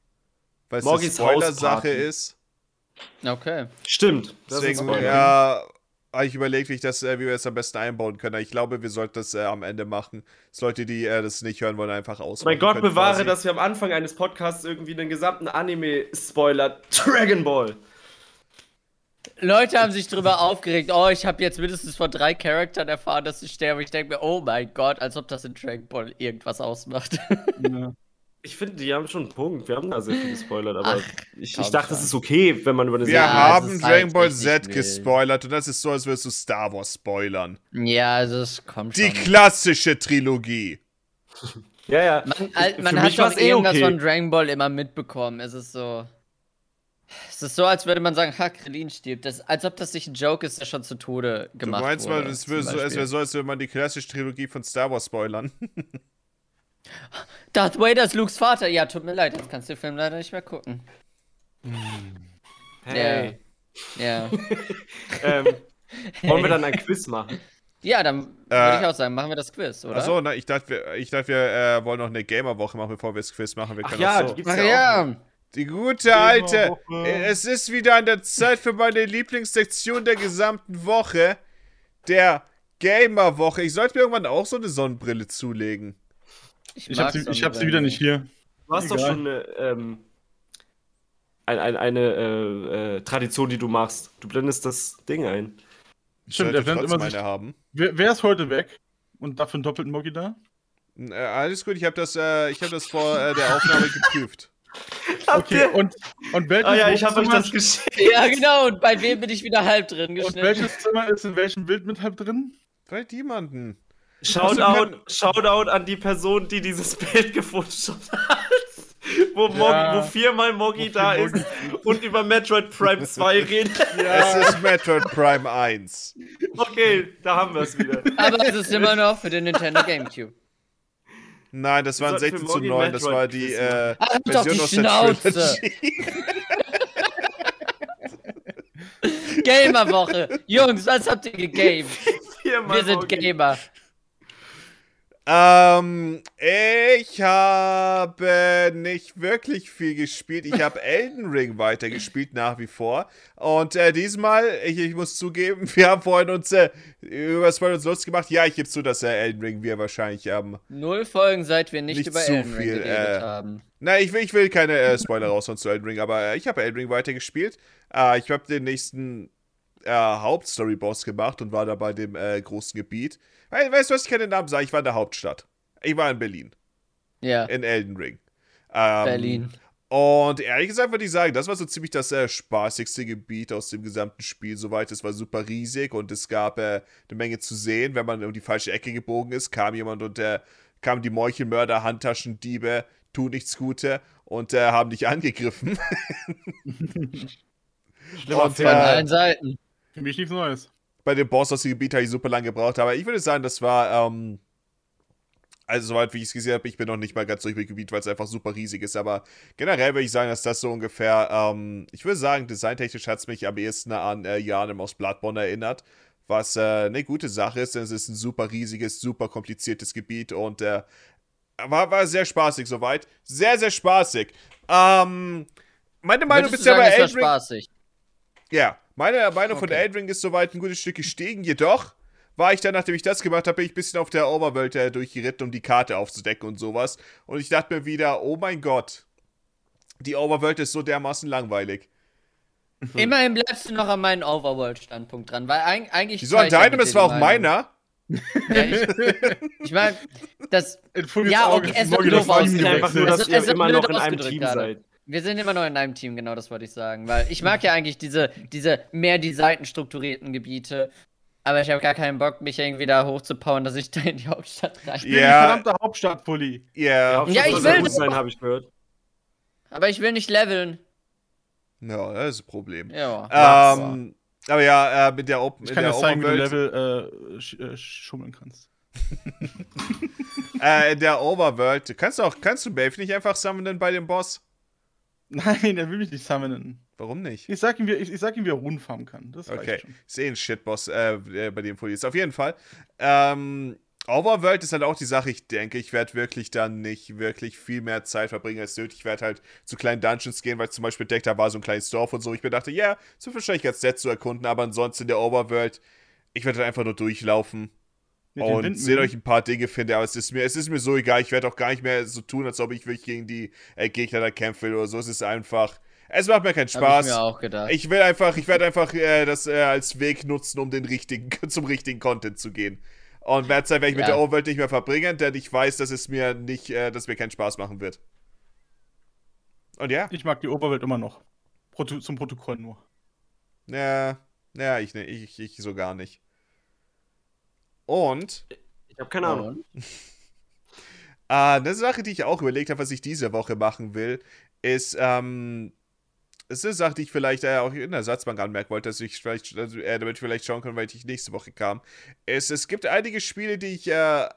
weil es eine Morgis Spoiler-Sache Hausparty. ist. Okay. Stimmt. Das ist ein Deswegen, Spoiler. ja, habe ich überlegt, wie, ich das, äh, wie wir es am besten einbauen können. Ich glaube, wir sollten das äh, am Ende machen. Dass Leute, die äh, das nicht hören wollen, einfach aus. Mein Gott, bewahre, dass wir am Anfang eines Podcasts irgendwie den gesamten Anime spoiler Dragon Ball. Leute haben sich drüber aufgeregt. Oh, ich habe jetzt mindestens von drei Charaktern erfahren, dass ich sterbe. Ich denke mir, oh mein Gott, als ob das in Dragon Ball irgendwas ausmacht. [laughs] Ne. Ich finde, die haben schon einen Punkt. Wir haben da sehr viel gespoilert, aber Ach, ich, komm ich dachte, schon. es ist okay, wenn man über eine Wir Serie Ja, es haben ist Dragon halt Ball richtig Z wild. gespoilert und das ist so, als würdest du Star Wars spoilern. ja, also es kommt Die schon. klassische Trilogie. Ja, ja. man Al- Für Halt, man mich hat war's doch eh eh irgendwas von Dragon Ball immer mitbekommen. Es ist so. Es ist so, als würde man sagen, ha, Krillin stirbt. Das, als ob das nicht ein Joke ist, der schon zu Tode gemacht du meinst wurde. mal, es zum wäre so, es Beispiel. wär so, als würde man die klassische Trilogie von Star Wars spoilern. Darth Vader ist Lukes Vater. Ja, tut mir leid, jetzt kannst du den Film leider nicht mehr gucken. Hey. [laughs] Ja. Ähm, [laughs] wollen wir dann ein Quiz machen? ja, dann Äh, würde ich auch sagen, machen wir das Quiz, oder? Achso, na, ich dachte, wir, ich dachte, wir äh, wollen noch eine Gamer-Woche machen, bevor wir das Quiz machen. Wir Ach können ja, auch so. die gibt's Ach ja. Auch. ja. Die gute alte. Gamer-Woche. äh, Es ist wieder an der Zeit für meine Lieblingssektion der gesamten Woche. Der Gamer-Woche. Ich sollte mir irgendwann auch so eine Sonnenbrille zulegen. Ich habe mag sie, ich Sonnenbrille. hab sie wieder nicht hier. Du hast doch Egal. schon eine, ähm, ein, ein, eine äh, äh, Tradition, die du machst. Du blendest das Ding ein. Ich Stimmt, sollte er blendet trotzdem immer eine sich- haben. Wer, wer ist heute weg? Und dafür einen doppelten Moggi da? Äh, alles gut, ich habe das, äh, ich hab das vor äh, der Aufnahme geprüft. Okay, und, und welches, Ah ja, ich habe euch Wohnzimmer- das geschickt. [laughs] Ja, genau. Und bei wem bin ich wieder halb drin und geschnitten? welches Zimmer ist in welchem Bild mit halb drin? Vielleicht jemanden. Shoutout, Shoutout an die Person, die dieses [laughs] Bild gefunden hat. Wo, Mog, Ja. wo viermal Moggi da vier Moggi. ist und über Metroid [laughs] Prime 2 redet. Es ist Metroid Prime 1. Okay, da haben wir es wieder. Aber es ist immer noch für den Nintendo Gamecube. Nein, das waren sollten 16 für zu morgen 9, das Metroid war die Quiz äh, Ach, halt doch die Schnauze. Gamer-Woche. Jungs, was habt ihr gegamed? Viermal Wir sind Moggi. Gamer. Ähm, ich habe nicht wirklich viel gespielt. Ich habe Elden Ring weitergespielt nach wie vor. Und äh, diesmal, ich, ich muss zugeben, [laughs] wir haben vorhin uns äh, über Spoiler uns lustig gemacht. Ja, ich gebe zu, dass äh, Elden Ring wir wahrscheinlich ähm, Null Folgen, seit wir nicht, Nicht über zu Elden Ring viel, geredet äh, haben. Na, ich will, ich will keine äh, Spoiler raushauen zu Elden Ring, aber äh, ich habe Elden Ring weitergespielt. Äh, ich habe den nächsten äh, Hauptstory-Boss gemacht und war da bei dem äh, großen Gebiet. We weißt du, was ich keinen Namen sage? Ich war in der Hauptstadt. Ich war in Berlin, Ja, in Elden Ring. Ähm, Berlin. Und ehrlich gesagt würde ich sagen, das war so ziemlich das äh, spaßigste Gebiet aus dem gesamten Spiel soweit. Es war super riesig und es gab äh, eine Menge zu sehen. Wenn man um die falsche Ecke gebogen ist, kam jemand und äh, kamen die Meuchelmörder, Handtaschendiebe, tun nichts Gute und äh, haben dich angegriffen. Schlimmer Und, äh, Fehler. Von Ja. allen Seiten. Für mich nichts Neues. bei dem Boss aus dem Gebiet habe ich super lange gebraucht, aber ich würde sagen, das war, ähm, also soweit wie ich es gesehen habe, ich bin noch nicht mal ganz durch mit dem Gebiet, weil es einfach super riesig ist, aber generell würde ich sagen, dass das so ungefähr, ähm, ich würde sagen, designtechnisch hat es mich am ehesten an äh, Janem aus Bloodborne erinnert, was äh, eine gute Sache ist, denn es ist ein super riesiges, super kompliziertes Gebiet und äh, war, war sehr spaßig soweit. Sehr, sehr spaßig. Ähm, meine Meinung Würdest du bisher sagen, bei es war Elden Ring [laughs] spaßig? ja, meine Meinung von Okay. Elden Ring ist soweit ein gutes Stück gestiegen, jedoch war ich dann, nachdem ich das gemacht habe, bin ich ein bisschen auf der Overwelt äh, durchgeritten, um die Karte aufzudecken und sowas. Und ich dachte mir wieder, oh mein Gott, die Overwelt ist so dermaßen langweilig. Immerhin bleibst du noch an meinen Overworld-Standpunkt dran, weil eig eigentlich. Wieso an teile ich ja deinem? mit Es dir war die auch Meinung. meiner. Ja, ich [laughs] ich meine, das. In Fulgens Ja, Auge okay, ist es ein Auge, wird Genau, das doof war ihm ausgehen. Nicht einfach nur, gewechselt. Es- dass es ihr wird immer noch blöd in einem ausgedrückt Team gerade. seid. Wir sind immer noch in einem Team, genau das wollte ich sagen, weil ich mag ja eigentlich diese, diese mehr die Seiten strukturierten Gebiete, aber ich habe gar keinen Bock, mich irgendwie da hochzupauen, dass ich da in die Hauptstadt rein. Bin die Ja. verdammte Hauptstadt, Pulli. Ja. Ja, ich muss will gut das sein, habe ich gehört. Aber ich will nicht leveln. Ja, das ist ein Problem. Ja. Ähm, aber ja, äh, mit der, Open, Ich mit kann der dir zeigen, wie du Overwelt. Level äh, sch äh, schummeln kannst. [laughs] Äh, in der Overworld. Kannst du auch, kannst du Maeve nicht einfach summonen bei dem Boss? Nein, er will mich nicht summonen. Warum nicht? Ich sag ihm, wie, ich, ich sag ihm, wie er Runen farmen kann. Das reicht Okay, schon. ist eh ein Shitboss, äh, äh, bei dem Folie ist. Auf jeden Fall. Ähm, Overworld ist halt auch die Sache, ich denke, ich werde wirklich dann nicht wirklich viel mehr Zeit verbringen als nötig. Ich werde halt zu kleinen Dungeons gehen, weil ich zum Beispiel entdeckt habe, war so ein kleines Dorf und so. Ich mir dachte, ja, es wird wahrscheinlich ganz nett zu erkunden, aber ansonsten in der Overworld, ich werde halt einfach nur durchlaufen Mit den ne? und Windmühlen. seht euch ein paar Dinge finde, aber es ist mir, es ist mir so egal. Ich werde auch gar nicht mehr so tun, als ob ich wirklich gegen die äh, Gegner da kämpfen will oder so. Es ist einfach, es macht mir keinen Hab ich Spaß. mir auch gedacht. Ich will einfach, ich werde einfach äh, das äh, als Weg nutzen, um den richtigen, [laughs] zum richtigen Content zu gehen. Und mehr Zeit werde ich mit Ja. der Overworld nicht mehr verbringen, denn ich weiß, dass es mir nicht, äh, dass mir keinen Spaß machen wird. Und ja, Ich mag die Oberwelt immer noch. Proto zum Protokoll nur. ja, ja, ich, ne- ich, ich so gar nicht. Und Ich habe keine Ahnung. Und? äh, eine Sache, die ich auch überlegt habe, was ich diese Woche machen will, ist, ähm, es ist eine Sache, die ich vielleicht äh, auch in der Satzbank anmerken wollte, dass ich vielleicht, also, äh, damit wir vielleicht schauen können, weil ich nächste Woche kam. Es, es gibt einige Spiele, die ich, äh,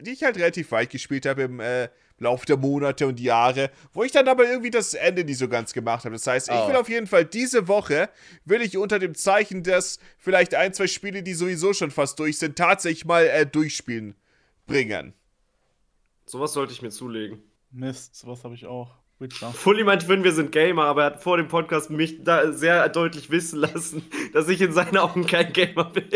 die ich halt relativ weit gespielt habe im äh, Lauf der Monate und Jahre, wo ich dann aber irgendwie das Ende nicht so ganz gemacht habe. Das heißt, ich Oh. will auf jeden Fall diese Woche, will ich unter dem Zeichen, dass vielleicht ein, zwei Spiele, die sowieso schon fast durch sind, tatsächlich mal äh, durchspielen bringen. Sowas sollte ich mir zulegen. Mist, sowas habe ich auch. Witcher. [laughs] Fully meint, Finn, wir sind Gamer, aber er hat vor dem Podcast mich da sehr deutlich wissen lassen, [laughs] dass ich in seinen Augen kein [laughs] Gamer bin.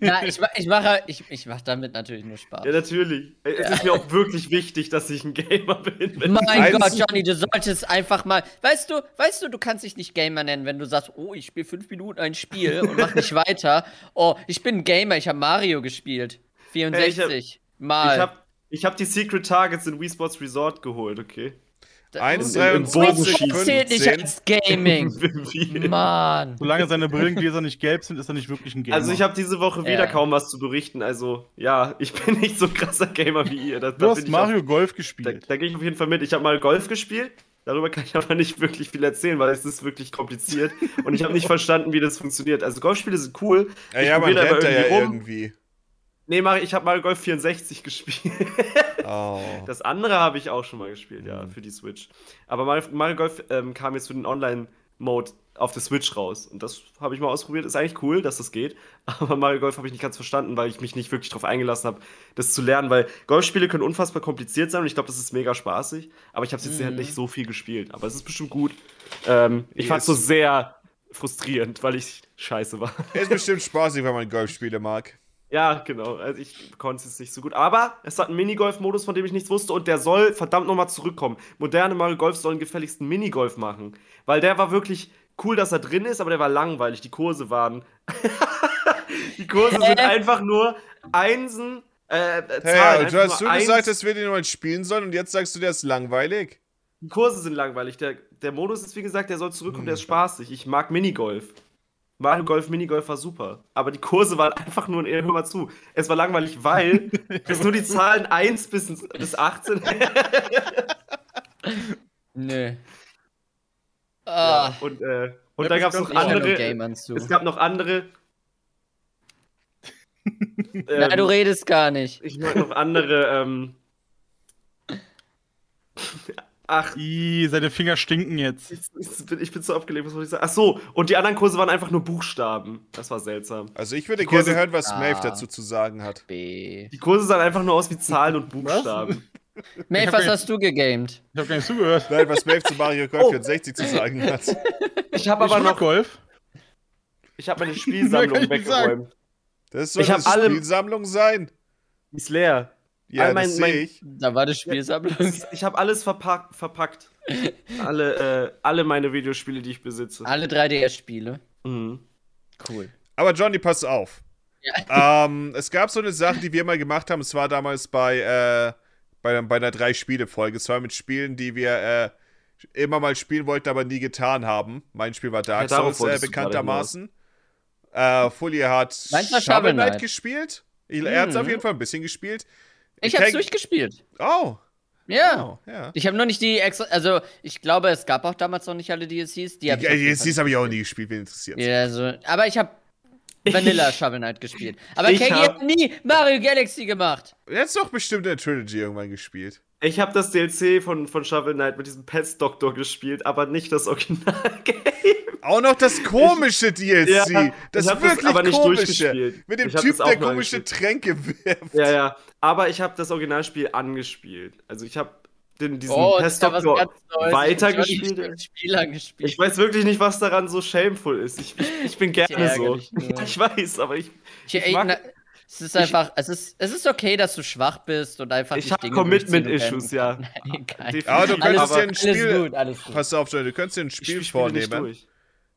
Na, ich, ma- ich mache ich, ich mach damit natürlich nur Spaß. Ja, natürlich. Es ist mir auch wirklich wichtig, dass ich ein Gamer bin. Wenn mein Eins- Gott, Johnny, du solltest einfach mal. Weißt du, weißt du, du kannst dich nicht Gamer nennen, wenn du sagst, oh, ich spiele fünf Minuten ein Spiel und mach nicht weiter. Oh, ich bin ein Gamer, ich habe Mario gespielt. 64 Ey, ich Mal. ich hab, ich hab die Secret Targets in Wii Sports Resort geholt, okay? [laughs] Da- Eins, Im- im Das Bogenschießen. zählt nicht 15. als [laughs] Gaming. Wie? Mann. Solange seine Brillengläser nicht gelb sind, ist er nicht wirklich ein Gamer. Also ich habe diese Woche wieder Genau. Ja. kaum was zu berichten. Also ja, ich bin nicht so ein krasser Gamer wie ihr. Da, du da, hast bin ich Mario Golf auf, da, gespielt. da gehe ich auf jeden Fall mit. Ich habe mal Golf gespielt. Darüber kann ich [laughs] aber nicht wirklich viel erzählen, weil es ist wirklich kompliziert und ich habe nicht verstanden, wie das funktioniert. Also Golfspiele sind cool. Ja, ich ja man probier da rennt da irgendwie ja rum. irgendwie. Nee, Mario, ich habe mal Golf 64 [laughs] gespielt. Oh. Das andere habe ich auch schon mal gespielt, ja, für die Switch. Aber Mario, Mario Golf ähm, kam jetzt für den Online-Mode auf der Switch raus. Und das habe ich mal ausprobiert. Ist eigentlich cool, dass das geht. [laughs] Aber Mario Golf habe ich nicht ganz verstanden, weil ich mich nicht wirklich darauf eingelassen habe, das zu lernen. Weil Golfspiele können unfassbar kompliziert sein und ich glaube, das ist mega spaßig. Aber ich habe es jetzt halt Mhm. nicht so viel gespielt. Aber es ist bestimmt gut. Ähm, ich Yes. fand es so sehr frustrierend, weil ich scheiße war. Ist bestimmt spaßig, wenn man Golfspiele mag. Ja, genau. Also ich konnte es nicht so gut. Aber es hat einen Minigolf-Modus, von dem ich nichts wusste und der soll verdammt nochmal zurückkommen. Moderne Mario Golf sollen gefälligst einen Minigolf machen. Weil der war wirklich cool, dass er drin ist, aber der war langweilig. Die Kurse waren. [laughs] die Kurse Hä? sind einfach nur Einsen. Äh, äh, Zahlen, Hey, einfach du hast nur du gesagt, Eins. dass wir den mal spielen sollen und jetzt sagst du, der ist langweilig. Die Kurse sind langweilig. Der, der Modus ist, wie gesagt, der soll zurückkommen, Hm. der ist spaßig. Ich mag Minigolf. Mario Golf, Minigolf war super. Aber die Kurse waren einfach nur, hör mal zu, es war langweilig, [laughs] weil es nur die Zahlen 1 bis, bis 18 Nö. Ja, [laughs] Ah, also. und äh, und Ja, da das gab es glaub noch ich auch. Shadow andere. Gamern zu. Es gab noch andere. [laughs] ähm, Na, du redest gar nicht. ich mag noch andere. [laughs] Ähm, ach, Ih, seine Finger stinken jetzt. ich, ich, bin, ich bin so abgelegt, was soll ich sagen? Ach so, und die anderen Kurse waren einfach nur Buchstaben. Das war seltsam. Also ich würde Die Kurse- gerne hören, was Ah. Maeve dazu zu sagen hat. B. Die Kurse sahen einfach nur aus wie Zahlen und Buchstaben. Maeve, was hast du gegamed? Ich habe gar nicht zugehört. Nein, was Maeve zu Mario Golf Oh. 64 zu sagen hat. Ich habe ich [laughs] aber mag noch. Golf. Ich habe meine Mehr Spielsammlung kann ich nicht sagen. weggeräumt. Das soll Ich hab eine alle- Spielsammlung sein. Die ist leer. Ja, All mein- das mein- sehe ich. Da war das Spielsammlung. Ich habe alles verpackt. verpackt. Alle, äh, alle meine Videospiele, die ich besitze. Alle 3DS-Spiele. Mhm. Ah. Cool. Aber Johnny, pass auf. [laughs] Ähm, es gab so eine Sache, die wir mal gemacht haben. Es war damals bei, äh, bei, bei einer Drei-Spiele-Folge. Es war mit Spielen, die wir äh, immer mal spielen wollten, aber nie getan haben. Mein Spiel war Dark Ja, darauf Souls, äh, wolltest du gerade bekanntermaßen. Äh, Fully hat Meins war Shovel Shovel Knight Knight. gespielt. Ich, Er hat es Mhm. auf jeden Fall ein bisschen gespielt. Ich Ich hab's denk- durchgespielt. Oh, oh Ja. ja. Ich habe noch nicht die extra. Also, ich glaube, es gab auch damals noch nicht alle DLCs. Die hab ich Ja, auf äh, jeden Jetzt Fall- dies habe äh, ich auch nie gespielt, wen interessiert. Ja, so. Aber ich habe [laughs] Vanilla Shovel Knight gespielt. Aber Ich Kengi hab- hat nie Mario Galaxy gemacht. Er hat doch bestimmt in der Trilogy irgendwann gespielt. Ich habe das DLC von, von Shovel Knight mit diesem Pets Doctor gespielt, aber nicht das Original Game. Auch noch das komische DLC. Ja, das [laughs] ich hab das wirklich aber nicht komische. durchgespielt. Mit dem Ich hab Typ, das auch der nur komische angespielt. Tränke [laughs] wirft. ja, ja. Aber ich habe das Originalspiel angespielt. Also ich habe den, diesen Oh, das Pets ist ja was Doctor ganz Neues. Ich hab weitergespielt. Spieler gespielt. Ich weiß wirklich nicht, was daran so shameful ist. Ich, ich, ich bin gerne Sehr so. ärgerlich, ja. Ich weiß, aber ich, Ich, ey, ich mag- na, es ist einfach, es ist, es ist okay, dass du schwach bist und einfach. ich nicht habe Dinge Commitment-Issues, durchziehen [laughs] ja. und rennen. [laughs] Egal. Definitiv. Aber du könntest Alles, dir Aber ein alles Spiel. gut, alles gut. Pass auf, Johnny, du könntest dir ein Spiel ich spiele nicht vornehmen, durch.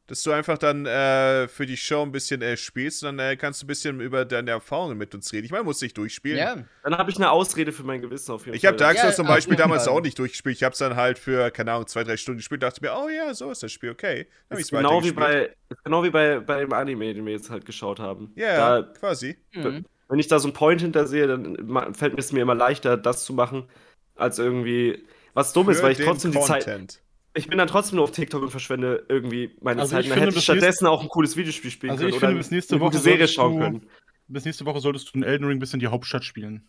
dass du einfach dann äh, für die Show ein bisschen äh, spielst und dann äh, kannst du ein bisschen über deine Erfahrungen mit uns reden. Ich meine, muss nicht durchspielen. Ja. Dann habe ich eine Ausrede für mein Gewissen auf jeden Ich Fall. habe Dark Souls Ja, zum auf Beispiel jeden damals Fall. auch nicht durchgespielt. Ich habe es dann halt für, keine Ahnung, zwei, drei Stunden gespielt. Dachte mir, oh ja, so ist das Spiel, okay. Dann hab Ist ich's genau wie weitergespielt. bei ist genau wie bei, bei dem Anime, den wir jetzt halt geschaut haben. Ja, Da, quasi. Hm. wenn ich da so einen Point hintersehe, dann ma- fällt mir es mir immer leichter, das zu machen, als irgendwie was dumm ist, Für weil ich den trotzdem die Zeit. Content. Ich bin dann trotzdem nur auf TikTok und verschwende irgendwie meine Also Zeit. ich Dann finde, hätte ich bis nächst- stattdessen auch ein cooles Videospiel spielen Also können ich oder finde, bis nächste eine Woche gute Serie solltest schauen du- können. Bis nächste Woche solltest du in Elden Ring bis in die Hauptstadt spielen.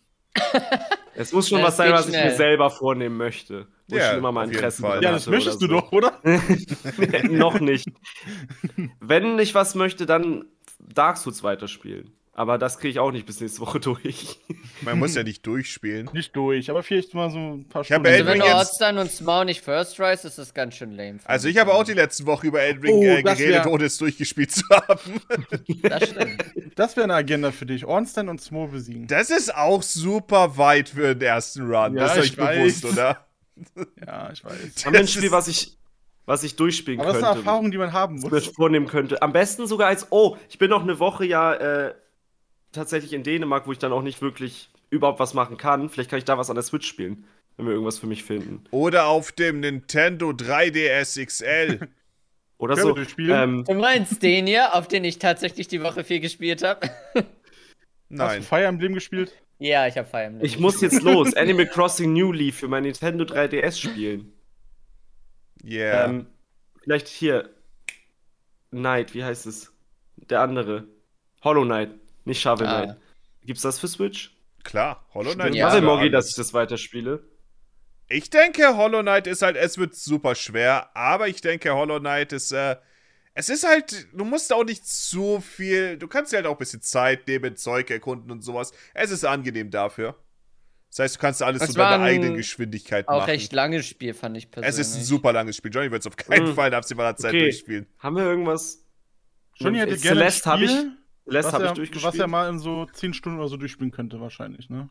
Es muss schon Ja, was es sein, geht was ich mir schnell. selber vornehmen möchte. Wo Ja, ich schon immer auf mein jeden Interesse Fall. dran Ja, das hatte oder möchtest du so. doch, oder? [laughs] [laughs] Noch nicht. Wenn ich was möchte, dann Dark Souls weiterspielen. Aber das kriege ich auch nicht bis nächste Woche [laughs] durch. Man muss ja nicht durchspielen. Nicht durch, aber vielleicht mal so ein paar Ich hab Stunden. Elden Also, Ring wenn du jetzt- Ortstein und Smau nicht first tries, ist das ganz schön lame. Also [laughs] ich habe auch die letzten Wochen über Elden Ring Oh, äh, das geredet, wär- ohne es durchgespielt zu haben. Das stimmt. Das wäre eine Agenda für dich. Ornstein und Smo besiegen. Das ist auch super weit für den ersten Run. Ja, das ist euch ich weiß. bewusst, [laughs] oder? Ja, ich weiß. Haben wir ein Das Spiel, ist- was ich, was ich durchspielen Aber das ist könnte. eine Erfahrung, die man haben was ich muss. mir vornehmen könnte. Am besten sogar als, oh, ich bin noch eine Woche ja äh, tatsächlich in Dänemark, wo ich dann auch nicht wirklich überhaupt was machen kann. Vielleicht kann ich da was an der Switch spielen, wenn wir irgendwas für mich finden. Oder auf dem Nintendo 3DS XL. Oder Können wir so. durchspielen? Ähm, Du meinst den hier, auf den ich tatsächlich die Woche viel gespielt habe? Hast du Nein. Fire Emblem gespielt? [laughs] ja, ich habe Fire Emblem. ich muss jetzt los. Animal Crossing New Leaf für mein Nintendo 3DS spielen. Yeah. Ähm, vielleicht hier. Knight, wie heißt es? Der andere. Hollow Knight, nicht Shovel Ah. Knight. Gibt's das für Switch? Klar, Hollow Knight. Ja. Ja. ist Marvel für Mogi, alles. dass ich das weiterspiele. Ich denke, Hollow Knight ist halt, es wird super schwer, aber ich denke, Hollow Knight ist, äh, es ist halt, du musst auch nicht so viel, du kannst dir halt auch ein bisschen Zeit nehmen, Zeug erkunden und sowas. Es ist angenehm dafür. Das heißt, du kannst alles Das zu war deiner ein- eigenen Geschwindigkeit Auch machen. recht langes Spiel, fand ich es persönlich. ist ein super langes Spiel. Johnny wird es auf keinen Mhm. Fall in absehbarer Zeit Okay. durchspielen. Haben wir irgendwas? Johnny hätte Äh, gerne ein Celeste habe ich, Spiel, Celeste was, hab ich er, was durchgespielt. er mal in so 10 Stunden oder so durchspielen könnte, wahrscheinlich, ne?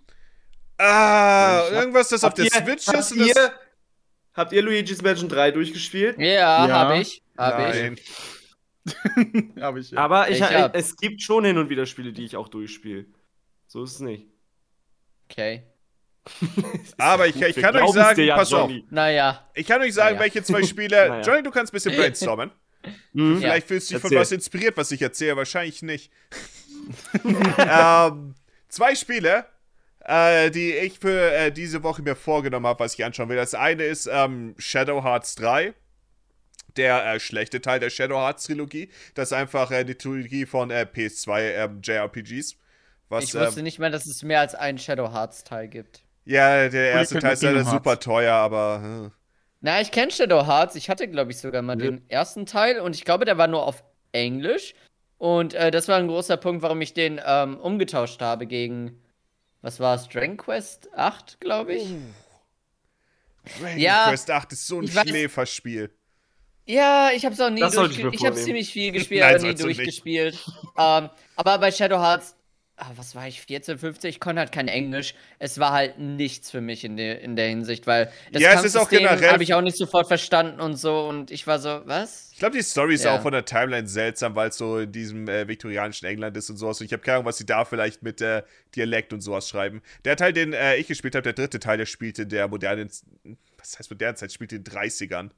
Ah, Hab- irgendwas, das auf habt, der ihr, Switch habt, ist. und das- ihr, habt ihr Luigi's Mansion 3 durchgespielt? Ja, Ja. habe ich. Ah, Hab ich. Nein. Aber ich. Aber ich, Ich hab- es gibt schon hin und wieder Spiele, die ich auch durchspiele. So ist es nicht. Okay. Aber ich, ich kann euch sagen, pass auf. Naja. Ich kann euch sagen, Naja. welche zwei Spiele. [laughs] Naja. Johnny, du kannst ein bisschen brainstormen. Mhm. Ja. Vielleicht fühlst du dich von Erzähl. was inspiriert, was ich erzähle. Wahrscheinlich nicht. [laughs] ähm, zwei Spiele, äh, die ich für äh, diese Woche mir vorgenommen habe, was ich anschauen will. Das eine ist ähm, Shadow Hearts 3. Der äh, schlechte Teil der Shadow Hearts Trilogie. Das ist einfach äh, die Trilogie von äh, PS2 ähm, JRPGs. Was, ich ähm, wusste nicht mehr, dass es mehr als einen Shadow Hearts Teil gibt. Ja, der erste können Teil mit ist leider Kingdom Hearts. super teuer, aber. Hm. Na, ich kenne Shadow Hearts. Ich hatte, glaube ich, sogar mal Ja. den ersten Teil und ich glaube, der war nur auf Englisch. Und äh, das war ein großer Punkt, warum ich den ähm, umgetauscht habe gegen, was war es, Dragon Quest 8, Oh. glaube ich. Dragon Ja, Quest 8 ist so ein ich weiß- Schläferspiel. Ja, ich habe es auch nie Das sollte ich durchgespielt. mir Ich, habe vornehmen. [laughs] ziemlich viel gespielt, Nein, aber nie sollst du nicht. durchgespielt. ähm, aber bei Shadow Hearts, ah, was war ich, 14, 15? Ich konnte halt kein Englisch. Es war halt nichts für mich in, der in der Hinsicht, weil das Ja, es ist auch Kampfsystem generell- habe ich auch nicht sofort verstanden und so. Und ich war so, was? Ich glaube, die Story ist Ja. auch von der Timeline seltsam, weil es so in diesem äh, viktorianischen England ist und sowas. Und ich habe keine Ahnung, was sie da vielleicht mit äh, Dialekt und sowas schreiben. Der Teil, den äh, ich gespielt habe, der dritte Teil, der spielte in der modernen. Was heißt moderne Zeit? Spielt in den 30ern.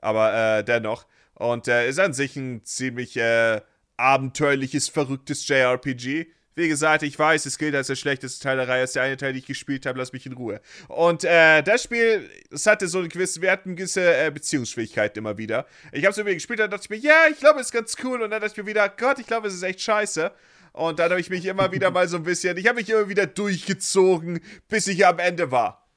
Aber äh, dennoch. Und äh, ist an sich ein ziemlich äh, abenteuerliches, verrücktes JRPG. Wie gesagt, ich weiß, es gilt als der schlechteste Teil der Reihe, als der eine Teil, den ich gespielt habe, lass mich in Ruhe. Und äh, das Spiel, es hatte so eine gewisse, wir hatten gewisse äh, Beziehungsschwierigkeiten immer wieder. Ich habe es irgendwie gespielt, dann dachte ich mir, ja, ich glaube, es ist ganz cool. Und dann dachte ich mir wieder, Gott, ich glaube, es ist echt scheiße. Und dann habe ich mich immer wieder mal so ein bisschen, ich habe mich immer wieder durchgezogen, bis ich am Ende war.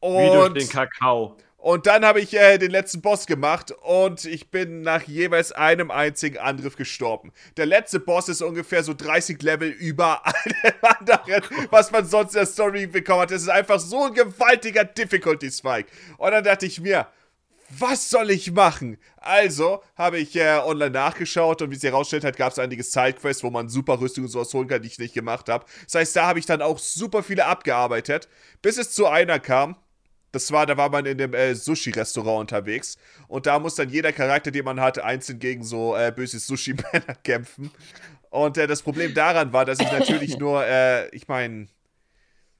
Wie durch Und den Kakao. und dann habe ich äh, den letzten Boss gemacht und ich bin nach jeweils einem einzigen Angriff gestorben. Der letzte Boss ist ungefähr so 30 Level über [laughs] allem anderen, was man sonst in der Story bekommen hat. Es ist einfach so ein gewaltiger Difficulty Spike. Und dann dachte ich mir, was soll ich machen? Also habe ich äh, online nachgeschaut und wie sie herausstellt hat, gab es einige Sidequests, wo man super Rüstung und sowas holen kann, die ich nicht gemacht habe. Das heißt, da habe ich dann auch super viele abgearbeitet, bis es zu einer kam. Das war, da war man in dem äh, Sushi-Restaurant unterwegs und da muss dann jeder Charakter, den man hat, einzeln gegen so äh, böse Sushi-Männer [laughs] kämpfen. Und äh, das Problem daran war, dass ich natürlich nur, äh, ich meine,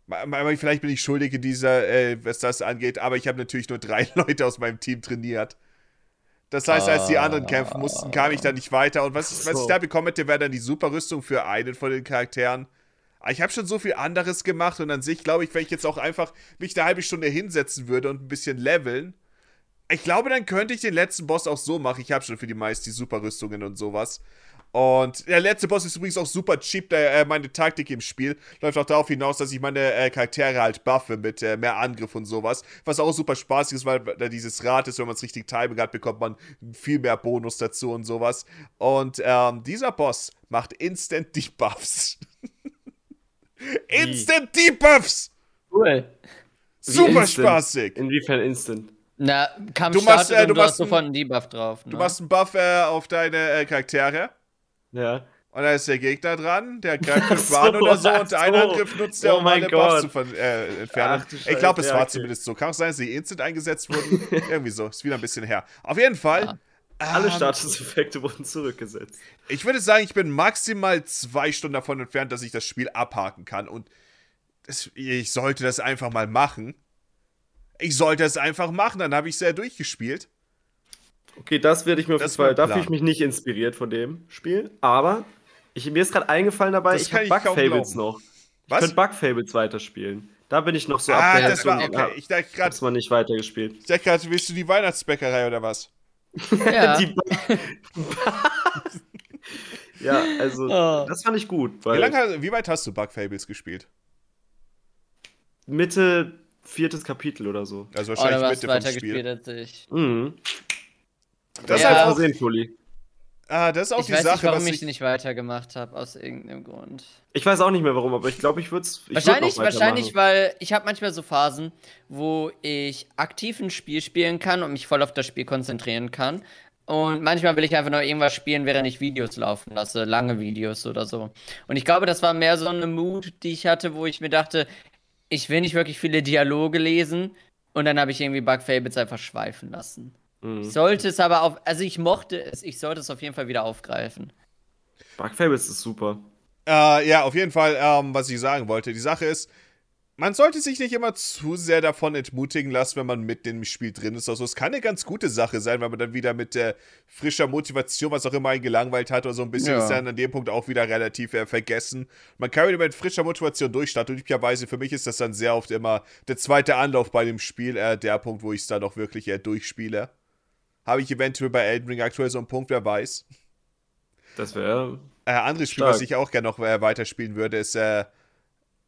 Ma- ma- Vielleicht bin ich schuldig in dieser, äh, was das angeht, aber ich habe natürlich nur drei [laughs] Leute aus meinem Team trainiert. Das heißt, als die anderen kämpfen mussten, kam ich da nicht weiter. Und was, ich- was ich So. da bekommen hätte, wäre dann die Superrüstung für einen von den Charakteren. Aber ich habe schon so viel anderes gemacht und an sich glaube ich, wenn ich jetzt auch einfach mich eine halbe Stunde hinsetzen würde und ein bisschen leveln, ich glaube, dann könnte ich den letzten Boss auch so machen. Ich habe schon für die meisten die Superrüstungen und sowas. Und der letzte Boss ist übrigens auch super cheap. Da, äh, meine Taktik im Spiel läuft auch darauf hinaus, dass ich meine äh, Charaktere halt buffe mit äh, mehr Angriff und sowas. Was auch super spaßig ist, weil da dieses Rad ist, wenn man es richtig timen hat, bekommt man viel mehr Bonus dazu und sowas. Und ähm, dieser Boss macht Instant Debuffs. Instant Debuffs! Cool. Super instant? spaßig! Inwiefern instant? Na, Kampf Du du machst, startet äh, und du du machst hast ein- sofort einen Debuff drauf. Ne? Du machst einen Buff äh, auf deine äh, Charaktere. Ja. Und da ist der Gegner dran, der [laughs] greift Ach fünf an so, oder so ach und einen so. Angriff nutzt er, Oh um mein alle Buffs Gott. zu ver- äh, entfernen. Ach du ich glaube, es Scheiße, war ja, okay. zumindest so. Kann auch sein, dass sie instant eingesetzt wurden. [laughs] Irgendwie so, ist wieder ein bisschen her. Auf jeden Fall, Ah, ähm, Alle Statuseffekte wurden zurückgesetzt. ich würde sagen, ich bin maximal zwei Stunden davon entfernt, dass ich das Spiel abhaken kann. Und es, ich sollte das einfach mal machen. Ich sollte es einfach machen, dann habe ich es ja durchgespielt. Okay, das werde ich mir auf jeden Das war Fall. Da Plan. fühle ich mich nicht inspiriert von dem Spiel. Aber ich, mir ist gerade eingefallen dabei, Das ich kann habe ich kaum Bugfables glauben. noch. Ich Was? könnte Bugfables weiterspielen. Da bin ich noch so ah, ab der das war Hälfte. okay. Ich dachte Hab's gerade, mal nicht weitergespielt. ich dachte gerade, willst du die Weihnachtsbäckerei oder was? ja. Die [laughs] Ja, also Oh. das fand ich gut, Wie, weil lange, hast- wie weit hast du Bugfables gespielt? Mitte viertes Kapitel oder so. Also oh, da wahrscheinlich warst Mitte du vom Spiel. weitergespielt als ich. Mhm. Das, Ja. ist Mal halt auch, sehen, Fully. ah, das ist auch Ich die weiß Sache, nicht, warum was ich ich. nicht weitergemacht habe, aus irgendeinem Grund. Ich weiß auch nicht mehr warum, aber ich glaube, ich würde es. wahrscheinlich, wahrscheinlich, weil ich habe manchmal so Phasen, wo ich aktiv ein Spiel spielen kann und mich voll auf das Spiel konzentrieren kann. Und manchmal will ich einfach nur irgendwas spielen, während ich Videos laufen lasse, lange Videos oder so. Und ich glaube, das war mehr so eine Mood, die ich hatte, wo ich mir dachte, ich will nicht wirklich viele Dialoge lesen. Und dann habe ich irgendwie Bugfables einfach schweifen lassen. Ich Mhm. sollte es aber auf, also ich mochte es, ich sollte es auf jeden Fall wieder aufgreifen. Bugfables ist super. Äh, ja, auf jeden Fall, ähm, was ich sagen wollte. Die Sache ist, man sollte sich nicht immer zu sehr davon entmutigen lassen, wenn man mit dem Spiel drin ist. Also es kann eine ganz gute Sache sein, weil man dann wieder mit äh, frischer Motivation, was auch immer einen gelangweilt hat oder so ein bisschen, Ja. ist dann an dem Punkt auch wieder relativ äh, vergessen. Man kann wieder mit frischer Motivation durchstarten. Und üblicherweise für mich ist das dann sehr oft immer der zweite Anlauf bei dem Spiel, äh, der Punkt, wo ich es dann auch wirklich äh, durchspiele. Habe ich eventuell bei Elden Ring aktuell so einen Punkt, wer weiß. Das wäre. Äh, anderes Spiel, Stark. was ich auch gerne noch äh, weiterspielen würde, ist äh,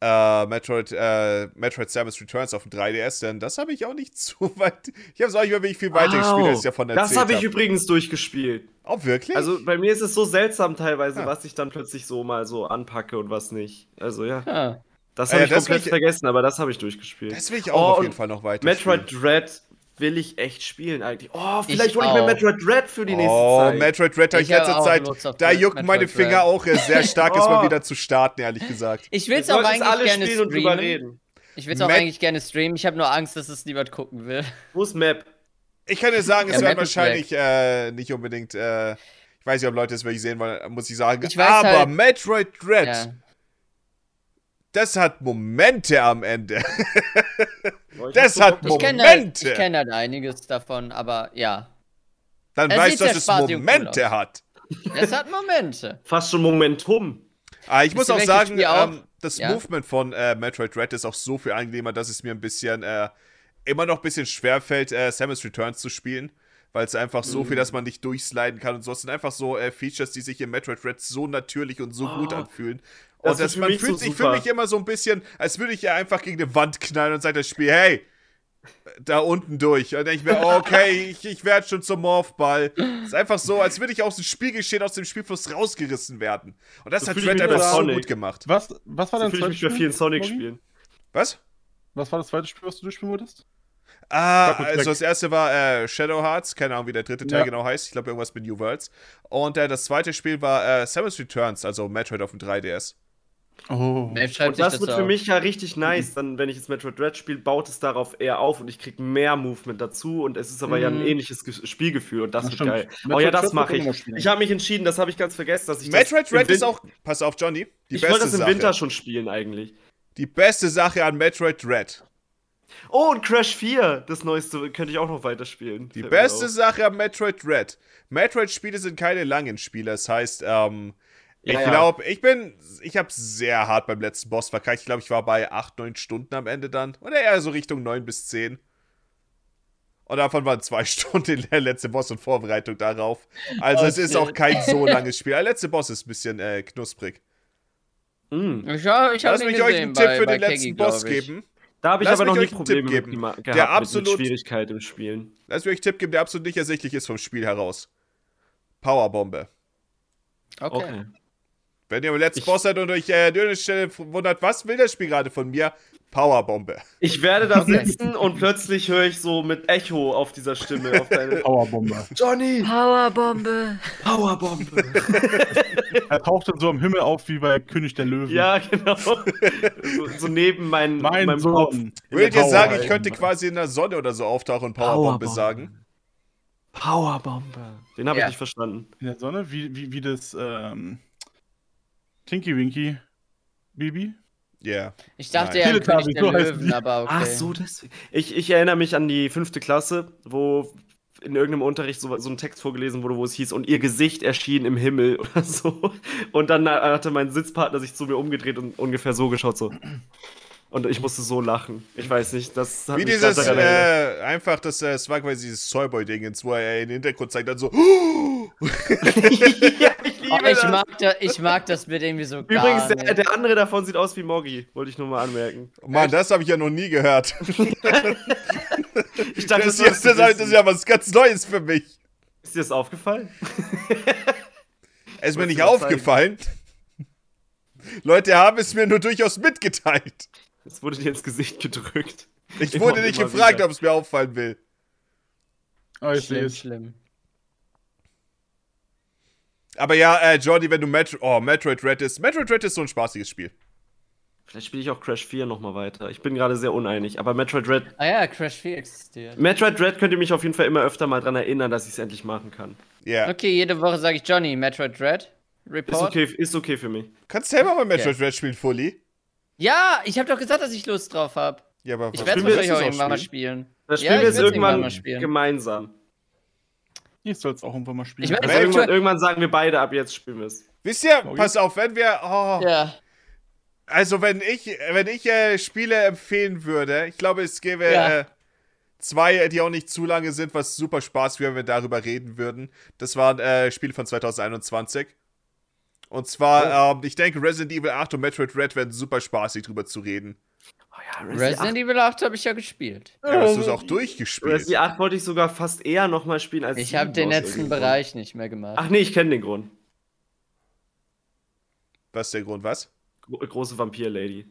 äh, Metroid, äh, Metroid Samus Returns auf dem 3DS, denn das habe ich auch nicht [laughs] so weit. Ich habe es auch nicht mehr wirklich viel weitergespielt, als ich davon erzählt das habe ich hab. übrigens durchgespielt. Oh, wirklich? Also bei mir ist es so seltsam teilweise, Ah. was ich dann plötzlich so mal so anpacke und was nicht. Also ja, Ah. das Ah, habe ja, ich das komplett will ich- vergessen, aber das habe ich durchgespielt. das will ich auch auf oh, und jeden Fall noch weiter. Metroid Dread will ich echt spielen eigentlich. Oh, vielleicht Ich hole ich mir auch. Metroid Dread für die nächste Oh, Zeit. Metroid Red habe ich Ich habe letzter auch Zeit. Lust auf Da Met- jucken meine Metroid Finger Red. auch äh, sehr stark, es mal [laughs] Oh. wieder zu starten, ehrlich gesagt. Ich Wir will es auch sollten es alle eigentlich gerne spielen und drüber streamen. reden. Ich will es auch Mac- eigentlich gerne streamen. Ich habe nur Angst, dass es niemand gucken will. Wo ist Map? Ich kann dir sagen, es Ja, wird Metroid wahrscheinlich äh, nicht unbedingt. Äh, ich weiß nicht, ob Leute es wirklich sehen wollen, muss ich sagen. Ich weiß Aber halt- Metroid Dread. Ja. Das hat Momente am Ende. [laughs] Oh, ich Das hab so hat Bock- Ich kenne halt, Momente. ich kenn halt einiges davon, aber ja. Dann Es weißt sieht du, dass sehr es spaßig und cool Momente aus. hat. Es hat Momente. fast schon Momentum. Ah, ich muss ihr, auch welches sagen, Spiel auch? ähm, das Ja. Movement von äh, Metroid Red ist auch so viel angenehmer, dass es mir ein bisschen äh, immer noch ein bisschen schwerfällt, äh, Samus Returns zu spielen. Weil es einfach so Mm. viel, dass man nicht durchsliden kann und so. Es sind einfach so äh, Features, die sich in Metroid Red so natürlich und so gut Oh, anfühlen. das Und ist das, für man mich fühlt so sich, ich super. fühle mich immer so ein bisschen, als würde ich ja einfach gegen eine Wand knallen und sagt das Spiel, hey, da unten durch. Und dann denke ich mir, oh, okay, ich, ich werde schon zum Morphball. Ist einfach so, als würde ich aus dem Spielgeschehen, aus dem Spielfluss rausgerissen werden. Und das So hat fühle ich Red mich einfach bei so Sonic. gut gemacht. Was, was war So dein fühle ich zweites mich bei vielen Mori? Sonic-Spielen. Was? Was war das zweite Spiel, was du durchspielen wolltest? Ah, Sag uns also weg. das erste war äh, Shadow Hearts, keine Ahnung, wie der dritte Teil Ja. genau heißt. Ich glaube, irgendwas mit New Worlds. Und äh, das zweite Spiel war äh, Samus Returns, also Metroid auf dem 3DS. Oh. Wer schreibt Und sich das wird auf? für mich ja richtig nice, dann, wenn ich jetzt Metroid Dread spiele, baut es darauf eher auf und ich krieg mehr Movement dazu und es ist aber ja ein Mhm. ähnliches Ge- Spielgefühl und das Das wird stimmt. geil. Metroid oh ja, das Dread mache wird ich. immer spielen. Ich habe mich entschieden, das habe ich ganz vergessen, dass ich Metroid das im Red ist Win- auch, pass auf, Johnny, die ich wollte beste das im Sache. Winter schon spielen eigentlich. Die beste Sache an Metroid Red. Oh, und Crash 4, das neueste, könnte ich auch noch weiterspielen. Die Fällt mir beste auf. Sache an Metroid Red. Metroid-Spiele sind keine langen Spiele. Das heißt, ähm, Ja, ich ja. glaube, ich bin, ich habe sehr hart beim letzten Boss verkackt. Ich glaube, ich war bei 8, 9 Stunden am Ende dann. Oder eher so Richtung 9 bis 10. Und davon waren zwei [laughs] Stunden der letzte Boss und Vorbereitung darauf. Also Oh, es ist shit. auch kein so [laughs] langes Spiel. Der letzte Boss ist ein bisschen äh, knusprig. Mm. Ich, hab- ich habe Lass ihn mich gesehen euch einen Tipp bei, für bei den letzten Keggy, Boss glaub ich. geben. Da habe ich Lass aber mich noch euch nie einen Probleme Tipp mit geben. gema- gehabt, Der mit, absolut- mit Schwierigkeit im Spielen. Lass mich euch einen Tipp geben, der absolut nicht ersichtlich ist vom Spiel heraus. Powerbombe. Okay. Wenn ihr im letzten Ich- Boss seid und euch äh, an irgendeiner Stelle wundert, was will das Spiel gerade von mir? Powerbombe. Ich werde da sitzen und plötzlich höre ich so mit Echo auf dieser Stimme, auf [laughs] deine Powerbombe. Johnny! Powerbombe. [laughs] Powerbombe! [laughs] er taucht dann so am Himmel auf wie bei König der Löwen. ja, genau. So, so neben mein, Mein meinem Kopf. Sohn. In Würdet der ihr sagen, ich Powerbombe. könnte quasi in der Sonne oder so auftauchen und Powerbombe, Powerbombe. sagen? Powerbombe. Den habe Ja. ich nicht verstanden. In der Sonne, wie, wie, wie das ähm, Tinky Winky Baby. Ja. Ich dachte Nein. ja, Teletubbies, so König der heißen Löwen, die. aber okay. Ach so, deswegen. Ich, ich erinnere mich an die fünfte Klasse, wo in irgendeinem Unterricht so, so ein Text vorgelesen wurde, wo es hieß, und ihr Gesicht erschien im Himmel [laughs] oder so. Und dann hatte mein Sitzpartner sich zu mir umgedreht und ungefähr so geschaut, so. Und ich musste so lachen. Ich weiß nicht, das hat Wie mich dieses, ganz daran erinnert. [laughs] äh, einfach, das, äh, es war quasi dieses Soyboy-Ding, wo er in den Hintergrund zeigt, [gasps] dann so, Oh ja, ich liebe Oh, das. ich, mag da, ich mag das Bild irgendwie so gar Übrigens, nicht. der, der andere davon sieht aus wie Morgi, wollte ich nur mal anmerken. Mann, das habe ich ja noch nie gehört. Ich dachte, Das, [laughs] das ist, das, das ist ja was ganz Neues für mich. Ist dir das aufgefallen? Es ist mir Wolltest nicht du was aufgefallen. [laughs] Leute haben es mir nur durchaus mitgeteilt. Es wurde dir ins Gesicht gedrückt. Ich Immer wurde und nicht immer gefragt, wieder. ob es mir auffallen will. Oh, ich sehe schlimm, es. schlimm. Aber ja, äh, Jordi, wenn du Metro oh, Metroid Red ist. Metroid Red ist so ein spaßiges Spiel. Vielleicht spiele ich auch Crash 4 nochmal weiter. Ich bin gerade sehr uneinig, aber Metroid Dread. Ah ja, Crash 4 existiert. Metroid Dread könnt ihr mich auf jeden Fall immer öfter mal dran erinnern, dass ich es endlich machen kann. Ja. Okay, jede Woche sage ich Johnny, Metroid Dread, Ist Report. okay, ist okay für mich. Kannst selber mal Metroid Red spielen, Fully. Ja, ich habe doch gesagt, dass ich Lust drauf habe. Ja, aber Ich was- werde es Spielen wir wahrscheinlich das auch noch irgendwann mal spielen. Das Ja, spielen wir ich jetzt will's irgendwann mal irgendwann spielen. gemeinsam. Ich soll es auch irgendwann mal spielen. Ich meine- Also Wenn irgendwann, wir- irgendwann sagen wir beide, ab jetzt spielen wir es. Wisst ihr, Sorry. pass auf, wenn wir. Oh, Ja. Also, wenn ich, wenn ich äh, Spiele empfehlen würde, ich glaube, es gäbe Ja. äh, zwei, die auch nicht zu lange sind, was super Spaß wäre, wenn wir darüber reden würden. Das waren äh, Spiele von 2021. Und zwar, ähm, ich denke, Resident Evil 8 und Metroid Red werden super spaßig, drüber zu reden. Oh ja, Resident Evil 8 habe ich ja gespielt. Ja, hast du es auch Resident durchgespielt? Evil 8 wollte ich sogar fast eher nochmal spielen als Ich habe den sieben aus letzten irgendeinem Bereich ne? nicht mehr Grund. gemacht. Ach nee, ich kenne den Grund. Was ist der Grund, was? Gro große Vampir-Lady.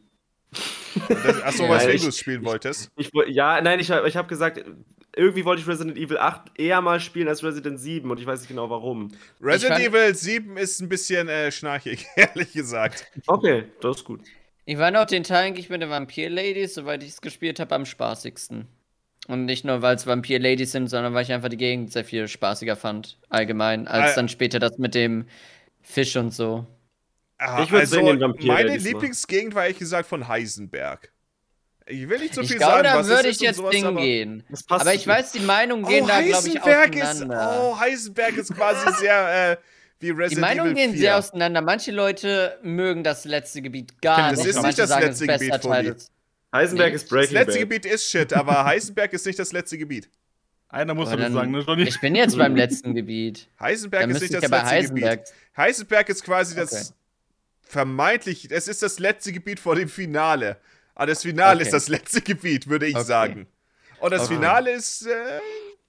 Das, achso, Ja, was ich- du es spielen wolltest. Ich woll- Ja, nein, ich, ich habe gesagt, irgendwie wollte ich Resident Evil 8 eher mal spielen als Resident 7 und ich weiß nicht genau warum. Resident fand- Evil 7 ist ein bisschen äh, schnarchig, [laughs] ehrlich gesagt. Okay, das ist gut. Ich war noch den Teil eigentlich mit den Vampir-Ladies, soweit ich es gespielt habe, am spaßigsten. Und nicht nur, weil es Vampir-Ladies sind, sondern weil ich einfach die Gegend sehr viel spaßiger fand, allgemein, als Äh. dann später das mit dem Fisch und so. Ah, Ich würd sehen, den Vampir, der meine diesmal- Lieblingsgegend war ehrlich gesagt von Heisenberg. Ich will nicht so ich viel glaube, sagen, da was es würde ich ist und jetzt sowas, aber- hingehen. Das passt Aber zu ich dir. weiß, die Meinungen gehen Oh, da, glaube ich, Heisenberg ist, auseinander. oh, Heisenberg ist [laughs] quasi sehr äh, wie die Resident Meinungen Evil 4. gehen sehr auseinander. Manche Leute mögen das letzte Gebiet Tim, gar das nicht. ist nicht Manche das sagen, letzte es ist besser Gebiet, Teil Tobi. des- Heisenberg Nee. ist das Breaking letzte Bad. Gebiet ist Shit, [laughs] aber Heisenberg ist nicht das letzte Gebiet. Einer muss Aber damit dann- sagen, ne, Johnny? Ich bin jetzt beim [laughs] letzten Gebiet. Heisenberg Dann ist müsste nicht das ich ja bei letzte Heisenberg. Gebiet. Heisenberg ist quasi Okay. das vermeintlich, es ist das letzte Gebiet vor dem Finale. Aber das Finale Okay. ist das letzte Gebiet, würde ich Okay. sagen. Und das Okay. Finale ist, äh,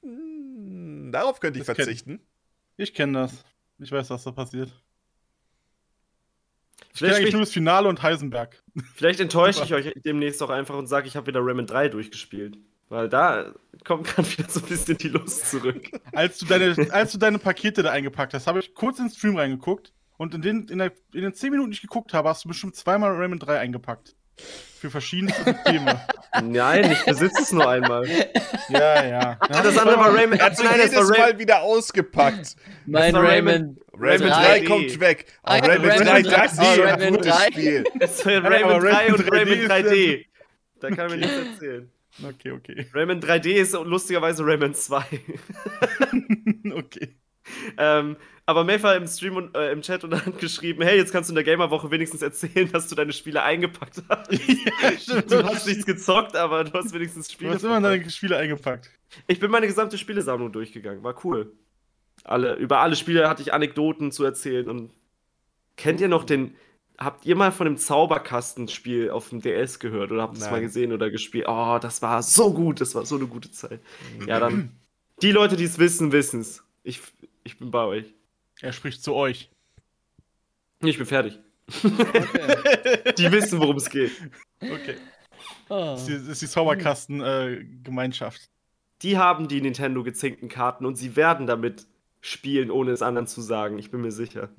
mh, darauf könnte ich Das kenn- [laughs] verzichten. Ich kenne das. Ich weiß, was da passiert. Ich kenne Vielleicht, eigentlich bin nur das Finale und Heisenberg. ich- vielleicht enttäusche ich euch demnächst auch einfach und sage, ich habe wieder Rayman 3 durchgespielt. Weil da kommt gerade wieder so ein bisschen die Lust zurück. Als du deine, als du deine Pakete da eingepackt hast, habe ich kurz ins Stream reingeguckt. Und in den, in, der, in den 10 Minuten, die ich geguckt habe, hast du bestimmt zweimal Rayman 3 eingepackt. Für verschiedene Systeme. [laughs] Nein, ich besitze es nur einmal. ja, ja. Ah, das andere war Rayman. Hat sie nein, das Also jedes war Rayman. Mal wieder ausgepackt. [laughs] Mein war Raymond. Rayman Rayman 3 3D. kommt weg. Oh, Ah, ja, Rayman Rayman 3, 3D. das ist so ein Rayman gutes 3. Spiel. Das war aber Rayman 3 und Rayman Rayman 3D 3D. Da kann mir nichts erzählen. Okay, okay. [laughs] Rayman 3D ist lustigerweise Rayman 2. okay. [laughs] ähm, aber Mayfair im Stream und äh, im Chat und hat geschrieben, hey, jetzt kannst du in der Gamerwoche wenigstens erzählen, dass du deine Spiele eingepackt hast. [laughs] du hast nichts gezockt, aber du hast wenigstens Du Spiele. hast immer verpackt. deine Spiele eingepackt. Ich bin meine gesamte Spielesammlung durchgegangen, war cool. Alle, über alle Spiele hatte ich Anekdoten zu erzählen und kennt ihr noch den habt ihr mal von dem Zauberkastenspiel auf dem DS gehört oder habt ihr es Nein. mal gesehen oder gespielt? Oh, das war so gut, das war so eine gute Zeit. Ja, dann die Leute, die es wissen, wissen es. Ich ich bin bei euch. Er spricht zu euch. Ich bin fertig. Okay. [laughs] Die wissen, worum es geht. Okay. Oh. Das ist die, das ist die äh, Zauberkasten-Gemeinschaft. Die haben die Nintendo gezinkten Karten und sie werden damit spielen, ohne es anderen zu sagen. Ich bin mir sicher.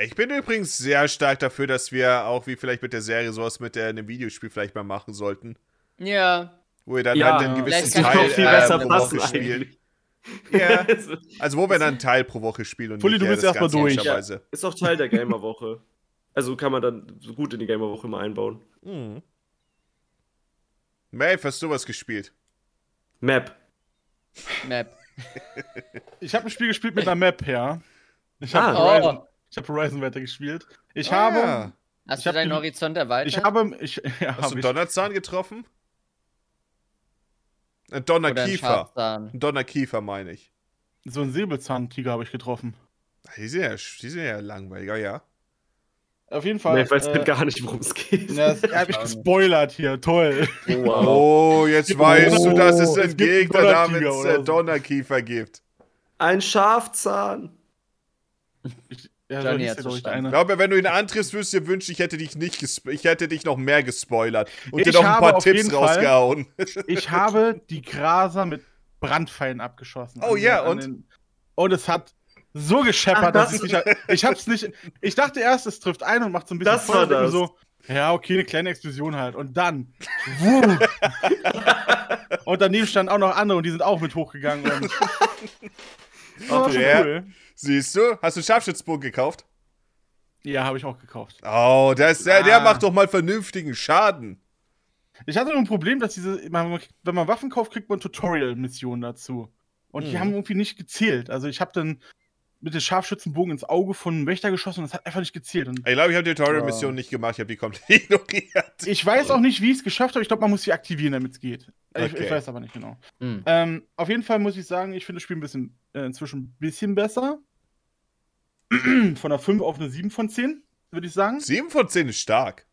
Ich bin übrigens sehr stark dafür, dass wir auch wie vielleicht mit der Serie sowas mit äh, einem Videospiel vielleicht mal machen sollten. Oh. Ja. Wo wir dann, Ja, dann einen vielleicht gewissen kann Das Teil wird noch viel besser äh, pro passen Woche spielen. eigentlich. Ja. [laughs] Also wo wir dann einen Teil pro Woche spielen und Pulli, nicht, du äh, bist das erst mal Ganze durch. logischerweise. Ist auch Teil der Gamerwoche. Also kann man dann so gut in die Gamerwoche immer einbauen. Mhm. Maeve, hast du was gespielt? Map. Map. Ich habe ein Spiel gespielt mit einer Map, ja. Ich Ah. habe Horizon, Oh. ich hab Horizon weitergespielt. Ich Ah, habe. ja. Hast Ich du hab deinen den- Horizont erweitert? Ich habe. Ich, [laughs] Hast ja, hab du ich, einen Donnerzahn getroffen? Ein Oder einen Donnerkiefer. Schafzahn? Ein Donnerkiefer meine ich. Ah, so einen Säbelzahntiger habe ich getroffen. Die sind ja, die sind ja langweiliger, ja. Auf jeden Fall. Nee, ich weiß halt äh, gar nicht, worum es [laughs] geht. [laughs] ja, das habe ich gespoilert hier. Toll. wow. Oh, jetzt weißt du, dass es es einen gibt einen Gegner Donnertiger namens oder äh, so. Donnerkiefer gibt. Ein Schafzahn. Ich, ja, hieß der, glaub Johnny hat's ich, verstanden. Ich eine. glaube, wenn du ihn antriffst, wirst du dir wünschen, ich hätte dich nicht gespo- ich hätte dich noch mehr gespoilert und Ich dir noch ein habe paar auf Tipps jeden Fall- rausgehauen. [laughs] Ich habe die Graser mit Brandpfeilen abgeschossen. Oh ja, den- und? den- und es hat so Ach, gescheppert, das- dass ich nicht. Ich hab's nicht. Ich dachte erst, es trifft ein und macht so ein bisschen Das war und denk mir das. so. Ja, okay, eine kleine Explosion halt. Und dann. [laughs] wumm. und daneben standen auch noch andere und die sind auch mit hochgegangen. [laughs] Und, Ja. Siehst du? Hast du einen Scharfschützbogen gekauft? Ja, habe ich auch gekauft. Oh, der, ist, der, der Ah. macht doch mal vernünftigen Schaden. Ich hatte nur ein Problem, dass diese, man- wenn man Waffen kauft, kriegt man Tutorial-Missionen dazu. Und die Mhm. haben irgendwie nicht gezählt. Also ich habe dann mit dem Scharfschützenbogen ins Auge von einem Wächter geschossen und es hat einfach nicht gezählt. Und Ich glaube, ich habe die Tutorial-Mission Ah. nicht gemacht, ich habe die komplett [laughs] ignoriert. ich weiß auch nicht, wie ich es geschafft habe. Ich glaube, man muss sie aktivieren, damit es geht. Ich, Okay. ich weiß aber nicht genau. Hm. Ähm, auf jeden Fall muss ich sagen, ich finde das Spiel ein bisschen, äh, inzwischen ein bisschen besser. [clears throat] Von einer 5 auf eine 7 von 10, würde ich sagen. 7 von 10 ist stark.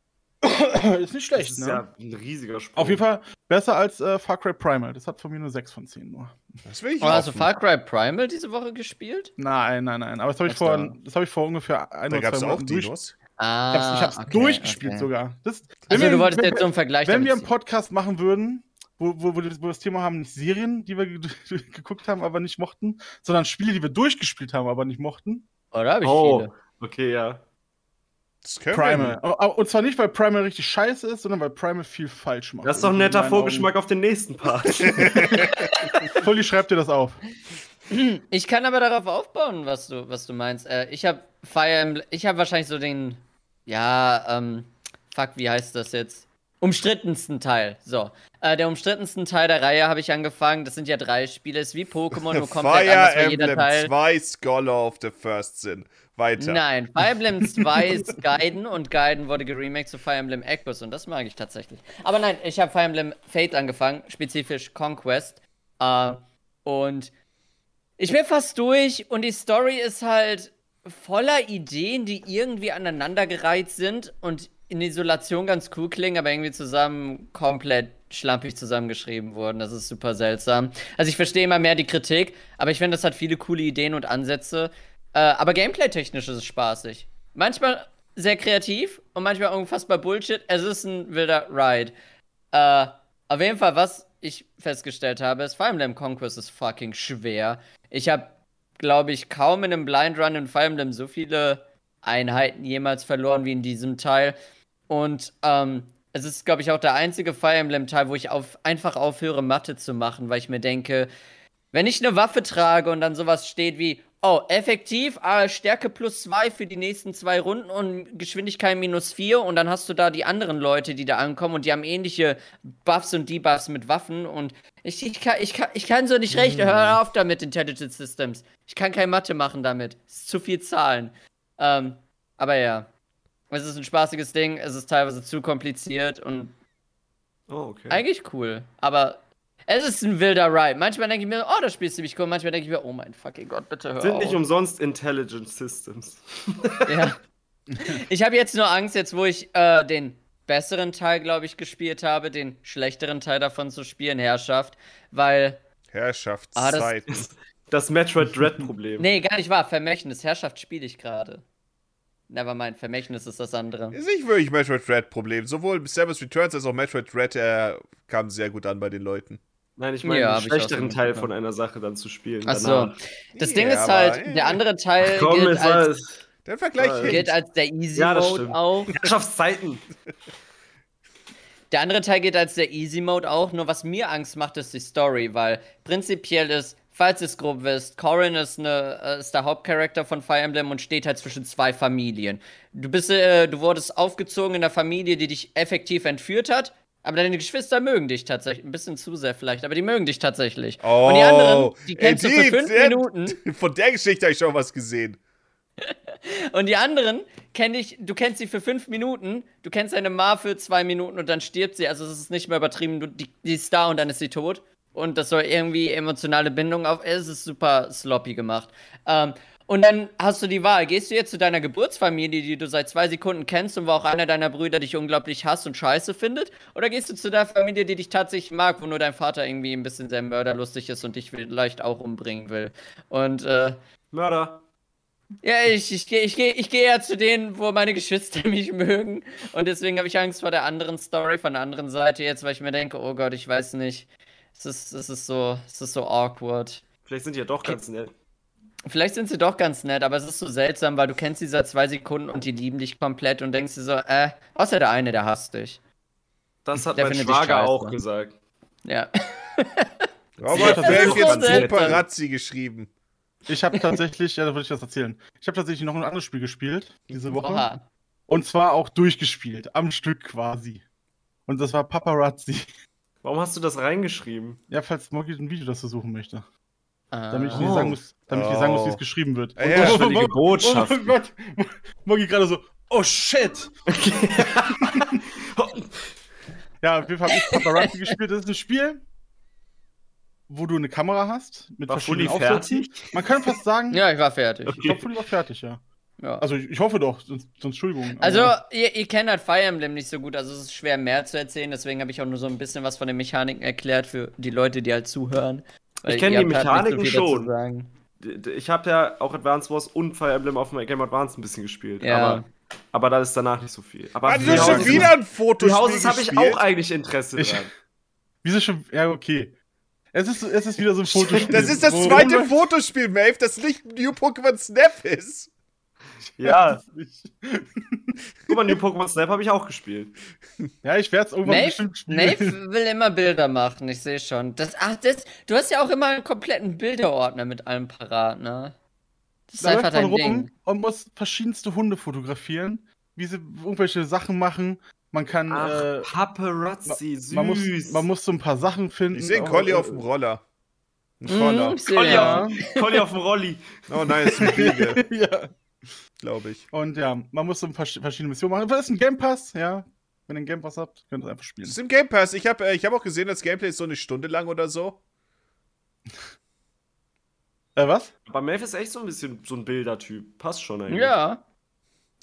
ist nicht Das schlecht, ist ne? ja ein riesiger Sprung. Auf jeden Fall besser als äh, Far Cry Primal. Das hat von mir nur 6 von 10 nur. Das will ich Oh, hast du hoffen. Far Cry Primal diese Woche gespielt? Nein, nein, nein. Aber das habe ich, Was vor, da? das hab ich vor ungefähr ein Da oder gab zwei es auch Monaten durch. Ich Dinos. Ah, hab's, ich hab's okay, durchgespielt okay. sogar. Das, wenn Also wir- du wolltest wenn, jetzt so einen Vergleich Wenn wir einen damit Podcast machen würden, wo, wo, wo, wir- wo wir das Thema haben, nicht Serien, die wir ge [laughs] geguckt haben, aber nicht mochten, sondern Spiele, die wir durchgespielt haben, aber nicht mochten, ziehen. Oder habe ich Oh, viele? okay, ja. Das können Primal. Oh, oh, Und zwar nicht, weil Primal richtig scheiße ist, sondern weil Primal viel falsch macht. Also Das ist doch ein In netter meinen Vorgeschmack auf den nächsten Part. Augen. [laughs] Fully schreibt dir das auf. Ich kann aber darauf aufbauen, was du, was du meinst. Äh, ich habe Fire Emblem, ich habe wahrscheinlich so den, ja, ähm, fuck, wie heißt das jetzt? Umstrittensten Teil. So, äh, der umstrittensten Teil der Reihe habe ich angefangen. Das sind ja drei Spiele. Ist wie Pokémon, Oh, nur komplett Fire anders, weil jeder Emblem Teil. 2 Scholar of the First Sin. Weiter. Nein, Fire [laughs] Emblem 2 ist Gaiden und Gaiden wurde geremaked zu Fire Emblem Echoes und das mag ich tatsächlich. Aber nein, ich habe Fire Emblem Fate angefangen, spezifisch Conquest. Äh, und ich bin fast durch und die Story ist halt voller Ideen, die irgendwie aneinandergereiht sind und in Isolation ganz cool klingen, aber irgendwie zusammen komplett schlampig zusammengeschrieben wurden. Das ist super seltsam. Also ich verstehe immer mehr die Kritik, aber ich finde, das hat viele coole Ideen und Ansätze. Äh, aber gameplay-technisch ist es spaßig. Manchmal sehr kreativ und manchmal unfassbar Bullshit. Es ist ein wilder Ride. Äh, auf jeden Fall, was ich festgestellt habe, ist Fire Emblem Conquest ist fucking schwer. Ich habe, glaube ich, kaum in einem Blind Run in Fire Emblem so viele Einheiten jemals verloren wie in diesem Teil. Und ähm, es ist, glaube ich, auch der einzige Fire Emblem-Teil, wo ich auf, einfach aufhöre, Mathe zu machen, weil ich mir denke, wenn ich eine Waffe trage und dann sowas steht wie, oh, effektiv, ah, Stärke plus zwei für die nächsten zwei Runden und Geschwindigkeit minus vier und dann hast du da die anderen Leute, die da ankommen und die haben ähnliche Buffs und Debuffs mit Waffen und ich, ich, kann, ich, kann, ich kann so nicht recht, hör auf damit, Intelligent Systems. Ich kann keine Mathe machen damit. Es ist zu viel Zahlen. Ähm, aber ja. Es ist ein spaßiges Ding, es ist teilweise zu kompliziert und Oh, okay. eigentlich cool, aber es ist ein wilder Ride. Manchmal denke ich mir, oh, das Spiel ist ziemlich cool. Manchmal denke ich mir, oh mein fucking Gott, bitte hör Sind auf. nicht um- umsonst Intelligent Systems. ja. Ich habe jetzt nur Angst, jetzt wo ich äh, den besseren Teil, glaube ich, gespielt habe, den schlechteren Teil davon zu spielen, Herrschaft, weil, Ah, das- Herrschaftszeiten. Das Metroid Dread Problem. nee, gar nicht wahr, Vermächtnis, Herrschaft spiele ich gerade. Nevermind, Vermächtnis ist das andere. ist nicht wirklich Metroid Dread Problem. Sowohl Samus Returns als auch Metroid Dread äh, kamen sehr gut an bei den Leuten. Nein, ich meine, Ja, den hab ich auch schlechteren so Teil mitbekommen. von einer Sache dann zu spielen. Ach so. danach. Das Nee, Ding ist aber, halt, äh, der andere Teil Komm, gilt, es war als, es. Der Vergleich Äh, hinkt. gilt als der Easy Ja, das Mode stimmt. auf. Herrschaftszeiten. Der andere Teil geht als der Easy Mode auch, nur was mir Angst macht, ist die Story, weil prinzipiell ist, falls ihr es grob wisst, Corin ist, ne, äh, ist der Hauptcharakter von Fire Emblem und steht halt zwischen zwei Familien. Du bist, äh, du wurdest aufgezogen in der Familie, die dich effektiv entführt hat, aber deine Geschwister mögen dich tatsächlich. Ein bisschen zu sehr vielleicht, aber die mögen dich tatsächlich. Oh, und die anderen, die ey, kennst du die- für fünf der- Minuten. [laughs] Von der Geschichte habe ich schon was gesehen. Und die anderen kenne ich, du kennst sie für fünf Minuten, du kennst eine Ma für zwei Minuten und dann stirbt sie. Also es ist nicht mehr übertrieben, du, die, die ist da und dann ist sie tot. Und das soll irgendwie emotionale Bindung auf. Es ist super sloppy gemacht. Ähm, und dann hast du die Wahl. Gehst du jetzt zu deiner Geburtsfamilie, die du seit zwei Sekunden kennst und wo auch einer deiner Brüder dich unglaublich hasst und scheiße findet? Oder gehst du zu der Familie, die dich tatsächlich mag, wo nur dein Vater irgendwie ein bisschen sehr mörderlustig ist und dich vielleicht auch umbringen will? Und äh, Mörder. ja, ich, ich gehe ich geh, ich geh ja zu denen, wo meine Geschwister [laughs] mich mögen. Und deswegen habe ich Angst vor der anderen Story, von der anderen Seite jetzt, weil ich mir denke, oh Gott, ich weiß nicht. Es ist, es ist so, es ist so awkward. Vielleicht sind die ja doch ganz nett. Vielleicht sind sie doch ganz nett, aber es ist so seltsam, weil du kennst sie seit zwei Sekunden und die lieben dich komplett und denkst dir so, äh, außer der eine, der hasst dich. Das hat Der mein findet dich Schwager scheiße. auch gesagt. Ja. Robert das Belk ist jetzt so seltsam. Paparazzi geschrieben. Ich habe tatsächlich, ja, da würde ich was erzählen. Ich habe tatsächlich noch ein anderes Spiel gespielt diese Woche. Oha. Und zwar auch durchgespielt, am Stück quasi. Und das war Paparazzi. [laughs] Warum hast du das reingeschrieben? Ja, falls Moggy ein Video dazu suchen möchte. Ah. Damit ich Oh. nicht sagen muss, damit ich nicht sagen muss, wie es geschrieben wird. Ey, ja. Moggy- [laughs] Schwierige Botschaft. Oh mein Gott. Moggy gerade so, oh shit. Ja, auf jeden Fall habe ich Paparazzi [laughs] gespielt. Das ist ein Spiel, wo du eine Kamera hast mit War verschiedenen Fully Aufsätzen. Man kann fast sagen, [laughs] Ja, ich war fertig. ich glaube, Fully war fertig, ja. Ja. Also ich, ich hoffe doch, sonst, sonst Entschuldigung. Also, Aber- ihr, ihr kennt halt Fire Emblem nicht so gut, also es ist schwer mehr zu erzählen, deswegen habe ich auch nur so ein bisschen was von den Mechaniken erklärt für die Leute, die halt zuhören. Weil Ich kenn ihr die habt halt nicht Mechaniken viel dazu schon. Sagen. D- d- Ich habe ja auch Advance Wars und Fire Emblem auf meinem Game Advance ein bisschen gespielt. Ja. [laughs] Aber, aber da ist danach nicht so viel. Aber Also Three schon Houses- wieder ein Foto. Three Houses habe ich auch eigentlich Interesse Ich- dran. [laughs] Wieso schon? Ja, okay. Es ist, es ist wieder so ein Fotospiel. Das ist das wo- zweite [laughs] Fotospiel, Maeve, das nicht New Pokémon Snap ist. Ja, guck mal, New Pokémon Snap habe ich auch gespielt. Ja, ich werde es irgendwann Nave, bestimmt spielen. [laughs] Nave will immer Bilder machen, ich sehe schon. Das, ach, das, du hast ja auch immer einen kompletten Bilderordner mit allem parat, ne? Das ist Da einfach läuft man dein rum Ding. und muss verschiedenste Hunde fotografieren, wie sie irgendwelche Sachen machen. Man kann, äh, Paparazzi, süß. man, muss, man muss so ein paar Sachen finden. Ich sehe einen Colli Aber- auf dem Roller. Ein Mhm, Roller. ich seh Colli ja. auf, Colli auf dem Rolli. Oh nein, das ist ein Riegel, [laughs] [laughs] ja. glaube ich. Und ja, man muss so ein paar verschiedene Missionen machen. Das ist ein Game Pass, ja. Wenn ihr einen Game Pass habt, könnt ihr einfach Das spielen. ist im Game Pass. Ich habe äh, ich hab auch gesehen, das Gameplay ist so eine Stunde lang oder so. Äh, was? Aber Melf ist echt so ein bisschen so ein Bildertyp. Passt schon eigentlich. ja.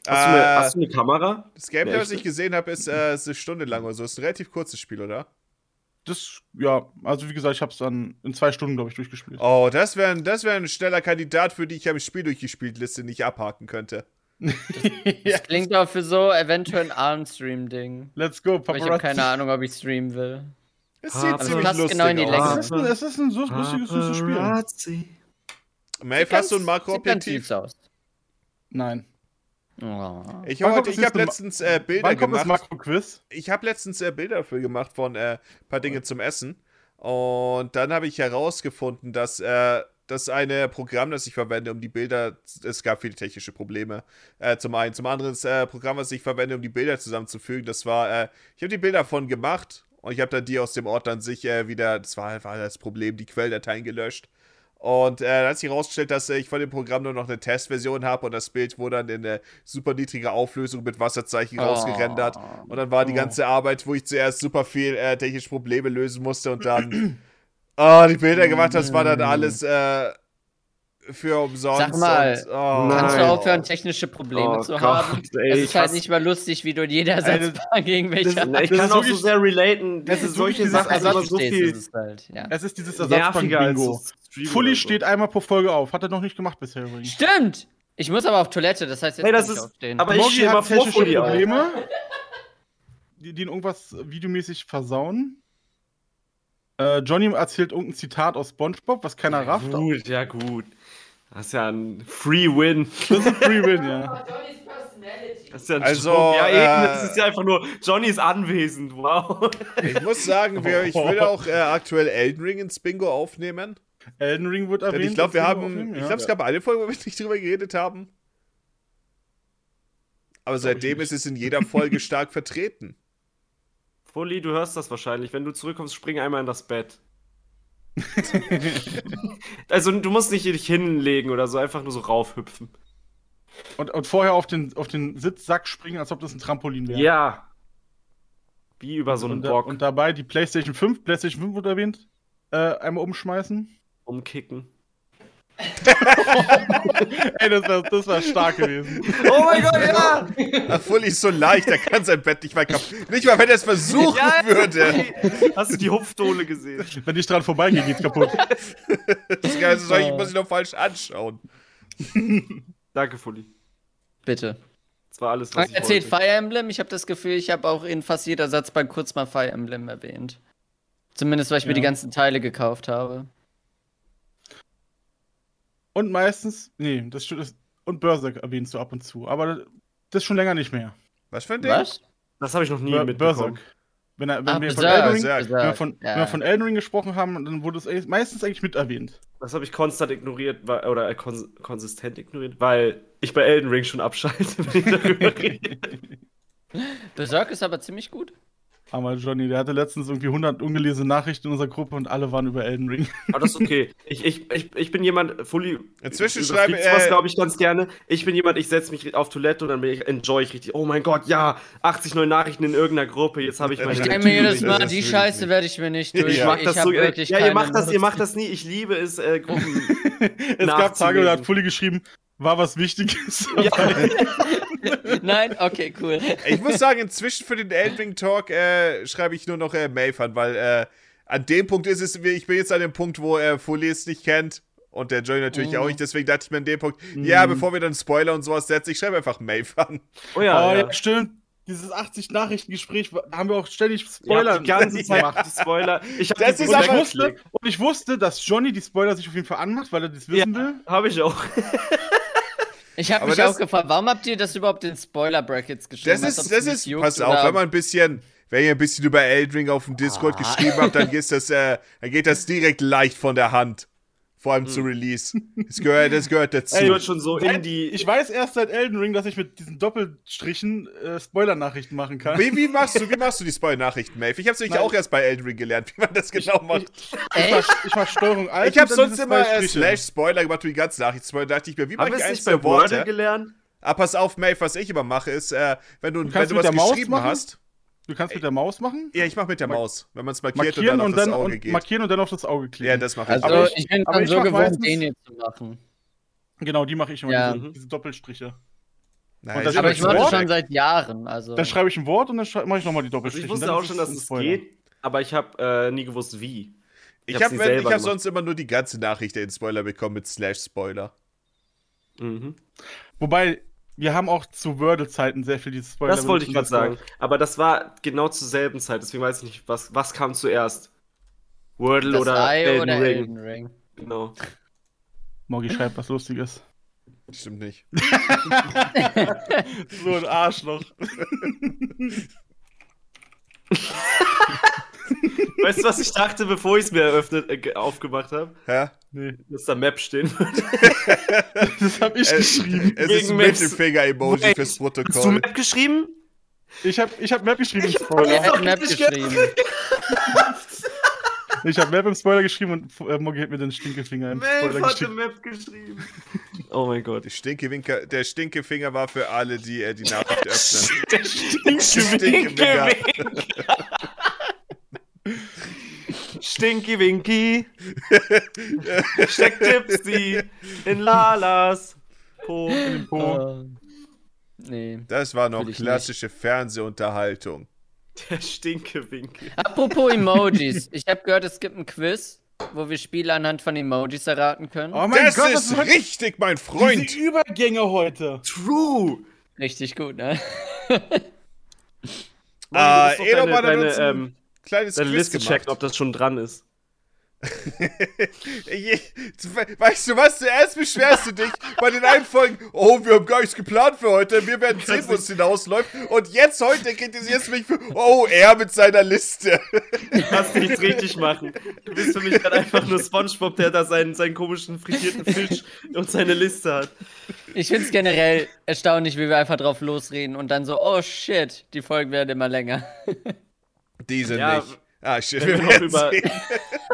Hast, du eine, Äh, hast du eine Kamera? Das Gameplay, Eine was ich echte? gesehen habe, ist, äh, ist eine Stunde lang oder so. Ist ein relativ kurzes Spiel, oder? Das, ja, also wie gesagt, ich hab's dann in zwei Stunden, glaube ich, durchgespielt. [laughs] Oh, das wäre das wär ein schneller Kandidat, für die ich am Spiel durchgespielt Liste nicht abhaken könnte. Ja. Das klingt auch für so eventuell ein Arm-Stream-Ding. Let's go, Aber ich habe keine Paparazzi. Ahnung, ob ich streamen will. Es Ah, sieht aber ziemlich passt lustig genau in die aus. Es Länge. ist, ein- es ist ein so lustiges, süßes Spiel. Paparazzi. Maeve, hast du ein Makroobjektiv? aus. Nein. Oh. Ich habe Bangkok ich ist hab eine Ma- letztens äh, Bilder Wann kommt das gemacht. Makro-Quiz? Ich habe letztens äh, Bilder dafür gemacht von äh, ein paar Dinge zum Essen. Und dann habe ich herausgefunden, dass äh, das eine Programm, das ich verwende, um die Bilder, es gab viele technische Probleme, äh, zum einen. Zum anderen das äh, Programm, was ich verwende, um die Bilder zusammenzufügen, das war, äh, ich habe die Bilder von gemacht und ich habe dann die aus dem Ort an sich äh, wieder, das war, war das Problem, die Quelldateien gelöscht. Und äh, da hat sich herausgestellt, dass äh, ich von dem Programm nur noch eine Testversion habe und das Bild wurde dann in äh, super niedriger Auflösung mit Wasserzeichen Ah. rausgerendert. Ah. Und dann war die Oh. ganze Arbeit, wo ich zuerst super viel äh, technische Probleme lösen musste und [clears throat] dann Ah, die Bilder gemacht hast, war dann alles äh, für umsonst. Sag mal, und, oh, Kannst du Nein. aufhören, technische Probleme Oh zu Gott, haben? ey, es ich ist halt hasse- nicht mal lustig, wie du in jeder Satzbar gegen Das, welche na, ich Das kann ist auch so wirklich- sehr relaten. das Diese ist wirklich solche dieses Sachen sind Ersatz- immer so ist viel es halt. Ja. Es ist dieses nerviger als Ersatzbank-Bingo. so Stream Fully oder so. steht einmal pro Folge auf. Hat er noch nicht gemacht bisher übrigens. Stimmt! Ich muss aber auf Toilette, das heißt jetzt Hey, das kann ich ist- aufstehen. aber- ich stehe immer vor Fully auf. Probleme, die, die ihn irgendwas videomäßig versauen. Äh, Johnny erzählt irgendein Zitat aus Spongebob, was keiner rafft. Gut, ja gut. Das ist ja ein Free Win. Das ist [laughs] Pre-Win, ja. Das ist ja ein Also, Joke. ja, äh, eben, das ist ja einfach nur, Johnny ist anwesend, wow. [laughs] Ich muss sagen, wir, ich [laughs] will auch äh, aktuell Elden Ring ins Bingo aufnehmen. Elden Ring wird Denn erwähnt. ich glaube, wir das haben. können aufnehmen, ich ja. glaube, es gab eine Folge, wo wir [laughs] nicht drüber geredet haben. Aber Glaub ich seitdem nicht. ist es in jeder Folge stark vertreten. Fully, du hörst das wahrscheinlich. Wenn du zurückkommst, spring einmal in das Bett. also, du musst nicht dich hinlegen oder so, einfach nur so raufhüpfen. [laughs] Und, und vorher auf den, auf den Sitzsack springen, als ob das ein Trampolin wäre. Ja. Wie über so einen und, da- Bock und dabei die PlayStation 5, PlayStation 5 wurde erwähnt, äh, einmal umschmeißen. [laughs] umkicken. Ey, das war, das war stark gewesen. Oh mein Gott, ja! Ach, Fully ist so leicht, er kann sein Bett nicht mal kaputt. Nicht mal, wenn [laughs] er es versuchen Ja, ja. würde. Hast du die Hupfdohle gesehen? Wenn ich dran vorbeigehe, geht's kaputt. Das Ganze soll ich, Oh. muss ich noch falsch anschauen. Danke, Fully. Bitte. Das war alles, was Frank ich erzählt wollte. Fire Emblem. Ich habe das Gefühl, ich habe auch in fast jeder Satzbank kurz mal Fire Emblem erwähnt. Zumindest, weil ich mir Ja. die ganzen Teile gekauft habe. Und meistens, nee, das stimmt. das- Und Berserk erwähnst du ab und zu. Aber das ist schon länger nicht mehr. Was für ein Ding? Was? Das habe ich noch nie Ber- mitbekommen. Wenn, er, wenn, Ah, wir, von Berserk, Elden Ring, Berserk. wenn, wir von, Ja. wenn wir von Elden Ring gesprochen haben, dann wurde es eigentlich meistens eigentlich mit erwähnt. Das habe ich konstant ignoriert, weil- oder äh, kons konsistent ignoriert, weil ich bei Elden Ring schon abschalte, [laughs] wenn ich darüber rede. Berserk ist aber ziemlich gut. Aber Johnny, der hatte letztens irgendwie 100 ungelesene Nachrichten in unserer Gruppe und alle waren über Elden Ring. [laughs] Aber das ist okay. Ich, ich, ich, ich bin jemand, fully. Inzwischen das schreibe- gibt's was, äh, glaube ich, ganz gerne. Ich bin jemand, ich setze mich auf Toilette und dann bin ich, enjoy ich richtig. Oh mein Gott, ja, 80 neue Nachrichten in irgendeiner Gruppe. Jetzt habe ich meine. Ich Ich kenn stell mir mir jedes jedes Natürlich, Mal, Mal, das die die will ich Scheiße Scheiße nicht. werde ich mir nicht durch. durch. Ich Ich Ja. mag das so. äh, wirklich Ja, ihr macht das, ihr macht das nie. Ich liebe es, äh, Gruppen. Es gab Tage, da hat Nachzulesen. Fully geschrieben, war was Wichtiges. [laughs] Nein? Okay, cool. Ich muss [laughs] sagen, inzwischen für den Elden Ring Talk äh, schreibe ich nur noch äh, Mayfan, weil äh, an dem Punkt ist es, ich bin jetzt an dem Punkt, wo er Fully es nicht kennt und der Johnny natürlich Mhm. auch nicht, deswegen dachte ich mir an dem Punkt, ja, bevor wir dann Spoiler und sowas setzen, ich schreibe einfach Mayfan. [laughs] Oh ja, oh, ja. ja. stimmt. Dieses 80 Nachrichtengespräch da haben wir auch ständig Ihr habt Spoiler die ganze Zeit gemacht. die Spoiler. Ich hab Das die ist Und Brille aber- ich, Sache- wusste, und ich wusste, dass Johnny die Spoiler sich auf jeden Fall anmacht, weil er das Ja, wissen will. habe ich auch. Ich habe Aber mich das- auch gefragt, warum habt ihr das überhaupt in Spoiler-Brackets geschrieben? Das Als ob's ist, das mich ist, juckt pass auf, oder- Ah. wenn man ein bisschen, wenn ihr ein bisschen über Elden Ring auf dem Discord geschrieben habt, dann, ist das, äh, dann geht das direkt leicht von der Hand. Vor allem zu Mhm. Release. Das gehört, das gehört dazu. Ich wird schon so in die. Ich weiß erst seit Elden Ring, dass ich mit diesen Doppelstrichen äh, Spoiler-Nachrichten machen kann. Wie, wie machst du, wie machst du die Spoiler-Nachrichten, Maeve? Ich hab's nämlich Nein. auch erst bei Elden Ring gelernt, wie man das genau macht. Ich Echt? mach, ich mach Steuerung Alt. Ich habe und dann sonst diese immer zwei äh, Striche. Slash Spoiler gemacht für die ganze Nachricht. Spoiler dachte ich mir, wie mache Habe ich ich eins nicht der bei Wörter Worte? gelernt? Ah, pass auf, Maeve, was ich immer mache, ist, äh, wenn du, wenn kannst du mit was der Maus geschrieben machen? hast. Du kannst mit der Maus machen, Ja, ich mache mit der Maus, wenn man es markiert markieren und und dann dann, auf das Auge und, geht. markieren und dann auf das Auge klicken. ja, das mache ich. Also, Aber Aber ich, ich, bin aber dann ich so mach gewohnt, meistens- den hier zu machen. genau, die mache ich immer, Ja. diese, diese Doppelstriche. nein, und das- sind Aber wir ich zu mache das weit Wort- schon weg. seit Jahren. Also. Dann schreibe ich ein Wort und dann mache ich nochmal die Also Doppelstriche. ich Und wusste dann auch ist schon, dass ein es Spoiler. geht, aber ich habe äh, nie gewusst, wie. Ich Ich hab's habe nie hab, wenn- ich selber hab gemacht. sonst immer nur die ganze Nachricht in Spoiler bekommen mit Slash Spoiler. Mhm. Wobei, wir haben auch zu Wordle-Zeiten sehr viel dieses Spoiler. Das wollte ich gerade benutzt. sagen. Aber das war genau zur selben Zeit, deswegen weiß ich nicht, was, was kam zuerst. Wordle das oder Ei Elden oder Ring. Elden Ring. Genau. Morgi schreibt was Lustiges. Stimmt nicht. So ein Arschloch. Weißt du, was ich dachte, bevor ich es mir eröffnet, äh, ge- aufgemacht habe? Hä? Nee, [laughs] Dass da Map stehen wird. das habe ich Äh, geschrieben. Es Wegen ist ein Maps. Mittelfinger-Emoji Wait, fürs Hast du Protokoll. Map geschrieben? Ich habe ich hab Map geschrieben im Wir Spoiler. doch hätten Map richtig geschrieben. Ich habe Map im Spoiler geschrieben und äh, Morgi hat mir den Stinkefinger im Map Spoiler hat eine geschrieben. Map geschrieben. Oh mein Gott. Die Stinkefinger- Der Stinkefinger war für alle, die äh, die Nachricht [laughs] öffnen. Der Stinkefinger. Stinky Winky. Steckt Tipsy in Lalas. Po. Oh. Nee. Das war noch Will ich klassische Fernsehunterhaltung. Oh Der Stinke Winky. [laughs] Apropos Emojis. Ich habe gehört, es gibt ein Quiz, wo wir Spiele anhand von Emojis erraten können. Oh mein das Gott, was ist ist heute richtig, mein diese Freund! Übergänge heute? True. Richtig gut, ne? Ah, Äh, Edo deine, war da deine, uns ein ähm, kleines deine Quiz Liste checken, ob gemacht. das schon dran ist. Je- Weißt du was, zuerst beschwerst du dich bei den Einfolgen, oh, wir haben gar nichts geplant für heute, wir werden sehen, wo es hinausläuft. Und jetzt heute kritisierst du mich für, oh, er mit seiner Liste. [laughs] Du kannst nichts richtig machen. Du bist für mich gerade einfach nur Spongebob, der da seinen, seinen komischen frittierten Fisch und seine Liste hat. Ich find's generell erstaunlich, wie wir einfach drauf losreden und dann so, oh shit, die Folgen werden immer länger. Diese Ja, nicht. Ah, shit, wenn wir wir noch werden über- sehen.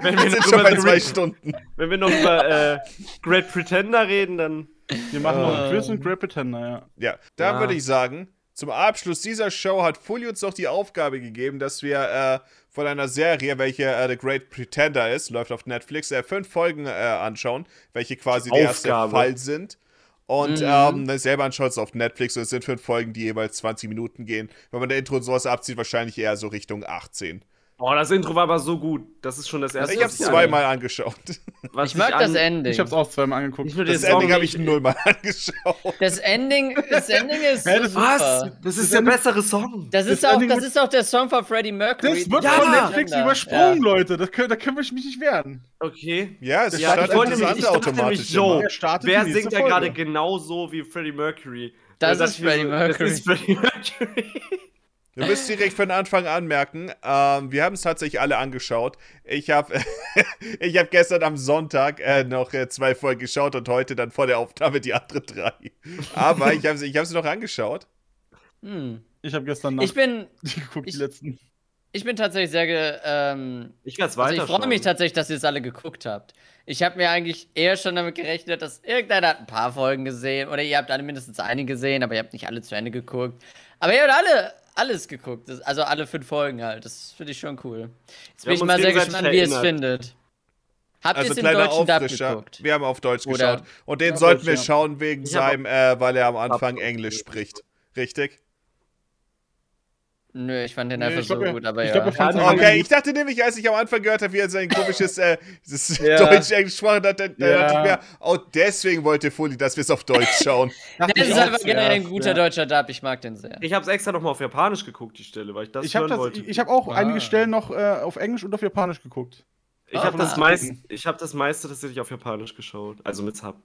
Wenn Wir wir, sind noch schon über, bei The zwei Re- Stunden. wenn wir noch über äh, Great Pretender reden, dann Wir machen noch ein Quiz und Grab Pretender, ja. Ja, da Ja. würde ich sagen, zum Abschluss dieser Show hat Fully uns noch die Aufgabe gegeben, dass wir äh, von einer Serie, welche äh, The Great Pretender ist, läuft auf Netflix, äh, fünf Folgen äh, anschauen, welche quasi der erste Aufgabe. Fall sind. Und Mhm. ähm, das selber anschaut es auf Netflix und es sind fünf Folgen, die jeweils 20 Minuten gehen. Wenn man der Intro und sowas abzieht, wahrscheinlich eher so Richtung 18. Oh, das Intro war aber so gut. Das ist schon das erste. ich habe es was zweimal angeschaut. was Ich mag an- das Ending. Ich hab's auch zweimal angeguckt. Nicht nur Das den Song Ending habe ich nicht- nullmal [laughs] angeschaut. Das Ending, das Ending ist Hä, das- super. Was? Das ist der bessere Song. Das ist, Das auch, Ending das wird- ist auch der Song von Freddie Mercury. Das wird Ja! von Netflix übersprungen, Leute. Das können, da können wir mich nicht wehren. Okay. Ja, es Ja, ich startet wollte das nämlich- ich andere dachte automatisch. nämlich, yo, immer. Er startet Wer die nächste singt da Folge. gerade genauso wie Freddie Mercury? Das Da ist dachte ich mir Freddie Das ist Freddie Mercury. Ihr müsst direkt von Anfang an merken, ähm, wir haben es tatsächlich alle angeschaut. Ich habe [laughs] ich hab gestern am Sonntag äh, noch äh, zwei Folgen geschaut und heute dann vor der Aufnahme die anderen drei. Aber ich habe sie ich hab sie noch angeschaut. Hm. Ich habe gestern Nacht [laughs] Ich bin, geguckt, ich- die letzten. ich bin tatsächlich sehr, ge, ähm, [laughs] Ich werde es also weiter ich freue mich tatsächlich, dass ihr es alle geguckt habt. Ich habe mir eigentlich eher schon damit gerechnet, dass irgendeiner hat ein paar Folgen gesehen oder ihr habt alle mindestens eine gesehen, aber ihr habt nicht alle zu Ende geguckt. Aber ihr habt alle alles geguckt, das, also alle fünf Folgen halt. Das finde ich schon cool. Jetzt Wir bin ich haben mal uns sehr gegenseitig gespannt, wie ihr es erinnert. findet. Habt ihr also es im deutschen Dub Auffrischer. geguckt? Wir haben auf Deutsch Oder- geschaut. Und den Ja, sollten Deutsch, wir ja. schauen wegen Ich hab seinem, äh, weil er am Anfang Hab- Englisch spricht. Richtig? Nö, ich fand den Nee, einfach ich so glaub, wir- gut, aber ich ja. glaub, wir fanden- Okay, ich dachte nämlich, als ich am Anfang gehört habe, wie er sein komisches äh, dieses Ja. Deutsch-Englisch gesprochen hat, dann, dann Ja. dachte ich mir, oh, deswegen wollte Fuli, dass wir es auf Deutsch schauen. Dachte das ich ist auch einfach generell ein zuerst, guter ja. deutscher Dub, ich mag den sehr. Ich habe es extra nochmal auf Japanisch geguckt, die Stelle, weil ich das Ich hören habe das, wollte. ich habe auch Ah. einige Stellen noch äh, auf Englisch und auf Japanisch geguckt. Ich habe Ah. das, meist, ich hab das meiste tatsächlich auf Japanisch geschaut. Also mit Sub.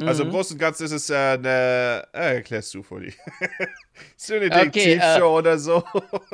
Also im Mhm. Großen und Ganzen ist es äh, eine. Äh, erklärst du, [laughs] Fuli. so eine Okay, Detektivshow oder so.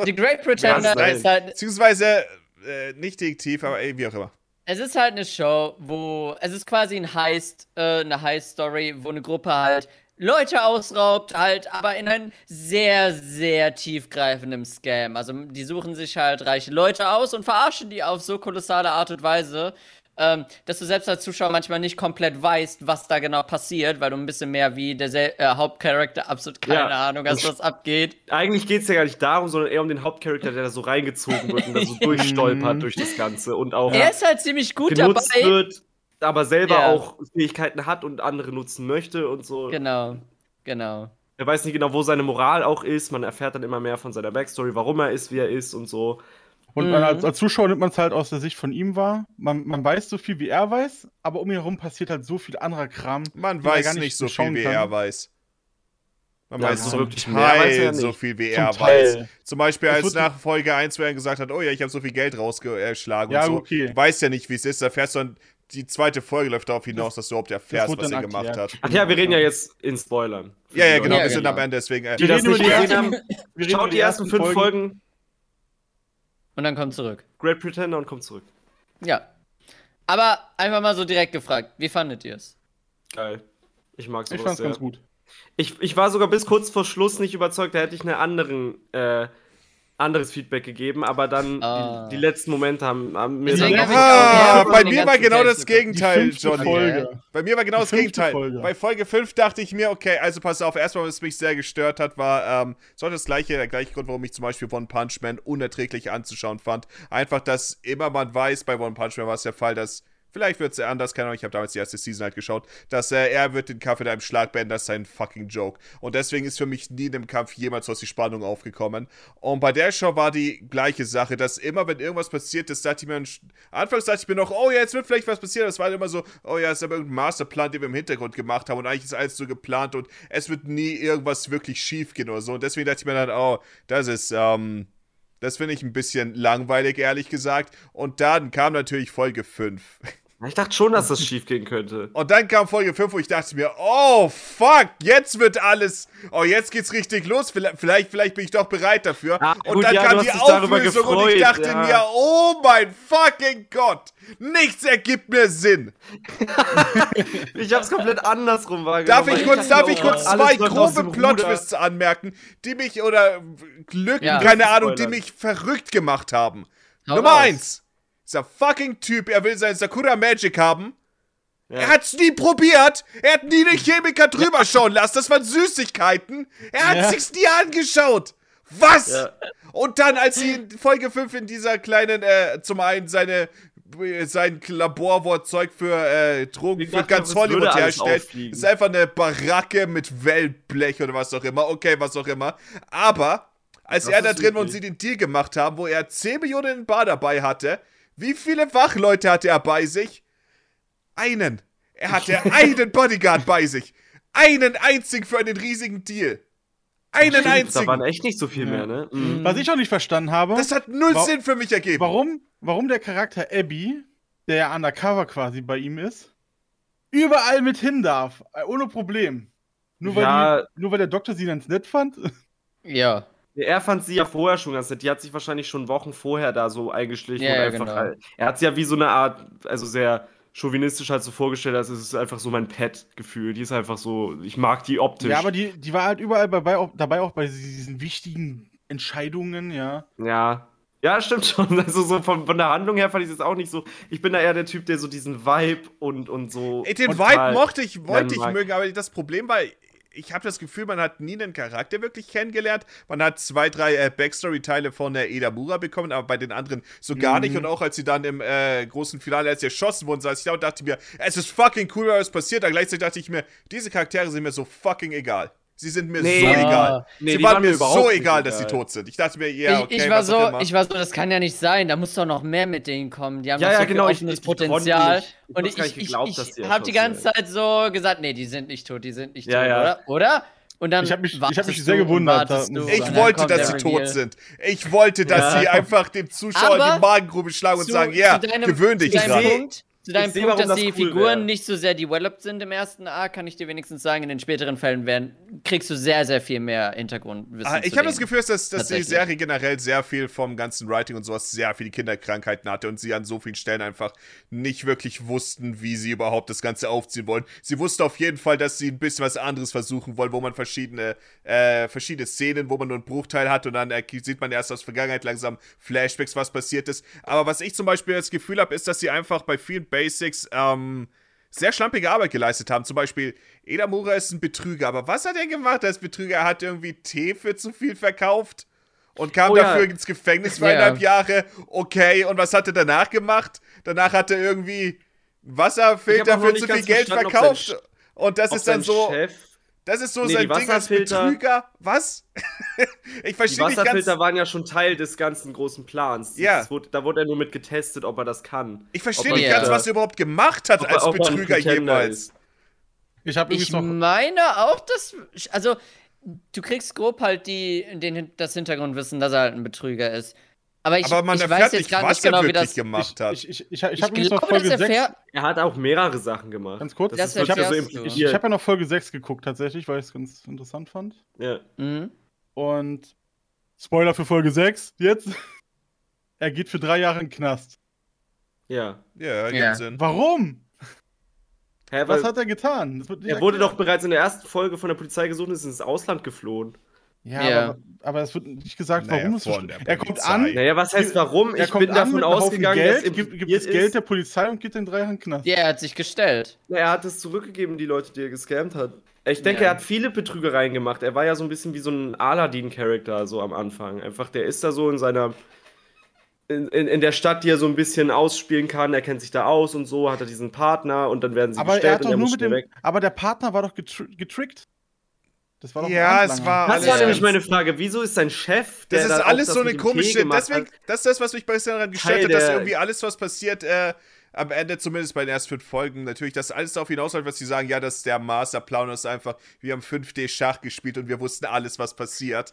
The Great Pretender Ja, ist halt Beziehungsweise äh, nicht Detektiv, aber äh, wie auch immer. Es ist halt eine Show, wo es ist quasi ein Heist, äh, eine Heist-Story, wo eine Gruppe halt Leute ausraubt, halt, aber in einem sehr, sehr tiefgreifenden Scam. Also die suchen sich halt reiche Leute aus und verarschen die auf so kolossale Art und Weise, ähm, dass du selbst als Zuschauer manchmal nicht komplett weißt, was da genau passiert, weil du ein bisschen mehr wie der Sel- äh, Hauptcharakter absolut keine Ja. Ahnung hast, was abgeht. Eigentlich geht es ja gar nicht darum, sondern eher um den Hauptcharakter, der da so reingezogen wird und da so [laughs] durchstolpert durch das Ganze und auch Er ist halt ziemlich gut genutzt dabei. wird, aber selber Ja. auch Fähigkeiten hat und andere nutzen möchte und so. Genau, genau. Er weiß nicht genau, wo seine Moral auch ist. Man erfährt dann immer mehr von seiner Backstory, warum er ist, wie er ist und so. Und Mhm. man als, als Zuschauer nimmt man es halt aus der Sicht von ihm wahr. Man, man weiß so viel, wie er weiß, aber um ihn herum passiert halt so viel anderer Kram. Man die man weiß gar nicht, nicht so viel, schauen wie kann. er weiß. Man Ja, weiß so zum wirklich mehr Teil weiß er ja so nicht. viel, wie Zum er Teil. weiß. Zum Beispiel, Es als wird- nach Folge 1, wo er gesagt hat, oh ja, ich habe so viel Geld rausgeschlagen Ja, und so. okay. Du weißt ja nicht, wie es ist. Da fährst du dann, die zweite Folge läuft darauf hinaus, dass du überhaupt erfährst, wurde was er dann gemacht erklärt. hat. Ach ja, wir reden ja jetzt in Spoilern. Ja, ja, genau, Ja, wir sind genau. am Ende, deswegen. Äh, Die das reden nicht über die gesehen haben, Wir reden über schaut die ersten fünf Folgen Und dann kommt zurück. Great Pretender und kommt zurück. Ja. Aber einfach mal so direkt gefragt, wie fandet ihr es? Geil. Ich mag sowas Ich fand's sehr. ganz gut. Ich, ich war sogar bis kurz vor Schluss nicht überzeugt, da hätte ich eine anderen, äh, anderes Feedback gegeben, aber dann Ah. die, die letzten Momente haben, haben mir Deswegen dann hab ich auch Ah, die bei Hälfte mir von war den genau ganzen das Folgen Gegenteil, fünfte Johnny. Folge. Bei mir war genau Die das fünfte Gegenteil. Folge. Bei Folge 5 dachte ich mir, okay, also pass auf, erstmal, was mich sehr gestört hat, war, ähm, es war das gleiche, der gleiche Grund, warum ich zum Beispiel One Punch Man unerträglich anzuschauen fand. Einfach, dass immer man weiß, bei One Punch Man war es der Fall, dass. Vielleicht wird es anders, keine Ahnung, ich habe damals die erste Season halt geschaut, dass äh, er wird den Kampf in einem Schlag beenden, das ist sein fucking Joke. Und deswegen ist für mich nie in dem Kampf jemals aus die Spannung aufgekommen. Und bei der Show war die gleiche Sache, dass immer, wenn irgendwas passiert ist, dachte ich mir, anfangs dachte ich mir noch, oh ja, jetzt wird vielleicht was passieren. Das war immer so, oh ja, es ist aber irgendein Masterplan, den wir im Hintergrund gemacht haben. Und eigentlich ist alles so geplant und es wird nie irgendwas wirklich schief gehen oder so. Und deswegen dachte ich mir dann, oh, das ist, ähm, das finde ich ein bisschen langweilig, ehrlich gesagt. Und dann kam natürlich Folge 5. Ich dachte schon, dass das schief gehen könnte. Und dann kam Folge 5, wo ich dachte mir, oh fuck, jetzt wird alles, oh jetzt geht's richtig los, vielleicht, vielleicht, vielleicht bin ich doch bereit dafür. Ah, und gut, dann ja, kam du die hast dich darüber Auflösung und ich gefreut, dachte ja. mir, oh mein fucking Gott, nichts ergibt mehr Sinn. Ich hab's komplett andersrum Darf wahrgenommen. ich weil kurz, dachte darf mir, ich oh, kurz alles zwei läuft aus grobe dem Ruder. Plotwists anmerken, die mich, oder Glück, Ja. keine Ahnung, die Spoilern. mich verrückt gemacht haben. Hau Nummer raus. eins, dieser fucking Typ, er will sein Sakura Magic haben. Ja. Er hat's nie probiert. Er hat nie den Chemiker [laughs] drüber schauen lassen. Das waren Süßigkeiten. Er hat Ja. sich's nie angeschaut. Was? Ja. Und dann, als sie in Folge 5 in dieser kleinen, äh, zum einen seine, äh, sein Laborwortzeug für äh, Drogen Ich für dachte, ganz es Hollywood würde alles herstellt, auffliegen. ist einfach eine Baracke mit Wellblech oder was auch immer. Okay, was auch immer. Aber, als Das er da ist drin war und üblich. sie den Deal gemacht haben, wo er 10 Millionen in Bar dabei hatte, wie viele Wachleute hatte er bei sich? Einen. Er [laughs] hatte einen Bodyguard bei sich. Einen einzigen für einen riesigen Deal. Einen Stimmt, Da einzigen. waren echt nicht so viel mehr, ne? Mhm. Was ich auch nicht verstanden habe, Das hat null Wa- Sinn für mich ergeben. warum, warum der Charakter Abby, der ja undercover quasi bei ihm ist, überall mit hin darf. äh, Ohne Problem. Nur weil, Ja. [laughs] die, nur weil der Doktor sie ganz nett fand. Ja. Er fand sie ja vorher schon ganz nett. Die hat sich wahrscheinlich schon Wochen vorher da so eingeschlichen. Ja, und ja, einfach, genau. halt- Er hat sie ja wie so eine Art, also sehr chauvinistisch halt so vorgestellt, als es ist einfach so mein Pet-Gefühl. Die ist einfach so, ich mag die optisch. Ja, aber die, die war halt überall dabei, auch, dabei auch bei diesen wichtigen Entscheidungen, ja. Ja. Ja, stimmt schon. [laughs] Also so von, von der Handlung her fand ich es jetzt auch nicht so. Ich bin da eher der Typ, der so diesen Vibe und, und halt so. Ey, den total- Vibe mochte ich, wollte ich Mag. mögen, aber das Problem war, ich habe das Gefühl, man hat nie einen Charakter wirklich kennengelernt. Man hat zwei, drei äh, Backstory-Teile von der Edamura bekommen, aber bei den anderen so gar nicht. Und auch als sie dann im äh, großen Finale, als sie erschossen wurden, saß ich da und dachte mir, es ist fucking cool, was passiert. Aber gleichzeitig dachte ich mir, diese Charaktere sind mir so fucking egal. Sie sind mir Nee. so Ja. egal. Nee, sie die waren waren mir mir überhaupt so nicht egal, dass sie egal. tot sind. Ich dachte mir, ja, okay, ich, ich, war was auch so, immer. ich war so, das kann ja nicht sein, da muss doch noch mehr mit denen kommen. Die haben Ja, doch ja, so genau, viel ich- offenes ich- ich konnte Potenzial. nicht. Ich und hab's ich, gar nicht ich, ich, geglaubt, dass ich die habe die ganze erschossen Zeit so gesagt, nee, die sind nicht tot, die sind nicht Ja, tot, ja. oder? Oder? Und dann Ich hab mich- ich hab mich wartest sehr du und gewundert, wartest da du muss Ich und dann wollte, kommt dass sie der tot Reveal. sind. Ich wollte, dass Ja. sie einfach dem Zuschauer Aber die Magengrube schlagen und Zu- sagen, ja, zu deinem- gewöhn dich zu deinem dran. Ich seh- Punkt, zu deinem ich seh, Punkt, dass warum das die cool Figuren wär. nicht so sehr developed sind im ersten A, kann ich dir wenigstens sagen, in den späteren Fällen werden, kriegst du sehr, sehr viel mehr Hintergrundwissen. Ah, zu ich habe denen. das Gefühl, dass, dass die Tatsächlich. Serie generell sehr viel vom ganzen Writing und sowas sehr viele Kinderkrankheiten hatte und sie an so vielen Stellen einfach nicht wirklich wussten, wie sie überhaupt das Ganze aufziehen wollen. Sie wussten auf jeden Fall, dass sie ein bisschen was anderes versuchen wollen, wo man verschiedene, äh, verschiedene Szenen, wo man nur einen Bruchteil hat und dann äh, sieht man erst aus Vergangenheit langsam Flashbacks, was passiert ist. Aber was ich zum Beispiel das Gefühl habe, ist, dass sie einfach bei vielen Basics, ähm, sehr schlampige Arbeit geleistet haben. Zum Beispiel, Edamura ist ein Betrüger, aber was hat er gemacht als Betrüger? Er hat irgendwie Tee für zu viel verkauft und kam Oh ja. dafür ins Gefängnis für Ja. eineinhalb Jahre. Okay, und was hat er danach gemacht? Danach hat er irgendwie Ich hab Wasserfilter auch für noch nicht zu viel ganz Geld verstanden, ob sein verkauft. Und das Ob ist dann sein so, Chef das ist so Nee, sein die Ding als Wasserfilter- Betrüger. Was? [laughs] ich Die verstehe nicht ganz. Wasserfilter waren ja schon Teil des ganzen großen Plans. Ja. Das wurde, da wurde er nur mit getestet, ob er das kann. Ich ob verstehe man nicht Ja. ganz, was er überhaupt gemacht hat Ob er- als ob er ein Betrüger Pretender jemals. ist. Ich habe Ich übrigens noch. meine auch, dass. Also, du kriegst grob halt die, den, das Hintergrundwissen, dass er halt ein Betrüger ist. Aber ich, Aber man ich weiß erfährt jetzt nicht, gerade was nicht genau, er wie wirklich das. gemacht Ich, hat. ich, ich, ich, ich Ich habe übrigens noch glaube, das Folge 6. erfährt. Er hat auch mehrere Sachen gemacht. Ganz kurz. Das ich wird ja so erfährst du. ich, ich impliziert. habe ja noch Folge 6 geguckt, tatsächlich, weil ich es ganz interessant fand. Ja. Mhm. Und Spoiler für Folge 6 jetzt. [laughs] Er geht für drei Jahre in den Knast. ja. Ja, Ja. gibt Sinn. Warum? Hä, Was weil- hat er getan? Das wird nicht er wurde doch erklärt. bereits in der ersten Folge von der Polizei gesucht und ist ins Ausland geflohen. Ja, Ja. aber, aber es wird nicht gesagt, Naja, warum es so von schlimm- der Er kommt Polizei. an, Naja, was heißt warum? er Ich kommt bin an davon mit einem Haufen ausgegangen, dass Geld, gibt, gibt impliziert das Geld ist. der Polizei und geht in drei Jahren in den Knast. Ja, er hat sich gestellt. Na, Er hat es zurückgegeben, die Leute, die er gescammt hat. Ich denke, Ja. er hat viele Betrügereien gemacht. Er war ja so ein bisschen wie so ein Aladdin-Charakter so am Anfang. Einfach, der ist da so in seiner. In, in, in der Stadt, die er so ein bisschen ausspielen kann. Er kennt sich da aus und so, hat er diesen Partner und dann werden sie Aber er gestellt hat und doch nur muss mit schnell dem. Aber der Partner war doch getr getrickt. Das war doch ein Ja, es Handlanger. war Das war alles ganz- nämlich meine Frage. Wieso ist sein Chef, der Das ist dann auch alles das so mit eine dem Tee komische. gemacht Deswegen, hat? das ist das, was mich bei daran gestört Teil hat, dass der- irgendwie alles, was passiert, äh, am Ende, zumindest bei den ersten fünf Folgen, natürlich, dass alles darauf hinausläuft, was sie sagen, ja, das ist der Masterplan, das ist einfach, wir haben 5D-Schach gespielt und wir wussten alles, was passiert.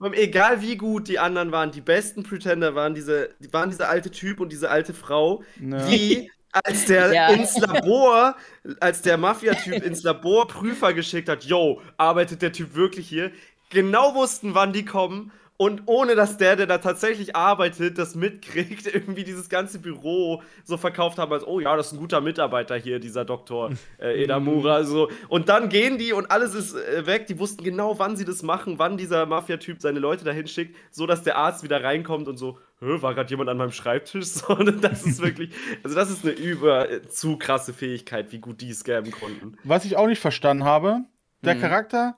Beim- Egal wie gut die anderen waren, die besten Pretender waren diese, die waren dieser alte Typ und diese alte Frau, Ja. die als der Ja. [laughs] ins Labor, als der Mafia-Typ ins Labor Prüfer geschickt hat, yo, arbeitet der Typ wirklich hier, genau wussten, wann die kommen und ohne dass der, der da tatsächlich arbeitet, das mitkriegt, [laughs] irgendwie dieses ganze Büro so verkauft haben, als, oh ja, das ist ein guter Mitarbeiter hier, dieser Doktor äh, Edamura, so. Und dann gehen die und alles ist äh, weg, die wussten genau, wann sie das machen, wann dieser Mafia-Typ seine Leute dahin schickt, so dass der Arzt wieder reinkommt und so, Hö, war gerade jemand an meinem Schreibtisch, [laughs] sondern das ist wirklich, also das ist eine über äh, zu krasse Fähigkeit, wie gut die scammen konnten. Was ich auch nicht verstanden habe, der Hm. Charakter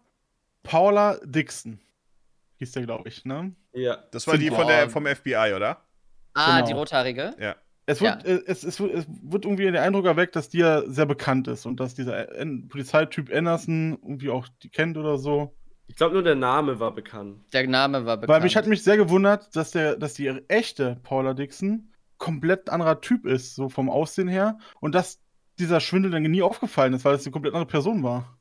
Paula Dixon. Hieß der, glaube ich, ne? Ja. Das war die von der, Genau. vom FBI, oder? Ah, Genau. die Rothaarige. Ja. Es wird, äh, es, es, wird- es wird irgendwie der Eindruck erweckt, dass die ja sehr bekannt ist und dass dieser äh, An- Polizeityp Anderson irgendwie auch die kennt oder so. Ich glaube, nur der Name war bekannt. Der Name war bekannt. Weil mich hat mich sehr gewundert, dass der, dass die echte Paula Dixon komplett anderer Typ ist, so vom Aussehen her. Und dass dieser Schwindel dann nie aufgefallen ist, weil es eine komplett andere Person war.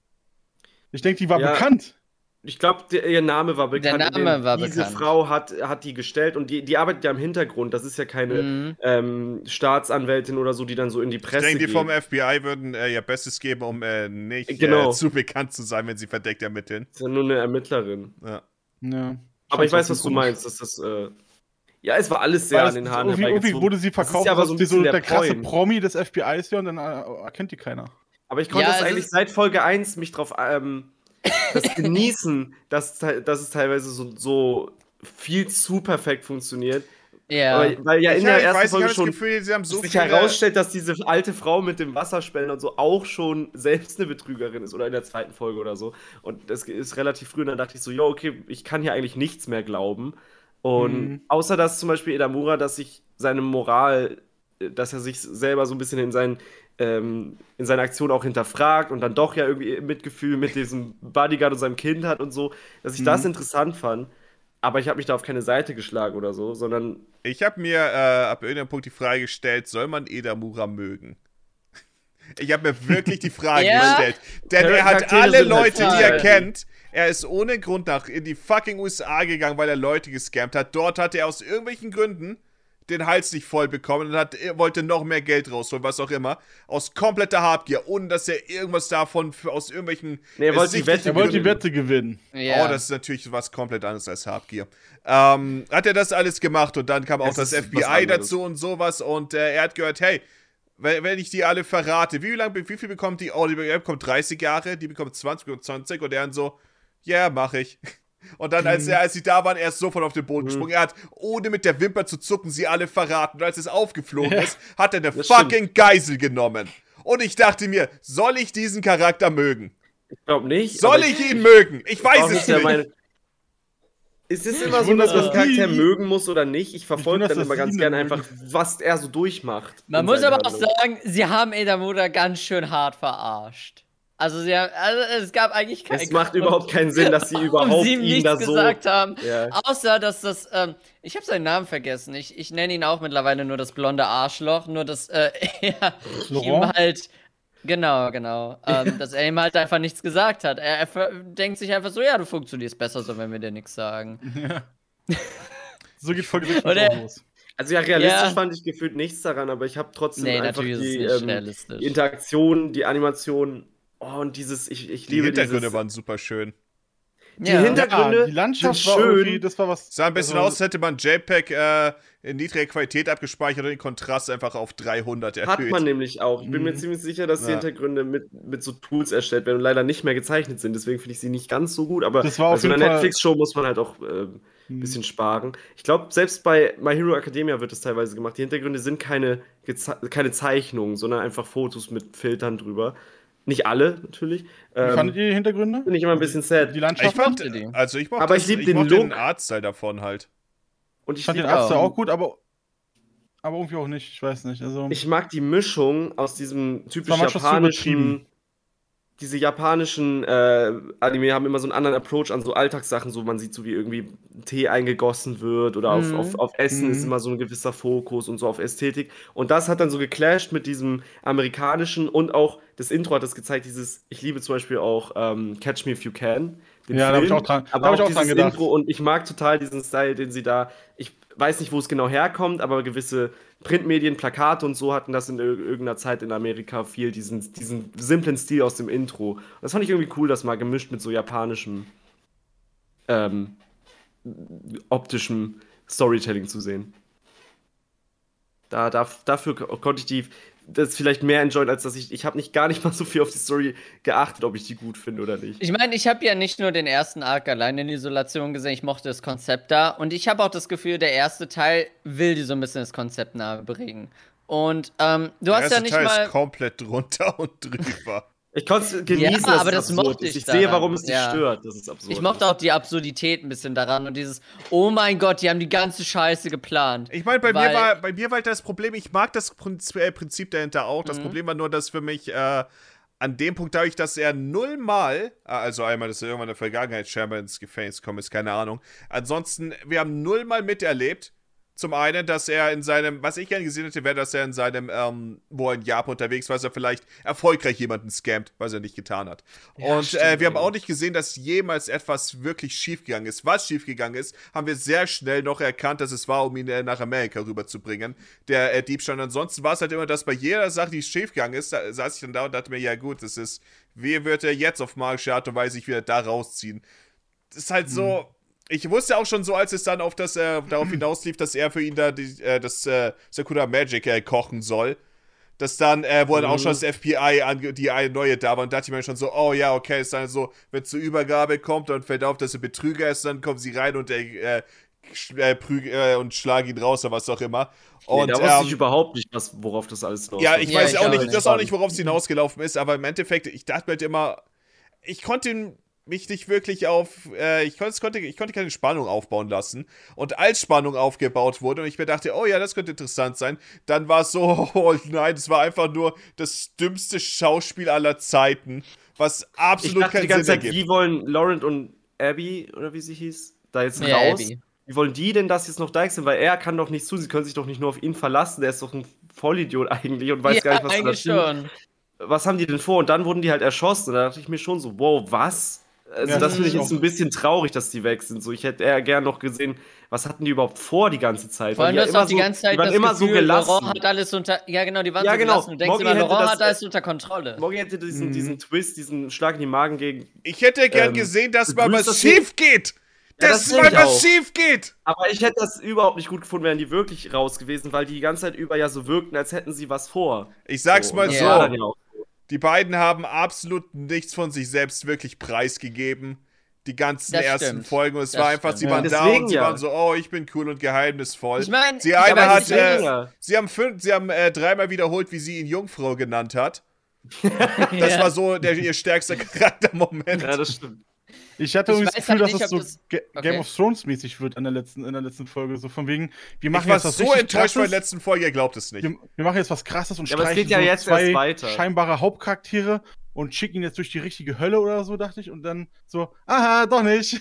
Ich denke, die war Ja. bekannt. Ich glaube, der- ihr Name war bekannt. Name in dem- war diese bekannt. Frau hat, hat die gestellt und die, die arbeitet ja im Hintergrund. Das ist ja keine Mhm. ähm, Staatsanwältin oder so, die dann so in die Ich Presse denke, die geht. vom FBI würden äh, ihr Bestes geben, um äh, nicht Genau. äh, zu bekannt zu sein, wenn sie verdeckt ermitteln. ist ja nur eine Ermittlerin. Ja. Ja. Aber ich weiß, was du meinst. Das ist, äh, ja, es war alles sehr Weil das- an den Haaren irgendwie, irgendwie herbeigezogen. wurde sie Das ist verkauft, ja aber als so ein die so bisschen der, der krasse Point. Promi des FBIs hier und dann äh, erkennt die keiner. Aber ich konnte Ja, das es eigentlich ist- seit Folge 1 mich drauf ähm, [laughs] das genießen, dass, te- dass es teilweise so, so viel zu perfekt funktioniert. Ja. Aber, weil ja in ich der hab- ich ersten weiß, ich Folge habe das schon Gefühl, sie haben so sich viele- herausstellt, dass diese alte Frau mit dem Wasserspellen und so auch schon selbst eine Betrügerin ist oder in der zweiten Folge oder so. Und das ist relativ früh und dann dachte ich so, jo, okay, ich kann hier eigentlich nichts mehr glauben. Und Mhm. außer dass zum Beispiel Edamura, dass sich seine Moral, äh, dass er sich selber so ein bisschen in seinen ähm, in seiner Aktion auch hinterfragt und dann doch ja irgendwie Mitgefühl mit diesem Bodyguard und seinem Kind hat und so, dass ich Mhm. das interessant fand. Aber ich habe mich da auf keine Seite geschlagen oder so, sondern Ich habe mir äh, ab irgendeinem Punkt die Frage gestellt, soll man Edamura mögen? Ich habe mir wirklich die Frage Ja? gestellt. Denn er hat Charaktere alle sind halt Leute, die er Zahlen. kennt. Er ist ohne Grund nach in die fucking USA gegangen, weil er Leute gescammt hat. Dort hatte er aus irgendwelchen Gründen den Hals nicht voll bekommen und hat, er wollte noch mehr Geld rausholen, was auch immer. Aus kompletter Habgier, ohne dass er irgendwas davon für, aus irgendwelchen. Nee, er wollte die ersichtlichen Wette Er wollte die gewinnen. Wette gewinnen. ja. Oh, das ist natürlich was komplett anderes als Habgier. Ähm, hat er das alles gemacht und dann kam auch Es das ist was FBI anderes. dazu und sowas und äh, er hat gehört, hey, wenn, wenn ich die alle verrate, wie, lang, wie viel bekommt die? Oh, die bekommt 30 Jahre, die bekommt 20 und 20 und er dann so, ja, mach ich. [laughs] Und dann, Mhm. als, er, als sie da waren, er ist sofort auf den Boden gesprungen. Er hat, ohne mit der Wimper zu zucken, sie alle verraten. Und als es aufgeflogen ist, hat er eine Das fucking Geisel genommen. Und ich dachte mir, soll ich diesen Charakter mögen? ich glaube nicht. Soll aber ich ihn mögen? Ich Auch weiß nicht es der nicht. Meinung- Es ist immer Ich so, dass wundere- man einen Charakter Wie? mögen muss oder nicht. Ich verfolge wundere, dann dass immer das ganz die gerne mögen. einfach, was er so durchmacht. Man in muss seinen aber auch Handlungen. sagen, sie haben Edamoda ganz schön hart verarscht. Also, sie haben, also es gab eigentlich keinen Es macht Grund, überhaupt keinen Sinn, dass sie warum überhaupt sie ihm ihn nichts da so. gesagt haben. Ja. Außer, dass das, ähm, ich habe seinen Namen vergessen. Ich, ich nenne ihn auch mittlerweile nur das blonde Arschloch, nur dass äh, [laughs] er ihm Laurent? halt, genau, genau, ähm, dass er ihm halt einfach nichts gesagt hat. Er, er ver- denkt sich einfach so, ja, du funktionierst besser so, wenn wir dir nichts sagen. So geht Folge 6 Oder- auch los. Also ja, realistisch Ja. fand ich gefühlt nichts daran, aber ich habe trotzdem Nee, einfach natürlich die, ist es nicht ähm, realistisch. die Interaktion, die Animation oh, und dieses, ich, ich Die liebe Hintergründe dieses, waren super schön. die Hinter- Hintergründe Ja, die Landschaft sind war schön. irgendwie, das war was. Sah ein bisschen also, aus, als hätte man JPEG äh, in niedriger Qualität abgespeichert und den Kontrast einfach auf 300 [laughs] erhöht. Hat man nämlich auch. Ich bin mir Mhm. ziemlich sicher, dass die Ja. Hintergründe mit, mit so Tools erstellt werden und leider nicht mehr gezeichnet sind. Deswegen finde ich sie nicht ganz so gut. Aber Das war bei auf so einer jeden Fall- Mhm. Netflix-Show muss man halt auch äh, ein bisschen sparen. Ich glaube, selbst bei My Hero Academia wird das teilweise gemacht. Die Hintergründe sind keine, geze keine Zeichnungen, sondern einfach Fotos mit Filtern drüber. Nicht alle, natürlich. Wie Ähm, fandet ihr die Hintergründe? bin ich immer ein bisschen sad. Die ich Landschaft fand, mochte die. also ich mochte, Aber ich das- lieb den mochte Look. Artstyle davon halt. Und ich, ich fand den lieb Arzt auch. auch gut, aber, aber irgendwie auch nicht. Ich weiß nicht. Also, Ich mag die Mischung aus diesem typisch war manchmal zu japanischen. übertrieben. Diese japanischen äh, Anime haben immer so einen anderen Approach an so Alltagssachen. So man sieht so, wie irgendwie Tee eingegossen wird oder Mhm. auf, auf, auf Essen Mhm. ist immer so ein gewisser Fokus und so auf Ästhetik. Und das hat dann so geclasht mit diesem amerikanischen und auch das Intro hat das gezeigt. Dieses, ich liebe zum Beispiel auch ähm, Catch Me If You Can. den Ja, da hab ich Film, auch dran- da aber hab ich auch auch dran dieses gedacht. Intro und ich mag total diesen Style, den sie da. Ich weiß nicht, wo es genau herkommt, aber gewisse Printmedien, Plakate und so hatten das in ir- irgendeiner Zeit in Amerika viel, diesen, diesen simplen Stil aus dem Intro. Das fand ich irgendwie cool, das mal gemischt mit so japanischem, ähm, optischem Storytelling zu sehen. Da, da, dafür ko- konnte ich die das vielleicht mehr enjoyen, als dass ich. Ich habe nicht gar nicht mal so viel auf die Story geachtet, ob ich die gut finde oder nicht. Ich meine, ich habe ja nicht nur den ersten Arc allein in Isolation gesehen, ich mochte das Konzept da und ich habe auch das Gefühl, der erste Teil will dir so ein bisschen das Konzept nahe bringen. Und ähm, du Der hast ja erste nicht Teil mal. ist komplett [laughs] drunter und drüber. Ich konnte es genießen, Ja, aber es das absurd mochte ist. ich Ich sehe, daran. warum es dich Ja. stört, dass es absurd Ich mochte auch die Absurdität ein bisschen daran und dieses, oh mein Gott, die haben die ganze Scheiße geplant. Ich meine, bei, mir Weil- war- bei mir war halt das Problem, ich mag das Prinz- äh, Prinzip dahinter auch. Mhm. Das Problem war nur, dass für mich äh, an dem Punkt, dadurch, dass er nullmal, äh, also einmal, dass er irgendwann in der Vergangenheit scheinbar ins Gefängnis gekommen ist, keine Ahnung. Ansonsten, wir haben nullmal miterlebt. Zum einen, dass er in seinem, was ich gerne gesehen hätte, wäre, dass er in seinem, ähm, wo er in Japan unterwegs war, dass er vielleicht erfolgreich jemanden scammt, was er nicht getan hat. und äh, wir haben auch nicht gesehen, dass jemals etwas wirklich schiefgegangen ist. Was schiefgegangen ist, haben wir sehr schnell noch erkannt, dass es war, um ihn äh, nach Amerika rüberzubringen, der äh, Diebstahl. Und ansonsten war es halt immer, dass bei jeder Sache, die schiefgegangen ist, da, saß ich dann da und dachte mir, ja gut, das Mhm. ist, wie wird er jetzt auf magische Art und Weise sich wieder da rausziehen? Das ist halt so, ich wusste auch schon so, als es dann auf das, äh, darauf [clears throat] hinauslief, dass er für ihn da die, äh, das äh, Sakura Magic äh, kochen soll, dass dann, äh, wo dann auch Mhm. schon das FBI, ange die eine neue da war, und dachte ich mir schon so, oh ja, okay, ist dann so, wenn es zur Übergabe kommt, dann fällt auf, dass er Betrüger ist, dann kommen sie rein und er, äh, sch- äh, prüg äh, und schlagen ihn raus oder was auch immer. Nee, Und, da wusste ähm, ich überhaupt nicht, was, worauf das alles drauf ja, ich Ja, weiß ich auch auch nicht, nicht. das auch nicht, worauf es hinausgelaufen ist, aber im Endeffekt, ich dachte mir halt immer, ich konnte mich nicht wirklich auf, äh, ich, konnte, es konnte, ich konnte keine Spannung aufbauen lassen. Und als Spannung aufgebaut wurde und ich mir dachte, oh ja, das könnte interessant sein, dann war es so, [laughs] oh nein, es war einfach nur das dümmste Schauspiel aller Zeiten, was Ich absolut dachte die keinen Sinn ganze Zeit, ergibt. wie wollen Laurent und Abby, oder wie sie hieß, da jetzt Ja, raus? Abby. Wie wollen die denn das jetzt noch deichseln? Weil er kann doch nicht zu, sie können sich doch nicht nur auf ihn verlassen, er ist doch ein Vollidiot eigentlich und weiß ja, gar nicht, was er da eigentlich tut. schon. was haben die denn vor? Und dann wurden die halt erschossen. Da dachte ich mir schon so, wow, was? Also Ja, das das finde ich ist jetzt auch- ein bisschen traurig, dass die weg sind. So, ich hätte eher gern noch gesehen, was hatten die überhaupt vor die ganze Zeit? Vor allem, Weil du hast die ja auch die immer ganze so, Zeit die waren das immer Gefühl, so gelassen. Laurent hat alles unter... Ja, genau, die waren Ja, so genau. gelassen. Du denkst Moggy immer, hätte Laurent das- hat alles unter Kontrolle. Morgen hätte diesen, Mhm. diesen Twist, diesen Schlag in die Magen gegen. Ich hätte gern Ähm, gesehen, dass mal begrüßt was das schief geht. Ja, dass das das will mal ich was auch. schief geht. Aber ich hätte das überhaupt nicht gut gefunden, wären die wirklich raus gewesen, weil die die ganze Zeit über ja so wirkten, als hätten sie was vor. Ich sag's So, ne? und mal das so. war dann ja auch- Die beiden haben absolut nichts von sich selbst wirklich preisgegeben. Die ganzen Das ersten stimmt. Folgen. Und es Das war einfach, sie stimmt. waren Ja, da deswegen und sie ja. waren so, oh, ich bin cool und geheimnisvoll. Ich mein, sie ich eine weiß hat, nicht, äh, ja. sie haben, fünf, sie haben äh, dreimal wiederholt, wie sie ihn Jungfrau genannt hat. Das Ja. war so der, ihr [laughs] stärkster Charaktermoment. ja, das stimmt. Ich hatte Ich irgendwie das weiß Gefühl, halt dass nicht, es so ob das- Ga- Okay. Game of Thrones mäßig wird in der letzten, in der letzten Folge. So von wegen, wir machen ich war jetzt was so richtig enttäuscht von krasses, der letzten Folge, ihr glaubt es nicht. wir, wir machen jetzt was krasses und Ja, aber es streichen geht ja so jetzt zwei erst weiter. scheinbare Hauptcharaktere und schicken ihn jetzt durch die richtige Hölle oder so, dachte ich. Und dann so, aha, doch nicht.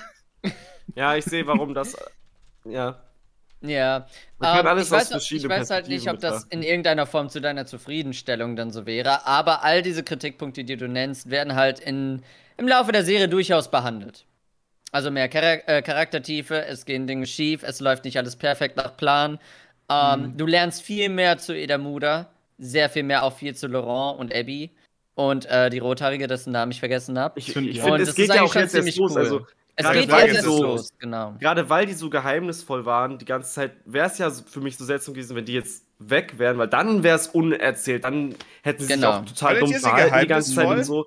Ja, ich sehe, warum das. Ja. Ja, Man kann ähm, ich alles aus weiß, ich verschiedenen weiß halt nicht, ob Perspektiven das in irgendeiner Form zu deiner Zufriedenstellung dann so wäre, aber all diese Kritikpunkte, die du nennst, werden halt in, im Laufe der Serie durchaus behandelt. Also mehr Chara- äh, Charaktertiefe, es gehen Dinge schief, es läuft nicht alles perfekt nach Plan. Ähm, Mhm. Du lernst viel mehr zu Edamuda, sehr viel mehr auch viel zu Laurent und Abby und äh, die Rothaarige, dessen Namen ich vergessen habe. Ich, ich Find ich finde, auch. Und es das geht ist ja eigentlich auch schon jetzt erst ziemlich los. cool. Also, Es gerade geht weil jetzt die erst so- los, genau. gerade weil die so geheimnisvoll waren, die ganze Zeit, wäre es ja so für mich so seltsam gewesen, wenn die jetzt weg wären, weil dann wäre es unerzählt, dann hätten sie Genau. sich auch total Fandet dumm ihr sie verhalten die ganze Zeit geheimnisvoll? und so.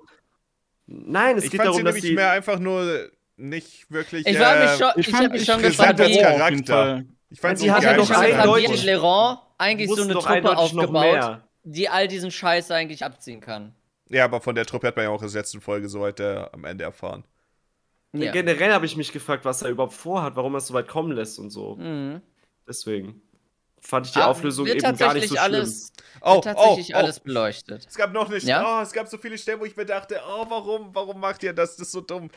Nein, es ich geht fand darum, sie dass nämlich die. mehr einfach nur nicht wirklich. Ich war äh, mich schon, ich, hab mich schon ich fand gefragt, das warum. Charakter- Ich fand Sie so hat ja geil. noch Ich habe einen von eindeutig- Jens Laurent eigentlich so wussten eine doch Truppe eindeutig noch aufgebaut, mehr. die all diesen Scheiß eigentlich abziehen kann. Ja, aber von der Truppe hat man ja auch in der letzten Folge soweit äh, am Ende erfahren. Ja. Generell habe ich mich gefragt, was er überhaupt vorhat, warum er es so weit kommen lässt und so. Mhm. Deswegen fand ich die Aber Auflösung Ah, wird eben gar nicht so tatsächlich schlimm. alles, Oh, wird tatsächlich oh, oh. alles beleuchtet. Es gab noch eine St- Ja? oh, es gab so viele Stellen, wo ich mir dachte, oh, warum, warum macht ihr das? Das ist so dumm.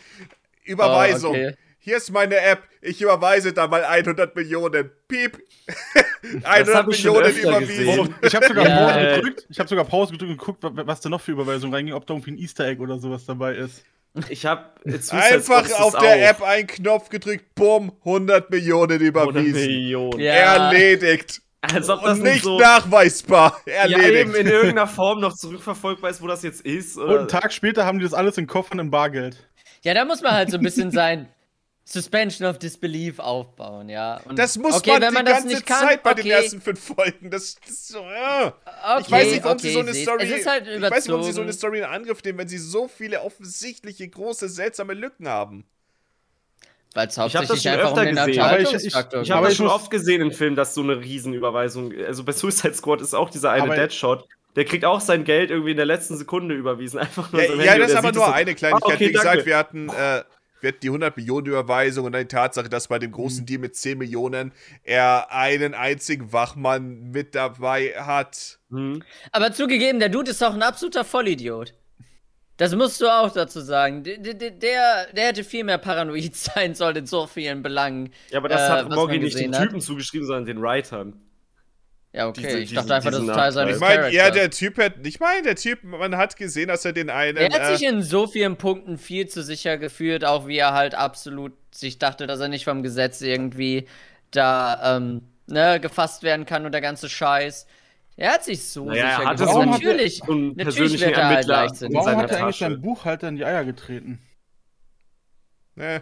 Überweisung. Oh, Ah, okay. Hier ist meine App. Ich überweise da mal 100 Millionen. [laughs] Piep. 100 Das hab ich schon Millionen öfter überwiesen. gesehen. Ich habe sogar Ja. Pause gedrückt. Ich habe sogar Pause gedrückt und geguckt, wa- was da noch für Überweisungen reinging, ob da irgendwie ein Easter Egg oder sowas dabei ist. Ich habe jetzt Einfach auf der App einen Knopf gedrückt. Bumm, 100 Millionen überwiesen. Millionen. Ja. Erledigt. Als ob das Und nicht nicht so nachweisbar. ja, eben in Erledigt. irgendeiner Form noch zurückverfolgbar ist, wo das jetzt ist. Und Oder? einen Tag später haben die das alles in Koffern im Bargeld. Ja, da muss man halt so ein bisschen sein [laughs] Suspension of Disbelief aufbauen, ja. Und das muss okay, man wenn man die das ganze nicht kann, Zeit bei okay, den ersten fünf Folgen. Das, das ist so. Äh. Okay, Ich weiß nicht, warum okay, sie so eine seht. Story. Es ist halt ich weiß nicht, warum sie so eine überzogen. Story in Angriff nehmen, wenn sie so viele offensichtliche, große, seltsame Lücken haben. Weil es das hauptsächlich schon einfach um öfter den gesehen, aber ich- ich- Unterhaltungsfaktor Ich geht. Aber habe das ich schon muss- oft gesehen im Film, dass so eine Riesenüberweisung, also bei Suicide Squad ist auch dieser eine Aber- Deadshot, der kriegt auch sein Geld irgendwie in der letzten Sekunde überwiesen, einfach nur Ja, in seinem ja Handy das ist und er aber sieht nur es und- eine Kleinigkeit. Ah, okay, Wie gesagt, danke. wir hatten, äh, wir hatten die 100 Millionen Überweisung und dann die Tatsache, dass bei dem Mhm. großen Deal mit 10 Millionen er einen einzigen Wachmann mit dabei hat. Hm. Aber zugegeben, der Dude ist auch ein absoluter Vollidiot. Das musst du auch dazu sagen. Der, der, der, der hätte viel mehr paranoid [laughs] sein sollen in so vielen Belangen. Ja, aber das äh, hat was Moggy man nicht den gesehen hat. Typen zugeschrieben, sondern den Writern. Ja, okay. Diese- ich dachte diesen- einfach, das diesen ist Teil Nachteil. seines Ich meine, ja, Charakters. der Typ hat. Ich meine, der Typ, man hat gesehen, dass er den einen. Er hat sich äh, in so vielen Punkten viel zu sicher gefühlt, auch wie er halt absolut sich dachte, dass er nicht vom Gesetz irgendwie da ähm, ne, gefasst werden kann und der ganze Scheiß. Er hat sich so Naja, er sicher hatte gefühlt. so einen- natürlich, so einen natürlich persönlichen wird er halt Ermittler. leichtsinnig. In Warum seiner hat er eigentlich Tasche. seinen Buchhalter in die Eier getreten? äh,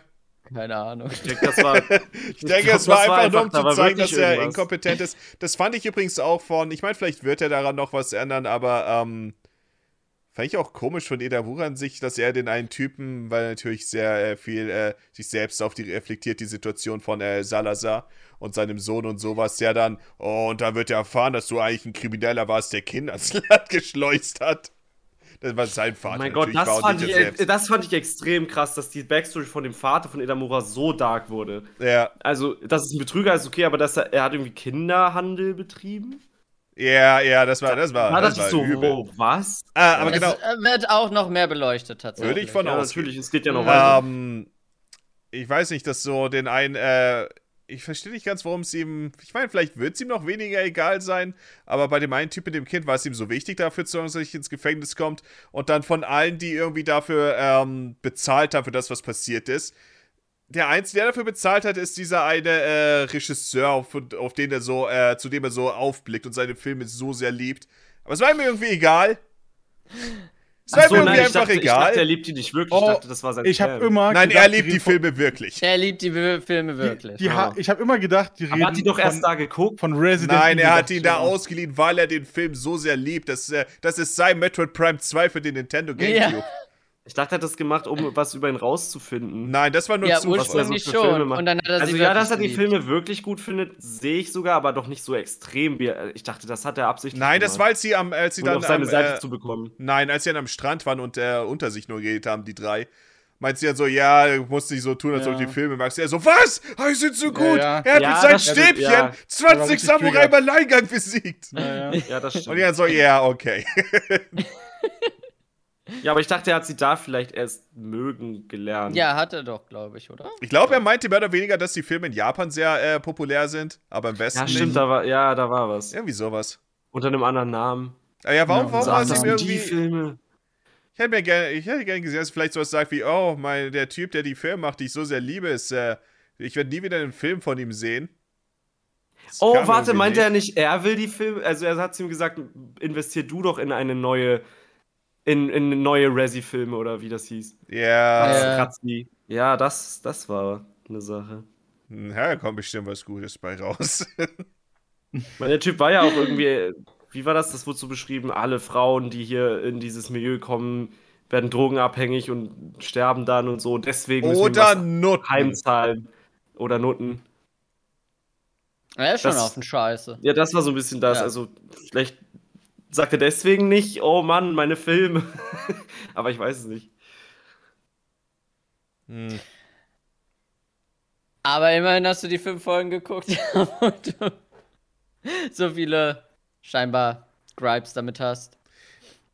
Keine Ahnung. Ich denke, das war. [laughs] Ich denke, glaub, es war das war einfach nur, um einfach- da zu war zeigen, dass wirklich er irgendwas. inkompetent ist. Das fand ich übrigens auch von, ich meine, vielleicht wird er daran noch was ändern, aber ähm, fand ich auch komisch von Eda an sich, dass er den einen Typen, weil er natürlich sehr äh, viel äh, sich selbst auf die reflektiert, die Situation von äh, Salazar und seinem Sohn und sowas, der dann, oh, und dann wird er erfahren, dass du eigentlich ein Krimineller warst, der Kinder ins [laughs] Land geschleust hat. Das war sein Vater. Oh mein Gott, natürlich war das und fand, nicht ich, er äh, das fand ich extrem krass, dass die Backstory von dem Vater von Edamura so dark wurde. Ja, Also, dass es ein Betrüger ist, okay, aber dass er, er hat irgendwie Kinderhandel betrieben? ja, ja, das war, das war, Na, das Ah, das ist war so, übel. wow, was? Ah, aber genau. Es äh, wird auch noch mehr beleuchtet tatsächlich. Würde ich von Ja, aus. natürlich, es geht ja noch Ähm, weiter. Ähm, ich weiß nicht, dass so den einen, äh, ich verstehe nicht ganz, warum es ihm, ich meine, vielleicht wird es ihm noch weniger egal sein, aber bei dem einen Typ mit dem Kind war es ihm so wichtig dafür, zu sorgen, dass er nicht ins Gefängnis kommt und dann von allen, die irgendwie dafür ähm, bezahlt haben, für das, was passiert ist. Der Einzige, der dafür bezahlt hat, ist dieser eine äh, Regisseur, auf, auf den er so, äh, zu dem er so aufblickt und seine Filme so sehr liebt. Aber es war ihm irgendwie egal. Es war Ach so, ihm nein, irgendwie ich einfach dachte, egal. Ich dachte, er liebt die nicht wirklich. Oh, ich dachte, das war sein Ich habe Fan. immer. Nein, gedacht, er liebt die reden von- Filme [laughs] wirklich. Er liebt die Be- Filme Die, wirklich. die ha- Ja. ich habe immer gedacht, die reden Aber hat die doch von, erst da geguckt? von Resident Nein, Evil, er hat dachte ihn ich da immer. ausgeliehen, weil er den Film so sehr liebt. Das, äh, das ist sein Metroid Prime 2 für den Nintendo GameCube. Ich dachte, er hat das gemacht, um was über ihn rauszufinden. Nein, das war nur ja, Zufall. ursprünglich was er so für schon. Filme macht. Und dann hat er also sie ja, wirklich dass er die geliebt. Filme wirklich gut findet, sehe ich sogar, aber doch nicht so extrem. wie er- Ich dachte, das hat er absichtlich Nein, das war, als sie am, als sie um ihn dann auf seine am, Seite äh, zu bekommen. Nein, als sie dann am Strand waren und äh, unter sich nur geredet haben, die drei, meint sie dann so, ja, du musst nicht so tun, als Ja. ob du die Filme magst. Er so, was? Ah, die sind so gut. ja. Er hat Ja, mit seinem das stimmt, Stäbchen ja. 20 Er war richtig Samurai im Alleingang besiegt. Ja, ja. Ja, das Und stimmt. er so, ja, okay. Ja, aber ich dachte, er hat sie da vielleicht erst mögen gelernt. Ja, hat er doch, glaube ich, oder? Ich glaube, er meinte mehr oder weniger, dass die Filme in Japan sehr äh, populär sind, aber im Westen Ja, nicht. stimmt, da war, ja, da war was. Irgendwie sowas. Unter einem anderen Namen. Ah Ja, warum, Ja, warum so, war ach, es das ihm sind die irgendwie. Filme. Ich hätte mir gerne, ich hätte gerne gesehen, dass vielleicht sowas sagt wie, oh, mein, der Typ, der die Filme macht, die ich so sehr liebe, ist, äh, ich werde nie wieder einen Film von ihm sehen. Das Oh, kam warte, irgendwie meinte er nicht, er will die Filme? Also er hat zu ihm gesagt, investier du doch in eine neue, in, in neue Resi-Filme oder wie das hieß. nicht. Ja. Ja. Kratzi. Ja, das, das war eine Sache. Ja, da kommt bestimmt was Gutes bei raus. Weil der Typ war ja auch irgendwie, wie war das? Das wurde so beschrieben, alle Frauen, die hier in dieses Milieu kommen, werden drogenabhängig und sterben dann und [laughs] so. Deswegen müssen wir ihm Oder was Nutten. heimzahlen. Oder Noten. Er ist schon Das- auf den Scheiße. Ja, das war so ein bisschen das. Ja. Also, vielleicht sagt er deswegen nicht, oh Mann, meine Filme. [laughs] Aber ich weiß es nicht. Hm. Aber immerhin hast du die fünf Folgen geguckt, [laughs] wo du so viele scheinbar Gripes damit hast.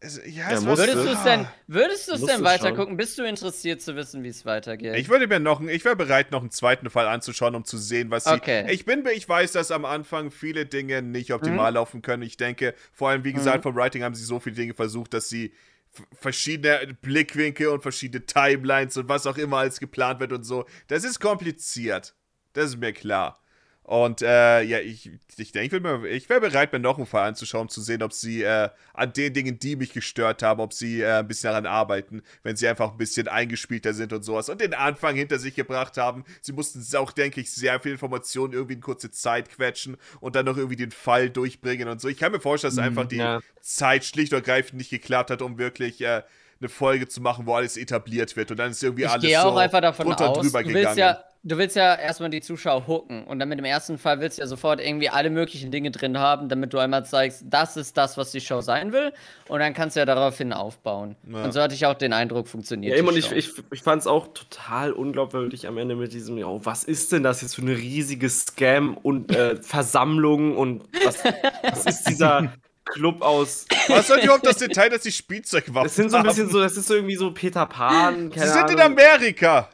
Also, ja, Ja, es war musste. so- Würdest du es denn, würdest du es Musst denn es weitergucken? Bist du interessiert zu wissen, wie es weitergeht? Ich würde mir noch, einen- ich wäre bereit, noch einen zweiten Fall anzuschauen, um zu sehen, was sie. Okay. Ich bin, ich weiß, dass am Anfang viele Dinge nicht optimal laufen können. Ich denke, vor allem wie gesagt, vom Writing haben sie so viele Dinge versucht, dass sie f- verschiedene Blickwinkel und verschiedene Timelines und was auch immer als geplant wird und so. Das ist kompliziert. Das ist mir klar. Und äh, ja, ich, ich denke, ich, würd mir- ich wäre bereit, mir noch einen Fall anzuschauen, um zu sehen, ob sie äh, an den Dingen, die mich gestört haben, ob sie äh, ein bisschen daran arbeiten, wenn sie einfach ein bisschen eingespielter sind und sowas. Und den Anfang hinter sich gebracht haben. Sie mussten auch, denke ich, sehr viel Informationen irgendwie in kurze Zeit quetschen und dann noch irgendwie den Fall durchbringen und so. Ich kann mir vorstellen, Mhm, dass einfach die ja. Zeit schlicht und ergreifend nicht geklappt hat, um wirklich. Äh, eine Folge zu machen, wo alles etabliert wird und dann ist irgendwie Ich alles gehe auch so einfach davon drunter aus, du drüber willst gegangen. ja, du willst ja erstmal die Zuschauer hooken und dann mit dem ersten Fall willst du ja sofort irgendwie alle möglichen Dinge drin haben, damit du einmal zeigst, das ist das, was die Show sein will und dann kannst du ja daraufhin aufbauen. Ja. Und so hatte ich auch den Eindruck, funktioniert. Ja, eben, die und ich, Show. ich, ich fand es auch total unglaubwürdig am Ende mit diesem, oh, was ist denn das jetzt für eine riesige Scam und äh, Versammlung und was, was ist dieser Club aus. Was soll halt überhaupt das Detail, dass sie Spielzeugwaffen Das sind so ein haben? bisschen so, das ist so irgendwie so Peter Pan. Keine Sie sind Ahnung. in Amerika.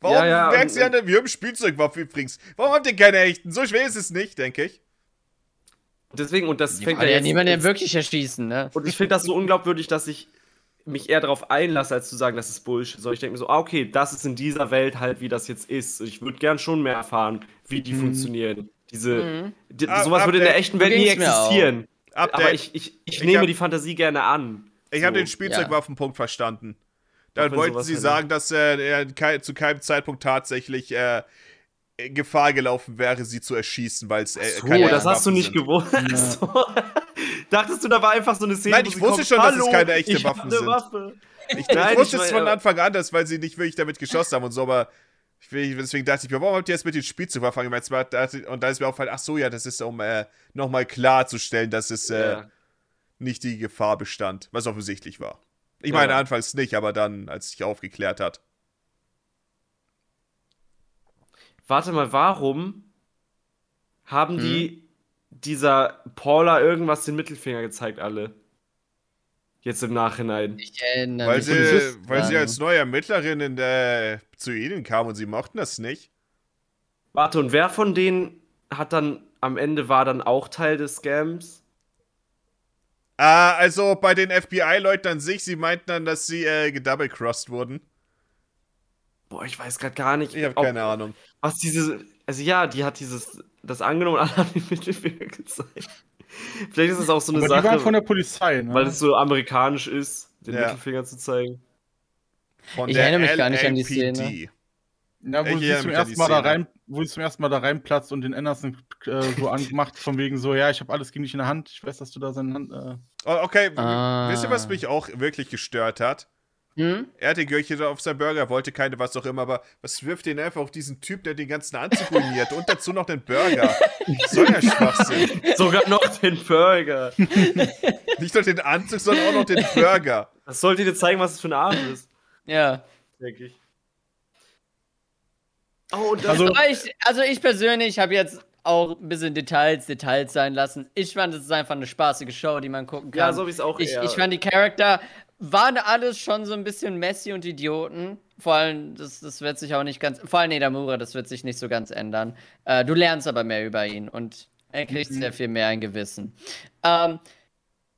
Warum Ja, ja, merkst und- du an der, wir haben Spielzeugwaffe übrigens. Warum habt ihr keine echten? So schwer ist es nicht, denke ich. Deswegen, und das fängt Kann ja jetzt- niemand den wirklich erschießen, ne? Und ich finde das so unglaubwürdig, dass ich mich eher darauf einlasse, als zu sagen, das ist Bullshit. So, ich denke mir so, ah, okay, das ist in dieser Welt halt, wie das jetzt ist. Und ich würde gern schon mehr erfahren, wie die funktionieren. Diese, die, Mhm. Ah, sowas würde in der Update. echten Welt So nie ging's Mhm. mir auch. existieren. Update. Aber ich ich, ich, ich, nehme hab- die Fantasie gerne an. habe So. den Spielzeugwaffenpunkt verstanden. Dann wenn wollten sowas halt sie hätte. sagen, dass äh, er kei- zu keinem Zeitpunkt tatsächlich äh, Gefahr gelaufen wäre, sie zu erschießen, weil es äh, So, keine das echten hast du Waffen nicht sind. gewusst. Ach [laughs] so. Dachtest du, da war einfach so eine Szene? Nein, wo ich sie wusste kommt, schon, dass es "Hallo, keine echte ich hab Waffen eine sind." Waffe. Ich, Nein, ich wusste ich es meine- von Anfang an, das, weil sie nicht wirklich damit geschossen haben und so, aber ich, will- deswegen dachte ich mir, warum habt ihr jetzt mit dem Spielzug angefangen? Ich meine, es war- dachte- Und dann ist mir aufgefallen, ach so, ja, das ist, um äh, nochmal klarzustellen, dass es äh, Ja. nicht die Gefahr bestand, was offensichtlich war. Ich Ja. meine, anfangs nicht, aber dann, als sich aufgeklärt hat. Warte mal, warum haben Mhm. die dieser Paula irgendwas den Mittelfinger gezeigt, alle? Jetzt im Nachhinein. Ich erinnere Weil mich sie, nicht weil sie dran. als neue Ermittlerin in der, zu ihnen kam und sie mochten das nicht. Warte, und wer von denen hat dann am Ende war dann auch Teil des Scams? Ah, also bei den FBI-Leuten an sich, sie meinten dann, dass sie äh, gedouble-crossed wurden. Boah, ich weiß gerade gar nicht, Ich habe ob- keine Ahnung. was diese. Also ja, die hat dieses das angenommen und alle haben den Mittelfinger gezeigt. Vielleicht ist das auch so eine Aber die waren von Sache, der Polizei, ne? weil es so amerikanisch ist, den Ja. Mittelfinger zu zeigen. Von Ich der erinnere mich gar nicht an die LAPD. Szene. ja, Ich wo sie erinnere zum mich an die ersten Mal da Szene. rein, wo sie zum ersten Mal da reinplatzt und den Anderson äh, [laughs] so angemacht, von wegen so, ja, ich habe alles gegen dich in der Hand, ich weiß, dass du da seine Hand. Äh, Oh, okay, w- Ah. wisst ihr, was mich auch wirklich gestört hat? Hm? Er hat den Görchen auf seinen Burger, wollte keine, was auch immer, aber was wirft den einfach auf diesen Typ, der den ganzen Anzug ruiniert und dazu noch den Burger? So ein Schwachsinn. Sogar noch den [laughs] Burger. Nicht nur den Anzug, sondern auch noch den Burger. Das sollte dir zeigen, was es für ein Abend ist, Ja. denke ich. Oh, und das Also- Aber ich, also ich persönlich habe jetzt auch ein bisschen Details, Details sein lassen. Ich fand, es ist einfach eine spaßige Show, die man gucken kann. Ja, so hab ich's auch ich, eher. ich fand die Charakter waren alles schon so ein bisschen messy und Idioten. Vor allem, das, das wird sich auch nicht ganz. Vor allem Edamura, das wird sich nicht so ganz ändern. Äh, du lernst aber mehr über ihn und er kriegt Mhm. sehr viel mehr ein Gewissen. Ähm,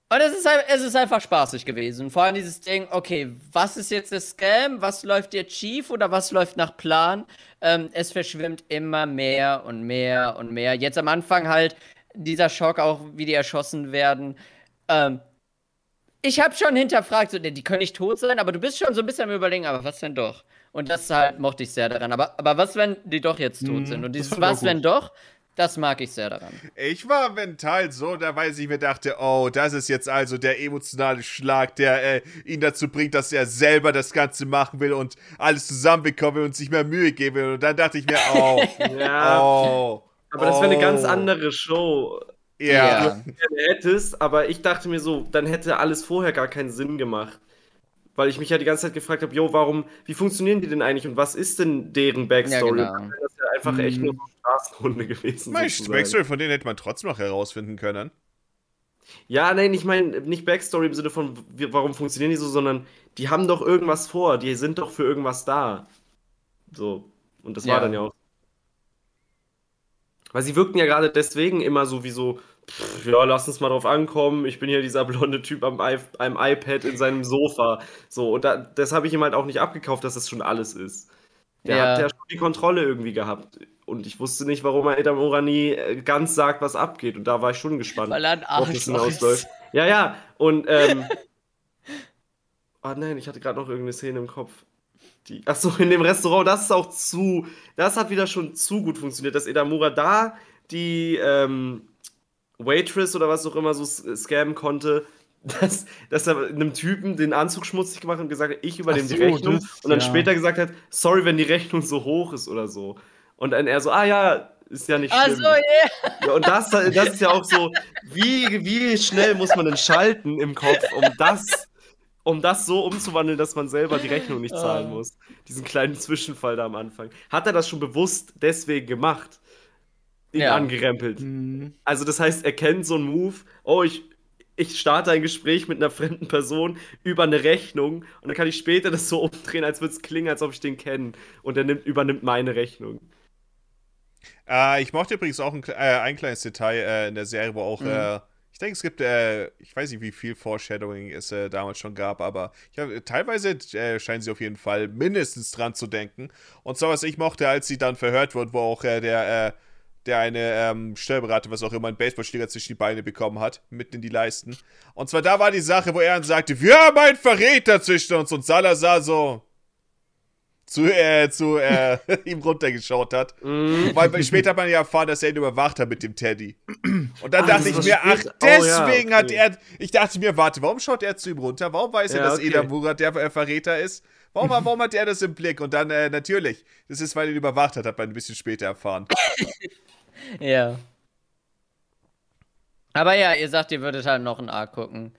und es ist, halt- es ist einfach spaßig gewesen. Vor allem dieses Ding, okay, was ist jetzt der Scam? Was läuft jetzt schief oder was läuft nach Plan? Ähm, es verschwimmt immer mehr und mehr und mehr. Jetzt am Anfang halt dieser Schock auch, wie die erschossen werden. Ähm, ich habe schon hinterfragt, so, nee, die können nicht tot sein, aber du bist schon so ein bisschen am überlegen, aber was wenn doch? Und das halt mochte ich sehr daran. Aber, aber was, wenn die doch jetzt tot Mhm, sind? Und das dieses fand ich auch Was, wenn gut. doch, das mag ich sehr daran. Ich war mental so dabei, dass ich mir dachte, oh, das ist jetzt also der emotionale Schlag, der äh, ihn dazu bringt, dass er selber das Ganze machen will und alles zusammenbekommen will und sich mehr Mühe geben will. Und dann dachte ich mir, oh, [laughs] ja, oh. aber das wäre eine ganz oh. andere Show, Ja. Ja. die du hättest. Aber ich dachte mir so, dann hätte alles vorher gar keinen Sinn gemacht. Weil ich mich ja die ganze Zeit gefragt habe, jo, warum, wie funktionieren die denn eigentlich und was ist denn deren Backstory? Ja, genau. Das ist ja einfach echt nur so Straßenhunde gewesen. Mein sozusagen. Backstory, von denen hätte man trotzdem noch herausfinden können. Ja, nein, ich meine nicht Backstory im Sinne von, w- warum funktionieren die so, sondern die haben doch irgendwas vor, die sind doch für irgendwas da. So. Und das Ja. war dann ja auch. Weil sie wirkten ja gerade deswegen immer so wie so, pff, ja, lass uns mal drauf ankommen, ich bin hier dieser blonde Typ am, I am iPad in seinem Sofa. So, und da, das habe ich ihm halt auch nicht abgekauft, dass das schon alles ist. Der Ja. hat ja schon die Kontrolle irgendwie gehabt. Und ich wusste nicht, warum er Edamura nie äh, ganz sagt, was abgeht. Und da war ich schon gespannt Weil er ein worauf Arschloch das ist. hinausläuft. Ja, ja. Und ähm. [laughs] oh nein, ich hatte gerade noch irgendeine Szene im Kopf. Die, ach so, in dem Restaurant, das ist auch zu. Das hat wieder schon zu gut funktioniert, dass Edamura da die ähm, Waitress oder was auch immer so s- scammen konnte. [laughs] Dass, dass er einem Typen den Anzug schmutzig gemacht hat und gesagt hat, ich übernehme Ach so, die Rechnung. das, und dann ja. später gesagt hat, sorry, wenn die Rechnung so hoch ist oder so. Und dann er so, ah ja, ist ja nicht Ach schlimm. so, ja. Ja, und das, das ist ja auch so, wie, wie schnell muss man denn schalten im Kopf, um das, um das so umzuwandeln, dass man selber die Rechnung nicht zahlen Ah. muss. Diesen kleinen Zwischenfall da am Anfang. Hat er das schon bewusst deswegen gemacht? Ihn Ja. angerempelt. mh. Also das heißt, er kennt so einen Move, oh, ich, ich starte ein Gespräch mit einer fremden Person über eine Rechnung und dann kann ich später das so umdrehen, als würde es klingen, als ob ich den kenne. Und er nimmt, übernimmt meine Rechnung. Äh, ich mochte übrigens auch ein, kle- äh, ein kleines Detail äh, in der Serie, wo auch, äh, ich denke, es gibt, äh, ich weiß nicht, wie viel Foreshadowing es äh, damals schon gab, aber ich hab, teilweise äh, scheinen sie auf jeden Fall mindestens dran zu denken. Und zwar, was ich mochte, als sie dann verhört wurden, wo auch äh, der äh, der eine ähm, Stellberate, was auch immer, einen Baseballschläger zwischen die Beine bekommen hat, mitten in die Leisten. Und zwar da war die Sache, wo er dann sagte, wir haben einen Verräter zwischen uns und Salazar so zu, äh, zu äh, [laughs] ihm runtergeschaut hat. Mhm. Weil später hat man ja erfahren, dass er ihn überwacht hat mit dem Teddy. Und dann dachte Ah, das ich war mir, ach, spät- oh ja, deswegen hat okay. er. Ich dachte mir, warte, warum schaut er zu ihm runter? Warum weiß er, Ja, dass okay. Eda Murat der äh, Verräter ist? Warum, warum hat er das im Blick? Und dann, äh, natürlich, das ist, weil er ihn überwacht hat, hat man ein bisschen später erfahren. Ja. Aber ja, ihr sagt, ihr würdet halt noch einen A gucken.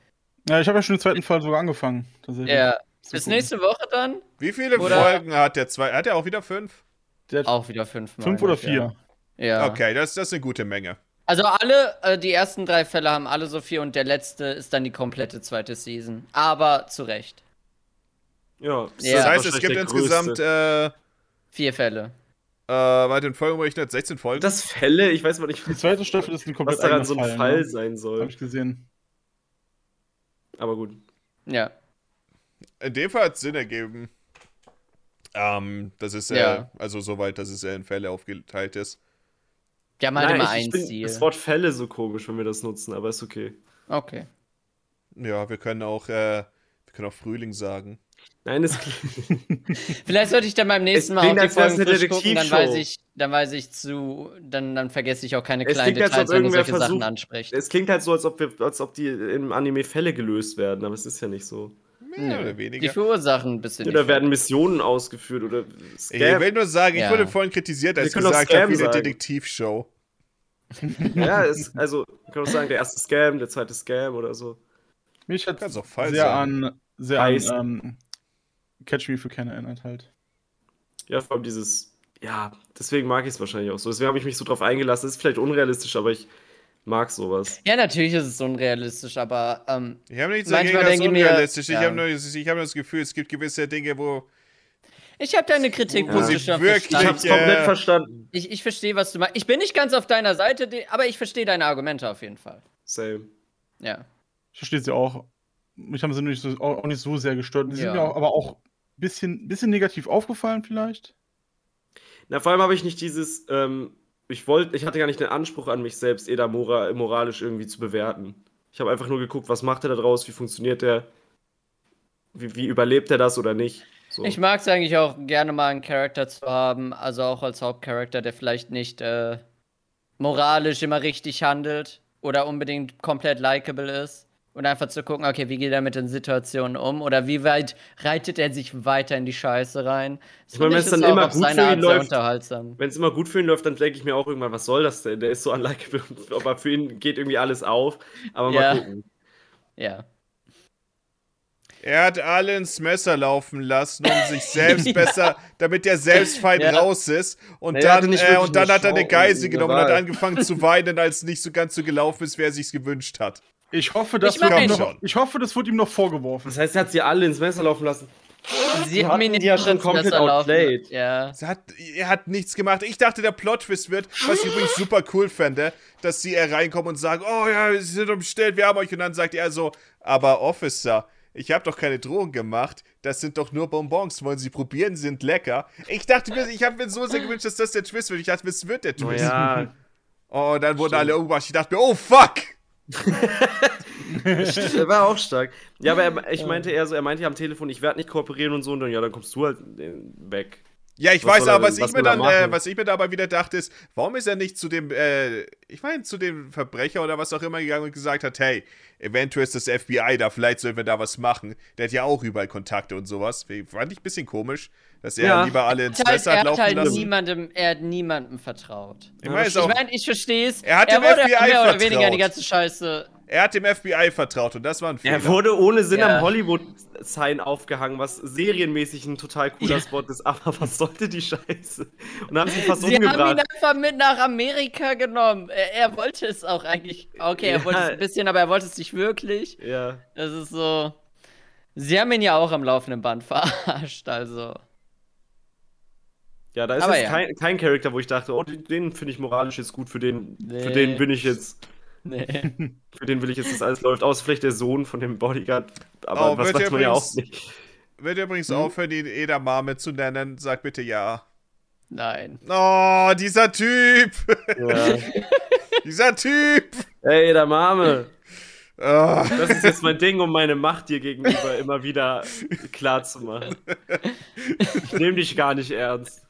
Ja, ich habe ja schon den zweiten Fall sogar angefangen. Tatsächlich. Ja. Zu Bis gucken. nächste Woche dann? Wie viele Oder- Folgen hat der zwei? Hat er auch wieder fünf? Der hat Auch wieder fünf. fünf meine oder ich, vier. Ja. ja. Okay, das, das ist eine gute Menge. Also alle, äh, die ersten drei Fälle haben alle so vier und der letzte ist dann die komplette zweite Season. Aber zu Recht. Ja. Das Ja. heißt, es wahrscheinlich gibt der insgesamt, größte. äh, äh, Vier Fälle. warte, in Folgen umgerechnet 16 Folgen. Das Fälle, ich weiß mal nicht, Die zweite Staffel ist ein komplett was daran so ein eigener Fall, Fall ne? sein Hab soll. ich gesehen. Aber gut. Ja. In dem Fall hat es Sinn ergeben. Ähm, das ist äh, Ja. also soweit, dass es äh, in Fälle aufgeteilt ist. Die haben halt Nein, immer ich, ein ich bin Ziel. das Wort Fälle so komisch, wenn wir das nutzen, aber ist okay. Okay. Ja, wir können auch, äh, wir können auch Frühling sagen. Nein, es klingt. Vielleicht sollte ich dann beim nächsten Mal auch klingt, die als wär's Folgen eine frisch gucken, dann Detektivshow. weiß ich, dann weiß ich zu, dann, dann vergesse ich auch keine Es kleinen klingt, als ob Details, wenn ihr irgendwer solche Sachen versucht- ansprecht. Es klingt halt so, als ob, wir, als ob die im Anime Fälle gelöst werden, aber es ist ja nicht so. Mehr oder Die weniger. verursachen ein bisschen. Oder die werden Missionen ausgeführt oder Ich Scam. will nur sagen, ich Ja. wurde vorhin kritisiert, als Wir ich können auch gesagt habe, Scam wie eine sagen. Detektivshow. Ja, es, also, man kann auch sagen, der erste Scam, der zweite Scam oder so. Mich hat Kann's auch sehr falsch sein. an, sehr Heiß. an ähm, Catch Me If You Can erinnert halt. Ja, vor allem dieses, ja, deswegen mag ich es wahrscheinlich auch so. Deswegen habe ich mich so drauf eingelassen. Ist vielleicht unrealistisch, aber ich mag sowas. Ja, natürlich ist es unrealistisch, aber ähm, Ich habe nichts dagegen, das Manchmal ist denke ich mir- unrealistisch. Ich ja. habe nur, ich hab nur das Gefühl, es gibt gewisse Dinge, wo. ich habe deine Kritik Wo sie positiv wirklich- Ich verstanden. hab's äh, komplett verstanden. Ich, ich verstehe, was du meinst. Ich bin nicht ganz auf deiner Seite, de- aber ich verstehe deine Argumente auf jeden Fall. Same. Ja. Ich verstehe sie auch. Mich haben sie nicht so, auch auch nicht so sehr gestört. Die sind Ja. mir auch, aber auch ein bisschen, bisschen negativ aufgefallen, vielleicht. Na, vor allem habe ich nicht dieses, ähm, ich wollte, ich hatte gar nicht den Anspruch an mich selbst, Eda Mora moralisch irgendwie zu bewerten. Ich habe einfach nur geguckt, was macht er da draus, wie funktioniert der, wie, wie überlebt er das oder nicht. So. Ich mag es eigentlich auch gerne mal einen Charakter zu haben, also auch als Hauptcharakter, der vielleicht nicht äh, moralisch immer richtig handelt oder unbedingt komplett likable ist. Und einfach zu gucken, okay, wie geht er mit den Situationen um oder wie weit reitet er sich weiter in die Scheiße rein. Das Ich meine, finde wenn es dann auch immer auf gut seine für ihn Art sehr läuft. unterhaltsam. Wenn es immer gut für ihn läuft, dann denke ich mir auch irgendwann, was soll das denn? Der ist so unlikable, [laughs] aber für ihn geht irgendwie alles auf. Aber mal Ja. gucken. Ja. Er hat alle ins Messer laufen lassen, um [laughs] sich selbst besser, damit der Selbstfeind Ja. raus ist. Und Nee, er hatte dann, nicht äh, wirklich und dann eine hat er eine Chance, Geise eine genommen und hat Wahl. angefangen zu weinen, als nicht so ganz so gelaufen ist, wie er sich's gewünscht hat. Ich hoffe, das, Ich wird mag ihm ihn. noch, ich hoffe, das wird ihm noch vorgeworfen. Das heißt, er hat sie alle ins Messer laufen lassen. Sie hatten die ja schon ins Messer komplett laufen. outplayed. Ja. Sie hat, er hat nichts gemacht. Ich dachte, der Plot-Twist wird, was ich übrigens super cool fände, dass sie äh, reinkommen und sagen, oh ja, sie sind umstellt, wir haben euch. Und dann sagt er so, aber Officer, ich habe doch keine Drohung gemacht. Das sind doch nur Bonbons. Wollen sie probieren, Sie sind lecker. Ich dachte mir, ich habe mir so sehr gewünscht, dass das der Twist wird. Ich dachte mir, es wird der Oh Twist. ja, Oh, und dann wurden alle umgebracht. Ich dachte mir, oh fuck! [laughs] er war auch stark. Ja, aber er, ich meinte eher so, er meinte ja am Telefon, ich werde nicht kooperieren und so. Und dann, ja, dann kommst du halt äh, weg. Ja, ich Was weiß soll er aber, was, denn- was ich mir will er dann, äh, machen? was ich mir dabei wieder dachte, ist, warum ist er nicht zu dem, äh, ich meine, zu dem Verbrecher oder was auch immer gegangen und gesagt hat, hey, eventuell ist das FBI da, vielleicht sollten wir da was machen. Der hat ja auch überall Kontakte und sowas. Fand ich ein bisschen komisch, dass er Ja. lieber alle ins Er hat, Messer hat er hat laufen halt lassen. niemandem, er hat niemandem vertraut. Ich weiß Ich auch, meine, ich verstehe es. Er hat dem wurde FBI mehr oder vertraut. weniger die ganze Scheiße. er hat dem FBI vertraut und das war ein Fehler. Er wurde ohne Sinn Ja. am Hollywood-Sign aufgehangen, was serienmäßig ein total cooler Ja. Spot ist. Aber was sollte die Scheiße? Und haben sie fast Sie haben ihn umgebracht. einfach mit nach Amerika genommen. Er, er wollte es auch eigentlich. Okay, er Ja. wollte es ein bisschen, aber er wollte es nicht wirklich. Ja. Das ist so. Sie haben ihn ja auch am laufenden Band [laughs] verarscht, also. ja, da ist Aber jetzt ja. kein, kein Charakter, wo ich dachte, oh, den, den finde ich moralisch jetzt gut, für den, Nee. für den bin ich jetzt, Nee. für den will ich jetzt, dass alles läuft. Außer vielleicht der Sohn von dem Bodyguard. Oh, Aber was wird weiß man ja übrigens- auch nicht. Wird übrigens aufhören, ihn Edamame zu nennen. Sag bitte ja. Nein. Oh, dieser Typ. [laughs] Ja. dieser Typ. Ey, der Mame. Ah. Das ist jetzt mein Ding, um meine Macht dir gegenüber immer wieder klar zu machen. Ich nehme dich gar nicht ernst.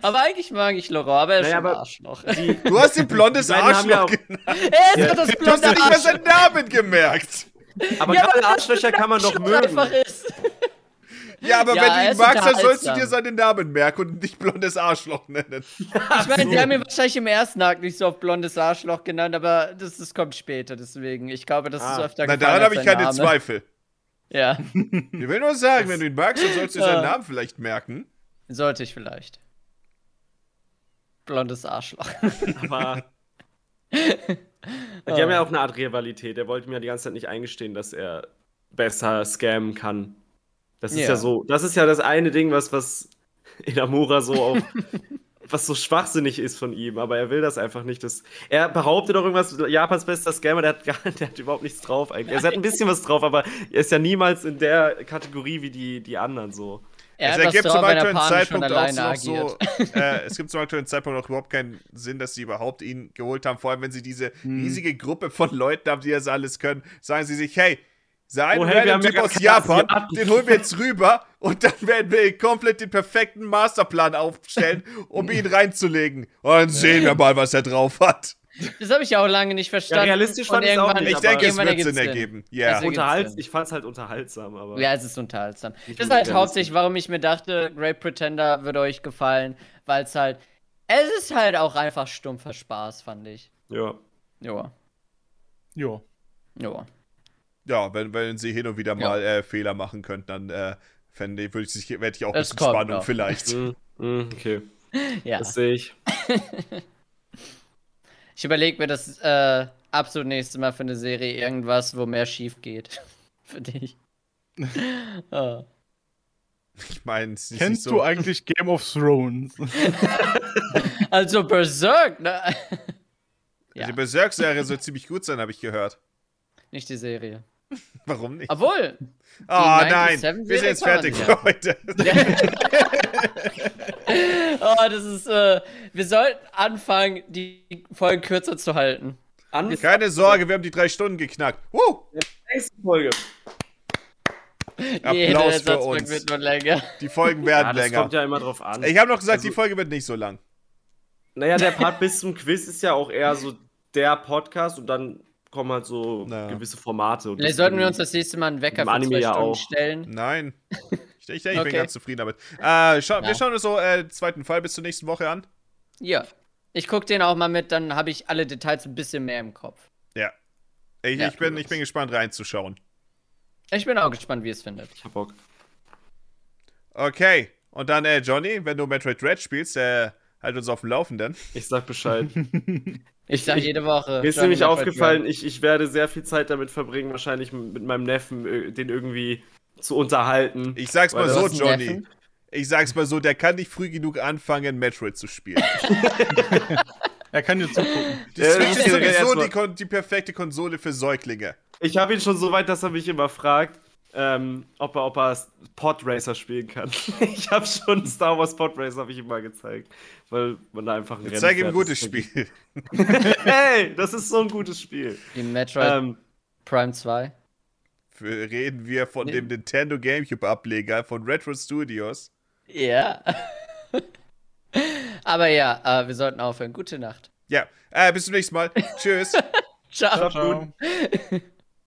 Aber eigentlich mag ich Laurent, aber er ist Naja, schon ein aber- Arschloch. Die, [laughs] Du hast ein blondes Die beiden haben ja Arschloch. auch- genannt. [laughs] Er ist doch das Du hast blonde ja nicht mal Arschloch. seinen Namen gemerkt. aber Ja, aber gerade das Arschlöcher kann man doch Schon mögen. einfach ist. Ja, aber Ja, wenn er du ihn ist magst, dann sollst du unterhaltsam. dir seinen Namen merken und nicht blondes Arschloch nennen. Ich meine, sie haben ihn wahrscheinlich im ersten Akt nicht so auf blondes Arschloch genannt, aber das, das kommt später, deswegen. Ich glaube, das ist Ah. öfter Na, gefallen daran als habe ich sein keine Name. Zweifel. Ja, Ich will nur sagen, wenn du ihn magst, dann sollst du dir Ja. seinen Namen vielleicht merken. sollte ich vielleicht. Blondes Arschloch. [laughs] Aber die haben Ah. ja auch eine Art Rivalität. Er wollte mir die ganze Zeit nicht eingestehen, dass er besser scammen kann. Das ist Ja. ja so. Das ist ja das eine Ding, was, was Inamura so [laughs] auf. was so schwachsinnig ist von ihm, aber er will das einfach nicht. Dass, er behauptet doch irgendwas, Japans bester Scammer, der hat, gar, [laughs] der hat überhaupt nichts drauf eigentlich. Er hat ein bisschen was drauf, aber er ist ja niemals in der Kategorie wie die, die anderen so. Er es ergibt zum aktuellen Zeitpunkt auch noch so, agiert. äh, es gibt zum aktuellen Zeitpunkt auch überhaupt keinen Sinn, dass sie überhaupt ihn geholt haben. Vor allem, wenn sie diese riesige Gruppe von Leuten haben, die das alles können, sagen sie sich, hey, sei ein Oh, hey, random wir haben ja Typ gar aus keine Japan, Asiaten. den holen wir jetzt rüber und dann werden wir komplett den perfekten Masterplan aufstellen, um ihn reinzulegen. Und dann sehen wir mal, was er drauf hat. Das habe ich ja auch lange nicht verstanden. realistisch Und fand ich's auch irgendwann- nicht, Ich aber denke, es irgendwann wird ergibt's Sinn ergeben. Ja. Also- Da gibt's Unterhalts den. ich fand es halt unterhaltsam, aber. Ja, es ist unterhaltsam. Ich Das ist muss halt ja hauptsächlich, warum ich mir dachte, Great Pretender würde euch gefallen, weil es halt. Es ist halt auch einfach stumpfer Spaß, fand ich. ja. Joa. Jo. Joa. Ja, wenn, wenn sie hin und wieder Ja. mal äh, Fehler machen könnten, dann äh, fände ich- würde ich sich, hätte ich auch ein Es bisschen kommt Spannung noch. vielleicht. Mm, mm, okay, Ja. das sehe ich. Ich überlege mir das äh, absolut nächste Mal für eine Serie irgendwas, wo mehr schief geht. [laughs] für [laughs] dich. Ah. Ich meine, es ist nicht Kennst so. du eigentlich Game of Thrones? Also Berserk, [laughs] ne? ja, Die Berserk-Serie soll ziemlich gut sein, habe ich gehört. [laughs] nicht die Serie. Warum nicht? [laughs] Obwohl, oh nein, 97-Serie wir sind jetzt kann man fertig nicht für heute. [laughs] oh, das ist, äh, wir sollten anfangen, die Folgen kürzer zu halten. An Keine Sorge, wir haben die drei Stunden geknackt. Woo! nächsten Folge. Jeder Applaus für Ersatzbank uns. wird nur länger. Die [laughs] Folgen Ja, werden das länger. kommt ja immer drauf an. Ich habe noch gesagt, Also- die Folge wird nicht so lang. [laughs] Naja, der Part bis zum Quiz ist ja auch eher so der Podcast und dann kommen halt so Naja. gewisse Formate. Und Vielleicht das- sollten wir uns das nächste Mal einen Wecker Im für Anime zwei ja Stunden auch. stellen. Nein. Ich, ich, denke, ich bin Okay. ganz zufrieden damit. Äh, schau, Ja. Wir schauen uns so äh, den zweiten Fall bis zur nächsten Woche an. Ja. Ich gucke den auch mal mit, dann habe ich alle Details ein bisschen mehr im Kopf. Ja. Ich, Ja, ich, bin, tu ich das. bin gespannt reinzuschauen. Ich bin auch gespannt, wie ihr es findet. Ich hab Bock. Okay. Und dann, äh, Johnny, wenn du Metroid Red spielst, äh, halt uns auf dem Laufenden. Ich sag [laughs] Bescheid. Ich sage jede Woche. Mir ist Johnny nämlich Metroid aufgefallen, Dread. ich, ich werde sehr viel Zeit damit verbringen, wahrscheinlich m- mit meinem Neffen, äh, den irgendwie zu unterhalten. Ich sag's mal Weil so, das- Du hast einen Johnny. Neffen? Ich sag's mal so, der kann nicht früh genug anfangen, Metroid zu spielen. er kann dir zugucken. Die Ja, das Switch muss ist ich ja sowieso erst mal- die, Kon die perfekte Konsole für Säuglinge. Ich habe ihn schon so weit, dass er mich immer fragt, ähm, ob er, ob er Podracer spielen kann. [laughs] ich habe schon Star Wars Podracer, habe ich ihm mal gezeigt. Weil man da einfach ein Jetzt zeig ihm ein fährt, gutes das- Spiel. [laughs] [laughs] Hey, das ist so ein gutes Spiel. Die Metroid Ähm, Prime 2. Für- Reden wir von dem Nintendo GameCube-Ableger von Retro Studios. Ja. [laughs] Aber ja, äh, wir sollten aufhören. Gute Nacht. Ja, äh, bis zum nächsten Mal. Tschüss. Ciao. Ciao.